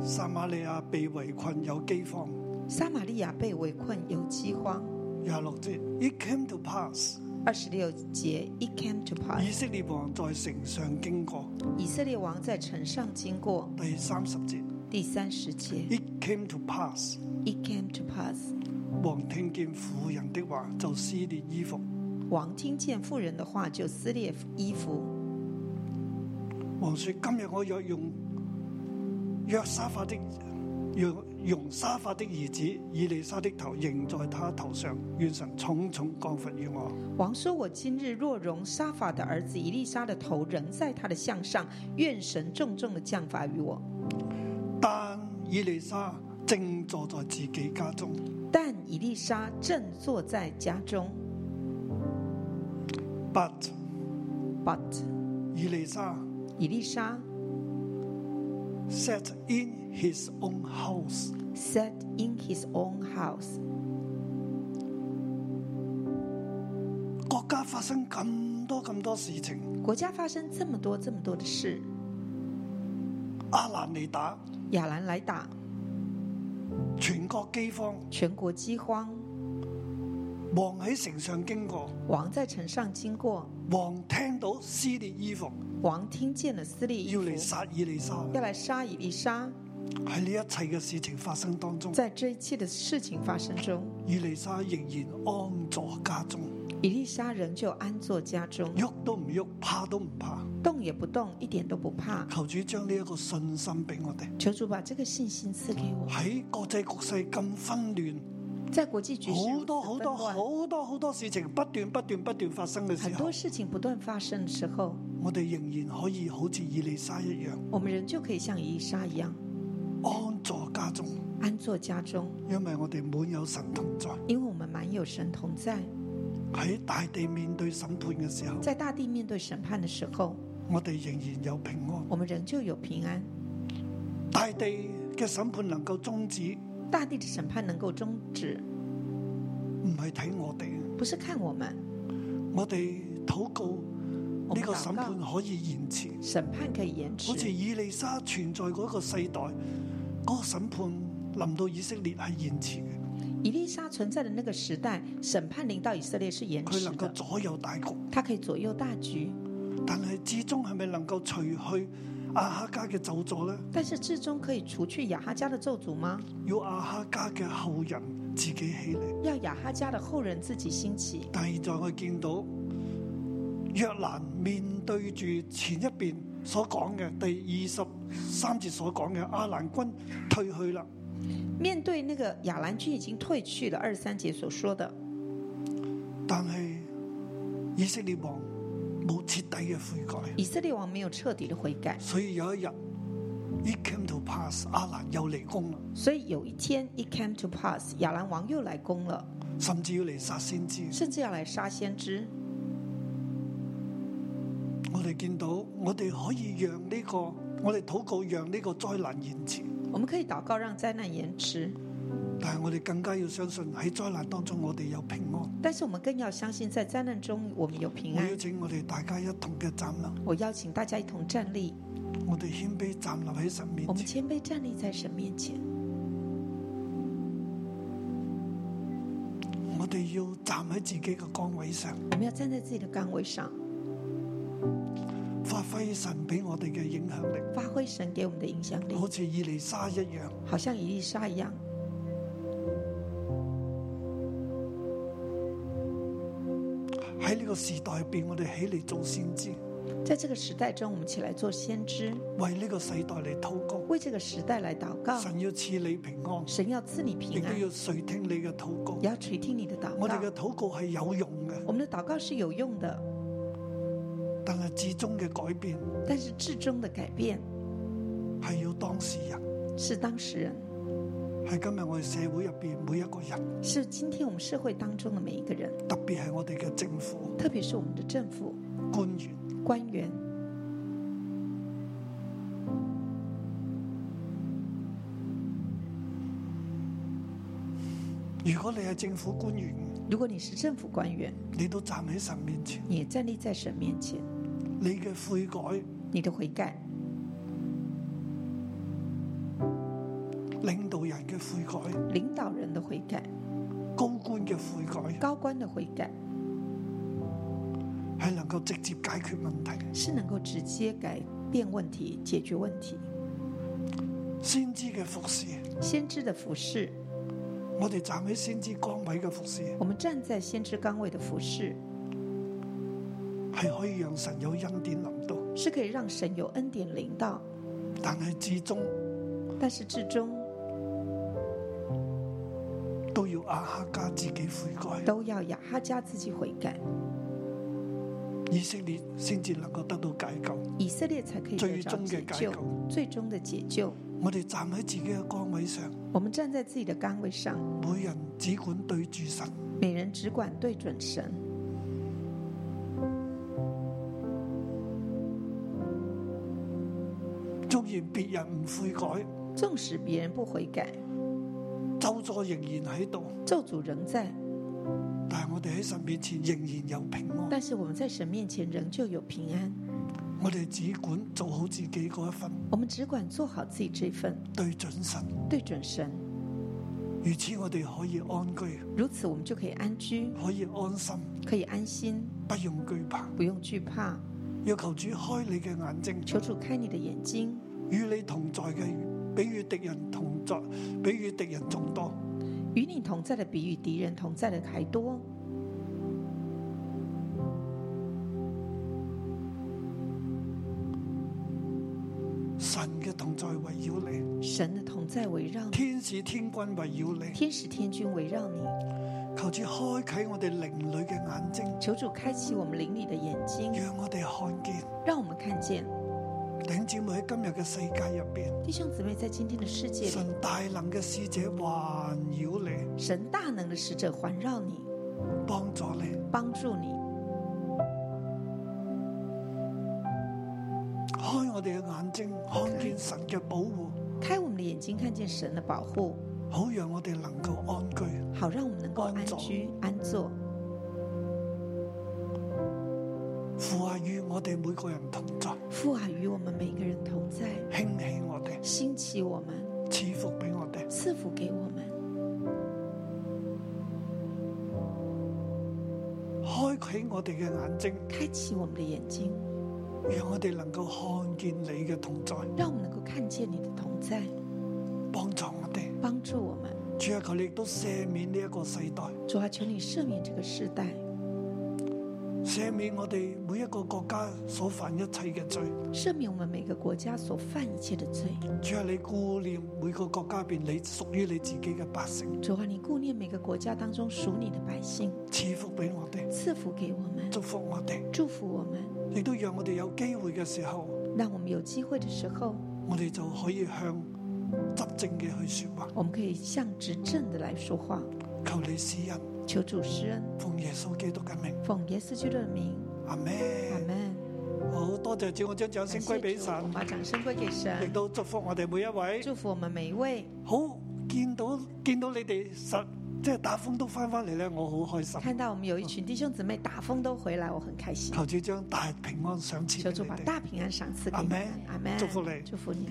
[SPEAKER 2] 撒瑪利亞被圍困有饑荒。
[SPEAKER 3] 撒玛利亚被围困有饥荒。
[SPEAKER 2] 廿六節，It came to pass，
[SPEAKER 3] 二十六节，It came to
[SPEAKER 2] 以
[SPEAKER 3] pass，
[SPEAKER 2] 色列王在城上經過。
[SPEAKER 3] 以色列王在城上经过。
[SPEAKER 2] 第三十節
[SPEAKER 3] 第三十节
[SPEAKER 2] ，It came to pass，
[SPEAKER 3] ，It came to pass，
[SPEAKER 2] 王聽見婦人的話就撕裂衣服。
[SPEAKER 3] 王听见妇人的话，就撕裂衣服。
[SPEAKER 2] 王說：今日我若用約沙法的約用沙法的兒子以利沙的頭仍在他頭上，願神重重降罰於我。
[SPEAKER 3] 王说：“我今日若容沙法的儿子以利沙的头仍在他的项上，愿神重重的降罚于我。
[SPEAKER 2] 但以利沙正坐在自己家中，
[SPEAKER 3] 但以利沙正坐在家中
[SPEAKER 2] ，but
[SPEAKER 3] ，but
[SPEAKER 2] 以利沙
[SPEAKER 3] 以利沙
[SPEAKER 2] sat in his own house。
[SPEAKER 3] sat in his own house。
[SPEAKER 2] 國家發生咁多咁多事情，
[SPEAKER 3] 国家发生这么多这么多的事，
[SPEAKER 2] 阿蘭尼打，
[SPEAKER 3] 亚兰来打，
[SPEAKER 2] 全國饑荒，
[SPEAKER 3] 全国饥荒，
[SPEAKER 2] 王喺城上經過，
[SPEAKER 3] 王在城上经过，
[SPEAKER 2] 王聽到撕裂衣服，
[SPEAKER 3] 王听见了撕裂衣
[SPEAKER 2] 要
[SPEAKER 3] 服，
[SPEAKER 2] 嚟殺以利沙。
[SPEAKER 3] 要来杀以利沙。
[SPEAKER 2] 喺呢一切嘅事情發生當中，
[SPEAKER 3] 在这一切的事情发生中，
[SPEAKER 2] 以利沙仍然安坐家中，
[SPEAKER 3] 以利沙仍旧安坐家中。”
[SPEAKER 2] 喐都唔喐，怕都唔怕。
[SPEAKER 3] 动也不动，一点都不怕。
[SPEAKER 2] 求主將呢一個信心俾我哋。
[SPEAKER 3] 求主把这个信心赐给我，
[SPEAKER 2] 喺國際局勢咁紛亂，
[SPEAKER 3] 在国际局势
[SPEAKER 2] 好多好
[SPEAKER 3] 如此
[SPEAKER 2] 多
[SPEAKER 3] 纷乱
[SPEAKER 2] 好多好多事情不斷不斷不斷發生嘅
[SPEAKER 3] 很
[SPEAKER 2] 時候
[SPEAKER 3] 多，事情不断发生的时候，
[SPEAKER 2] 我哋仍然可以好似以利沙一樣
[SPEAKER 3] 我们人就可以像以利沙一样
[SPEAKER 2] 安坐家中，
[SPEAKER 3] 安坐家中，
[SPEAKER 2] 因為我哋滿有神同在。
[SPEAKER 3] 因为我们满有神同在。
[SPEAKER 2] 喺大地面對審判嘅時候，
[SPEAKER 3] 在大地面对审判的时候，
[SPEAKER 2] 我哋仍然有平安。
[SPEAKER 3] 我们仍旧有平安。
[SPEAKER 2] 大地嘅審判能夠終止，
[SPEAKER 3] 大地的审判能够终止，
[SPEAKER 2] 唔係睇我哋。
[SPEAKER 3] 不是看我们，
[SPEAKER 2] 我哋祷告呢
[SPEAKER 3] 我们
[SPEAKER 2] 個
[SPEAKER 3] 祷
[SPEAKER 2] 審
[SPEAKER 3] 告
[SPEAKER 2] 判可以延遲，
[SPEAKER 3] 审判可以延迟
[SPEAKER 2] 好，似以利沙存在嗰個世代，嗰個審判臨到以色列係延遲嘅，
[SPEAKER 3] 以利沙存在的那个时代，审判临到以色列是延
[SPEAKER 2] 佢
[SPEAKER 3] 迟
[SPEAKER 2] 能夠
[SPEAKER 3] 的，
[SPEAKER 2] 左右大局，
[SPEAKER 3] 他可以左右大局，
[SPEAKER 2] 但係至終係咪能夠除去亞哈家嘅咒詛呢？
[SPEAKER 3] 但是至终可以除去亚哈家的咒诅吗？
[SPEAKER 2] 要亞哈家嘅後人自己起嚟。
[SPEAKER 3] 要亚哈家的后人自己兴起。
[SPEAKER 2] 第二在我見到約蘭面對住前一邊所講嘅第二十三節所講嘅亞蘭軍退去啦，
[SPEAKER 3] 面对那个亚兰军已经退去了，二十三节所说的，
[SPEAKER 2] 但係以色列王冇徹底嘅悔改。
[SPEAKER 3] 以色列王没有彻底的悔改，
[SPEAKER 2] 所以有一日，it came to pass，阿蘭又嚟攻啦，
[SPEAKER 3] 所以有一天，it came to pass，亚兰王又来攻了，
[SPEAKER 2] 甚至要嚟殺先知。
[SPEAKER 3] 甚至要来杀先知。
[SPEAKER 2] 我哋見到，我哋可以讓呢、個，我哋禱告讓呢個災難延遲，
[SPEAKER 3] 我们可以祷告让灾难延迟，
[SPEAKER 2] 但係我哋更加要相信喺災難當中，我哋有平安。
[SPEAKER 3] 但是我们更要相信，在灾难中我们有平
[SPEAKER 2] 我
[SPEAKER 3] 安
[SPEAKER 2] 邀。請我哋大家一同嘅站立，
[SPEAKER 3] 我邀请大家一同站立，
[SPEAKER 2] 我哋謙卑站立喺神面
[SPEAKER 3] 我们
[SPEAKER 2] 前。
[SPEAKER 3] 谦卑站立在神面前，
[SPEAKER 2] 我哋要站喺自己嘅崗位上，
[SPEAKER 3] 我们要站在自己的岗位上，
[SPEAKER 2] 發揮神俾我哋嘅影響力，
[SPEAKER 3] 发挥神给我们的影响力，
[SPEAKER 2] 好似以利沙一樣。
[SPEAKER 3] 好像以利沙一样。
[SPEAKER 2] 喺呢個時代入邊，我哋起嚟做先知，
[SPEAKER 3] 在这个时代中，我们起来做先知，
[SPEAKER 2] 為呢個世代嚟禱告。
[SPEAKER 3] 为这个时代来祷告。
[SPEAKER 2] 神要賜你平安，
[SPEAKER 3] 神要赐你
[SPEAKER 2] 亦
[SPEAKER 3] 平
[SPEAKER 2] 都
[SPEAKER 3] 安，也
[SPEAKER 2] 要垂聽你嘅禱告。
[SPEAKER 3] 要垂听你的祷
[SPEAKER 2] 我哋嘅
[SPEAKER 3] 告。
[SPEAKER 2] 禱告係有用嘅，
[SPEAKER 3] 我们的祷告是有用的，
[SPEAKER 2] 但係至終嘅改變
[SPEAKER 3] 但是至终的改变
[SPEAKER 2] 係要當事人，
[SPEAKER 3] 是当事人，
[SPEAKER 2] 係今日我哋社會入邊每一個人，
[SPEAKER 3] 是今天我们社会当中的每一个人，
[SPEAKER 2] 特別係我哋嘅政府
[SPEAKER 3] 特别是我们的政府
[SPEAKER 2] 官員，
[SPEAKER 3] 官员。
[SPEAKER 2] 如果你係政府官員，
[SPEAKER 3] 如果你是政府官员，
[SPEAKER 2] 你都站喺神面前，
[SPEAKER 3] 你也站立在神面前，
[SPEAKER 2] 你嘅悔改
[SPEAKER 3] 你的悔改，
[SPEAKER 2] 領導人嘅悔改、
[SPEAKER 3] 领导人的悔改，
[SPEAKER 2] 高官嘅悔改，
[SPEAKER 3] 高官的悔改，
[SPEAKER 2] 係能夠直接解決問題。
[SPEAKER 3] 是能够直接改变问题、解决问题。
[SPEAKER 2] 先知嘅服侍，
[SPEAKER 3] 先知的服饰，
[SPEAKER 2] 我哋站喺先知崗位嘅服侍，
[SPEAKER 3] 我们站在先知岗位的服饰，
[SPEAKER 2] 係可以讓神有恩典臨到，
[SPEAKER 3] 是可以让神有恩典领到，
[SPEAKER 2] 但係至終。
[SPEAKER 3] 但是至终
[SPEAKER 2] 都要亞哈家自己悔改，
[SPEAKER 3] 都要亚哈家自己悔改，
[SPEAKER 2] 以色列先至能夠得到解救。
[SPEAKER 3] 以色列才可以得着
[SPEAKER 2] 最
[SPEAKER 3] 解
[SPEAKER 2] 终嘅解
[SPEAKER 3] 救，最终的解救。
[SPEAKER 2] 我哋站喺自己嘅崗位上，
[SPEAKER 3] 我们站在自己的岗位上，
[SPEAKER 2] 每人只管對住神，
[SPEAKER 3] 每人只管对准神，
[SPEAKER 2] 縱然別人唔悔改，
[SPEAKER 3] 纵使别人不悔改，
[SPEAKER 2] 咒詛仍然喺度，
[SPEAKER 3] 咒诅仍在，
[SPEAKER 2] 但係我哋喺神面前仍然有平安。
[SPEAKER 3] 但是我们在神面前仍旧有平安。
[SPEAKER 2] 我哋只管做好自己嗰一份，
[SPEAKER 3] 我们只管做好自己这份，
[SPEAKER 2] 對準神，
[SPEAKER 3] 对准神，
[SPEAKER 2] 如此我哋可以安居，
[SPEAKER 3] 如此我们就可以安居，
[SPEAKER 2] 可以安心，
[SPEAKER 3] 可以安心，
[SPEAKER 2] 不用懼怕。
[SPEAKER 3] 不用惧怕。
[SPEAKER 2] 要求主開你嘅眼睛，
[SPEAKER 3] 求主开你的眼睛，
[SPEAKER 2] 與你同在嘅，比與敵人同在，比與敵人仲多。
[SPEAKER 3] 与你同在的比与敌人同在的还多。
[SPEAKER 2] 神嘅同在圍繞你。
[SPEAKER 3] 神的同在围绕你，
[SPEAKER 2] 天使天君围绕你，
[SPEAKER 3] 天使天君围绕你。
[SPEAKER 2] 求主開啟我哋靈裏嘅眼睛，
[SPEAKER 3] 求主开启我们灵里的眼睛，
[SPEAKER 2] 讓我哋看見。
[SPEAKER 3] 让我们看见
[SPEAKER 2] 弟兄姊妹喺今日嘅世界入边，
[SPEAKER 3] 弟兄姊妹在今天的世界里，
[SPEAKER 2] 神大能嘅使者環繞你，
[SPEAKER 3] 神大能的使者环绕你，
[SPEAKER 2] 幫助你，
[SPEAKER 3] 帮助你，
[SPEAKER 2] 開我哋嘅眼睛，看見神嘅保護，
[SPEAKER 3] 开我们的眼睛，看见神的保护，
[SPEAKER 2] 好讓我哋能夠安居。
[SPEAKER 3] 好让我们能够安居安坐。
[SPEAKER 2] 父啊，與我哋每個人同在，
[SPEAKER 3] 父啊，与我们每个人同在，
[SPEAKER 2] 興起我哋，
[SPEAKER 3] 兴起我们，
[SPEAKER 2] 賜福俾我哋。
[SPEAKER 3] 赐福给我们，
[SPEAKER 2] 開啟我哋嘅眼睛，
[SPEAKER 3] 开启我们的眼睛，
[SPEAKER 2] 讓我哋能夠看見你嘅同在，
[SPEAKER 3] 让我们能够看见你的同在，
[SPEAKER 2] 幫助我哋。
[SPEAKER 3] 帮助我们。
[SPEAKER 2] 主啊，求你亦都赦免呢一個世代，
[SPEAKER 3] 主啊，求你赦免这个世代，
[SPEAKER 2] 赦免我哋每一個國家所犯一切嘅罪。
[SPEAKER 3] 赦免我们每个国家所犯一切的罪。
[SPEAKER 2] 主啊，你顧念每個國家入边你屬於你自己嘅百姓，
[SPEAKER 3] 主啊，你顾念每个国家当中属你的百姓，
[SPEAKER 2] 賜福俾我哋，
[SPEAKER 3] 赐福给我们，
[SPEAKER 2] 祝福我哋，
[SPEAKER 3] 祝福我们，
[SPEAKER 2] 亦都讓我哋有機會嘅時候，
[SPEAKER 3] 让我们有机会的时候，
[SPEAKER 2] 我哋就可以向執政嘅去说話。
[SPEAKER 3] 我们可以向执政的来说话。
[SPEAKER 2] 求你使人
[SPEAKER 3] 求主施恩，
[SPEAKER 2] 奉耶穌基督嘅名，
[SPEAKER 3] 奉耶稣基督的名，
[SPEAKER 2] 阿
[SPEAKER 3] 阿
[SPEAKER 2] 咩？
[SPEAKER 3] 门。
[SPEAKER 2] 好多謝主，我將掌聲
[SPEAKER 3] 感
[SPEAKER 2] 歸
[SPEAKER 3] 谢
[SPEAKER 2] 俾
[SPEAKER 3] 主，我们
[SPEAKER 2] 神，
[SPEAKER 3] 把掌声归给
[SPEAKER 2] 亦
[SPEAKER 3] 神，
[SPEAKER 2] 都祝福我哋每一位。
[SPEAKER 3] 祝福我们每一位。
[SPEAKER 2] 好，見到見到你哋實即係打風都翻翻嚟咧，我好開心。
[SPEAKER 3] 看到我们有一群弟兄姊妹打风都回来，我很开心。
[SPEAKER 2] 求主將大平安賞賜
[SPEAKER 3] 求
[SPEAKER 2] 俾
[SPEAKER 3] 主
[SPEAKER 2] 你
[SPEAKER 3] 把
[SPEAKER 2] 哋。
[SPEAKER 3] 大平安赏赐给你们，阿
[SPEAKER 2] 阿们
[SPEAKER 3] 门。
[SPEAKER 2] 祝福你
[SPEAKER 3] 祝福你。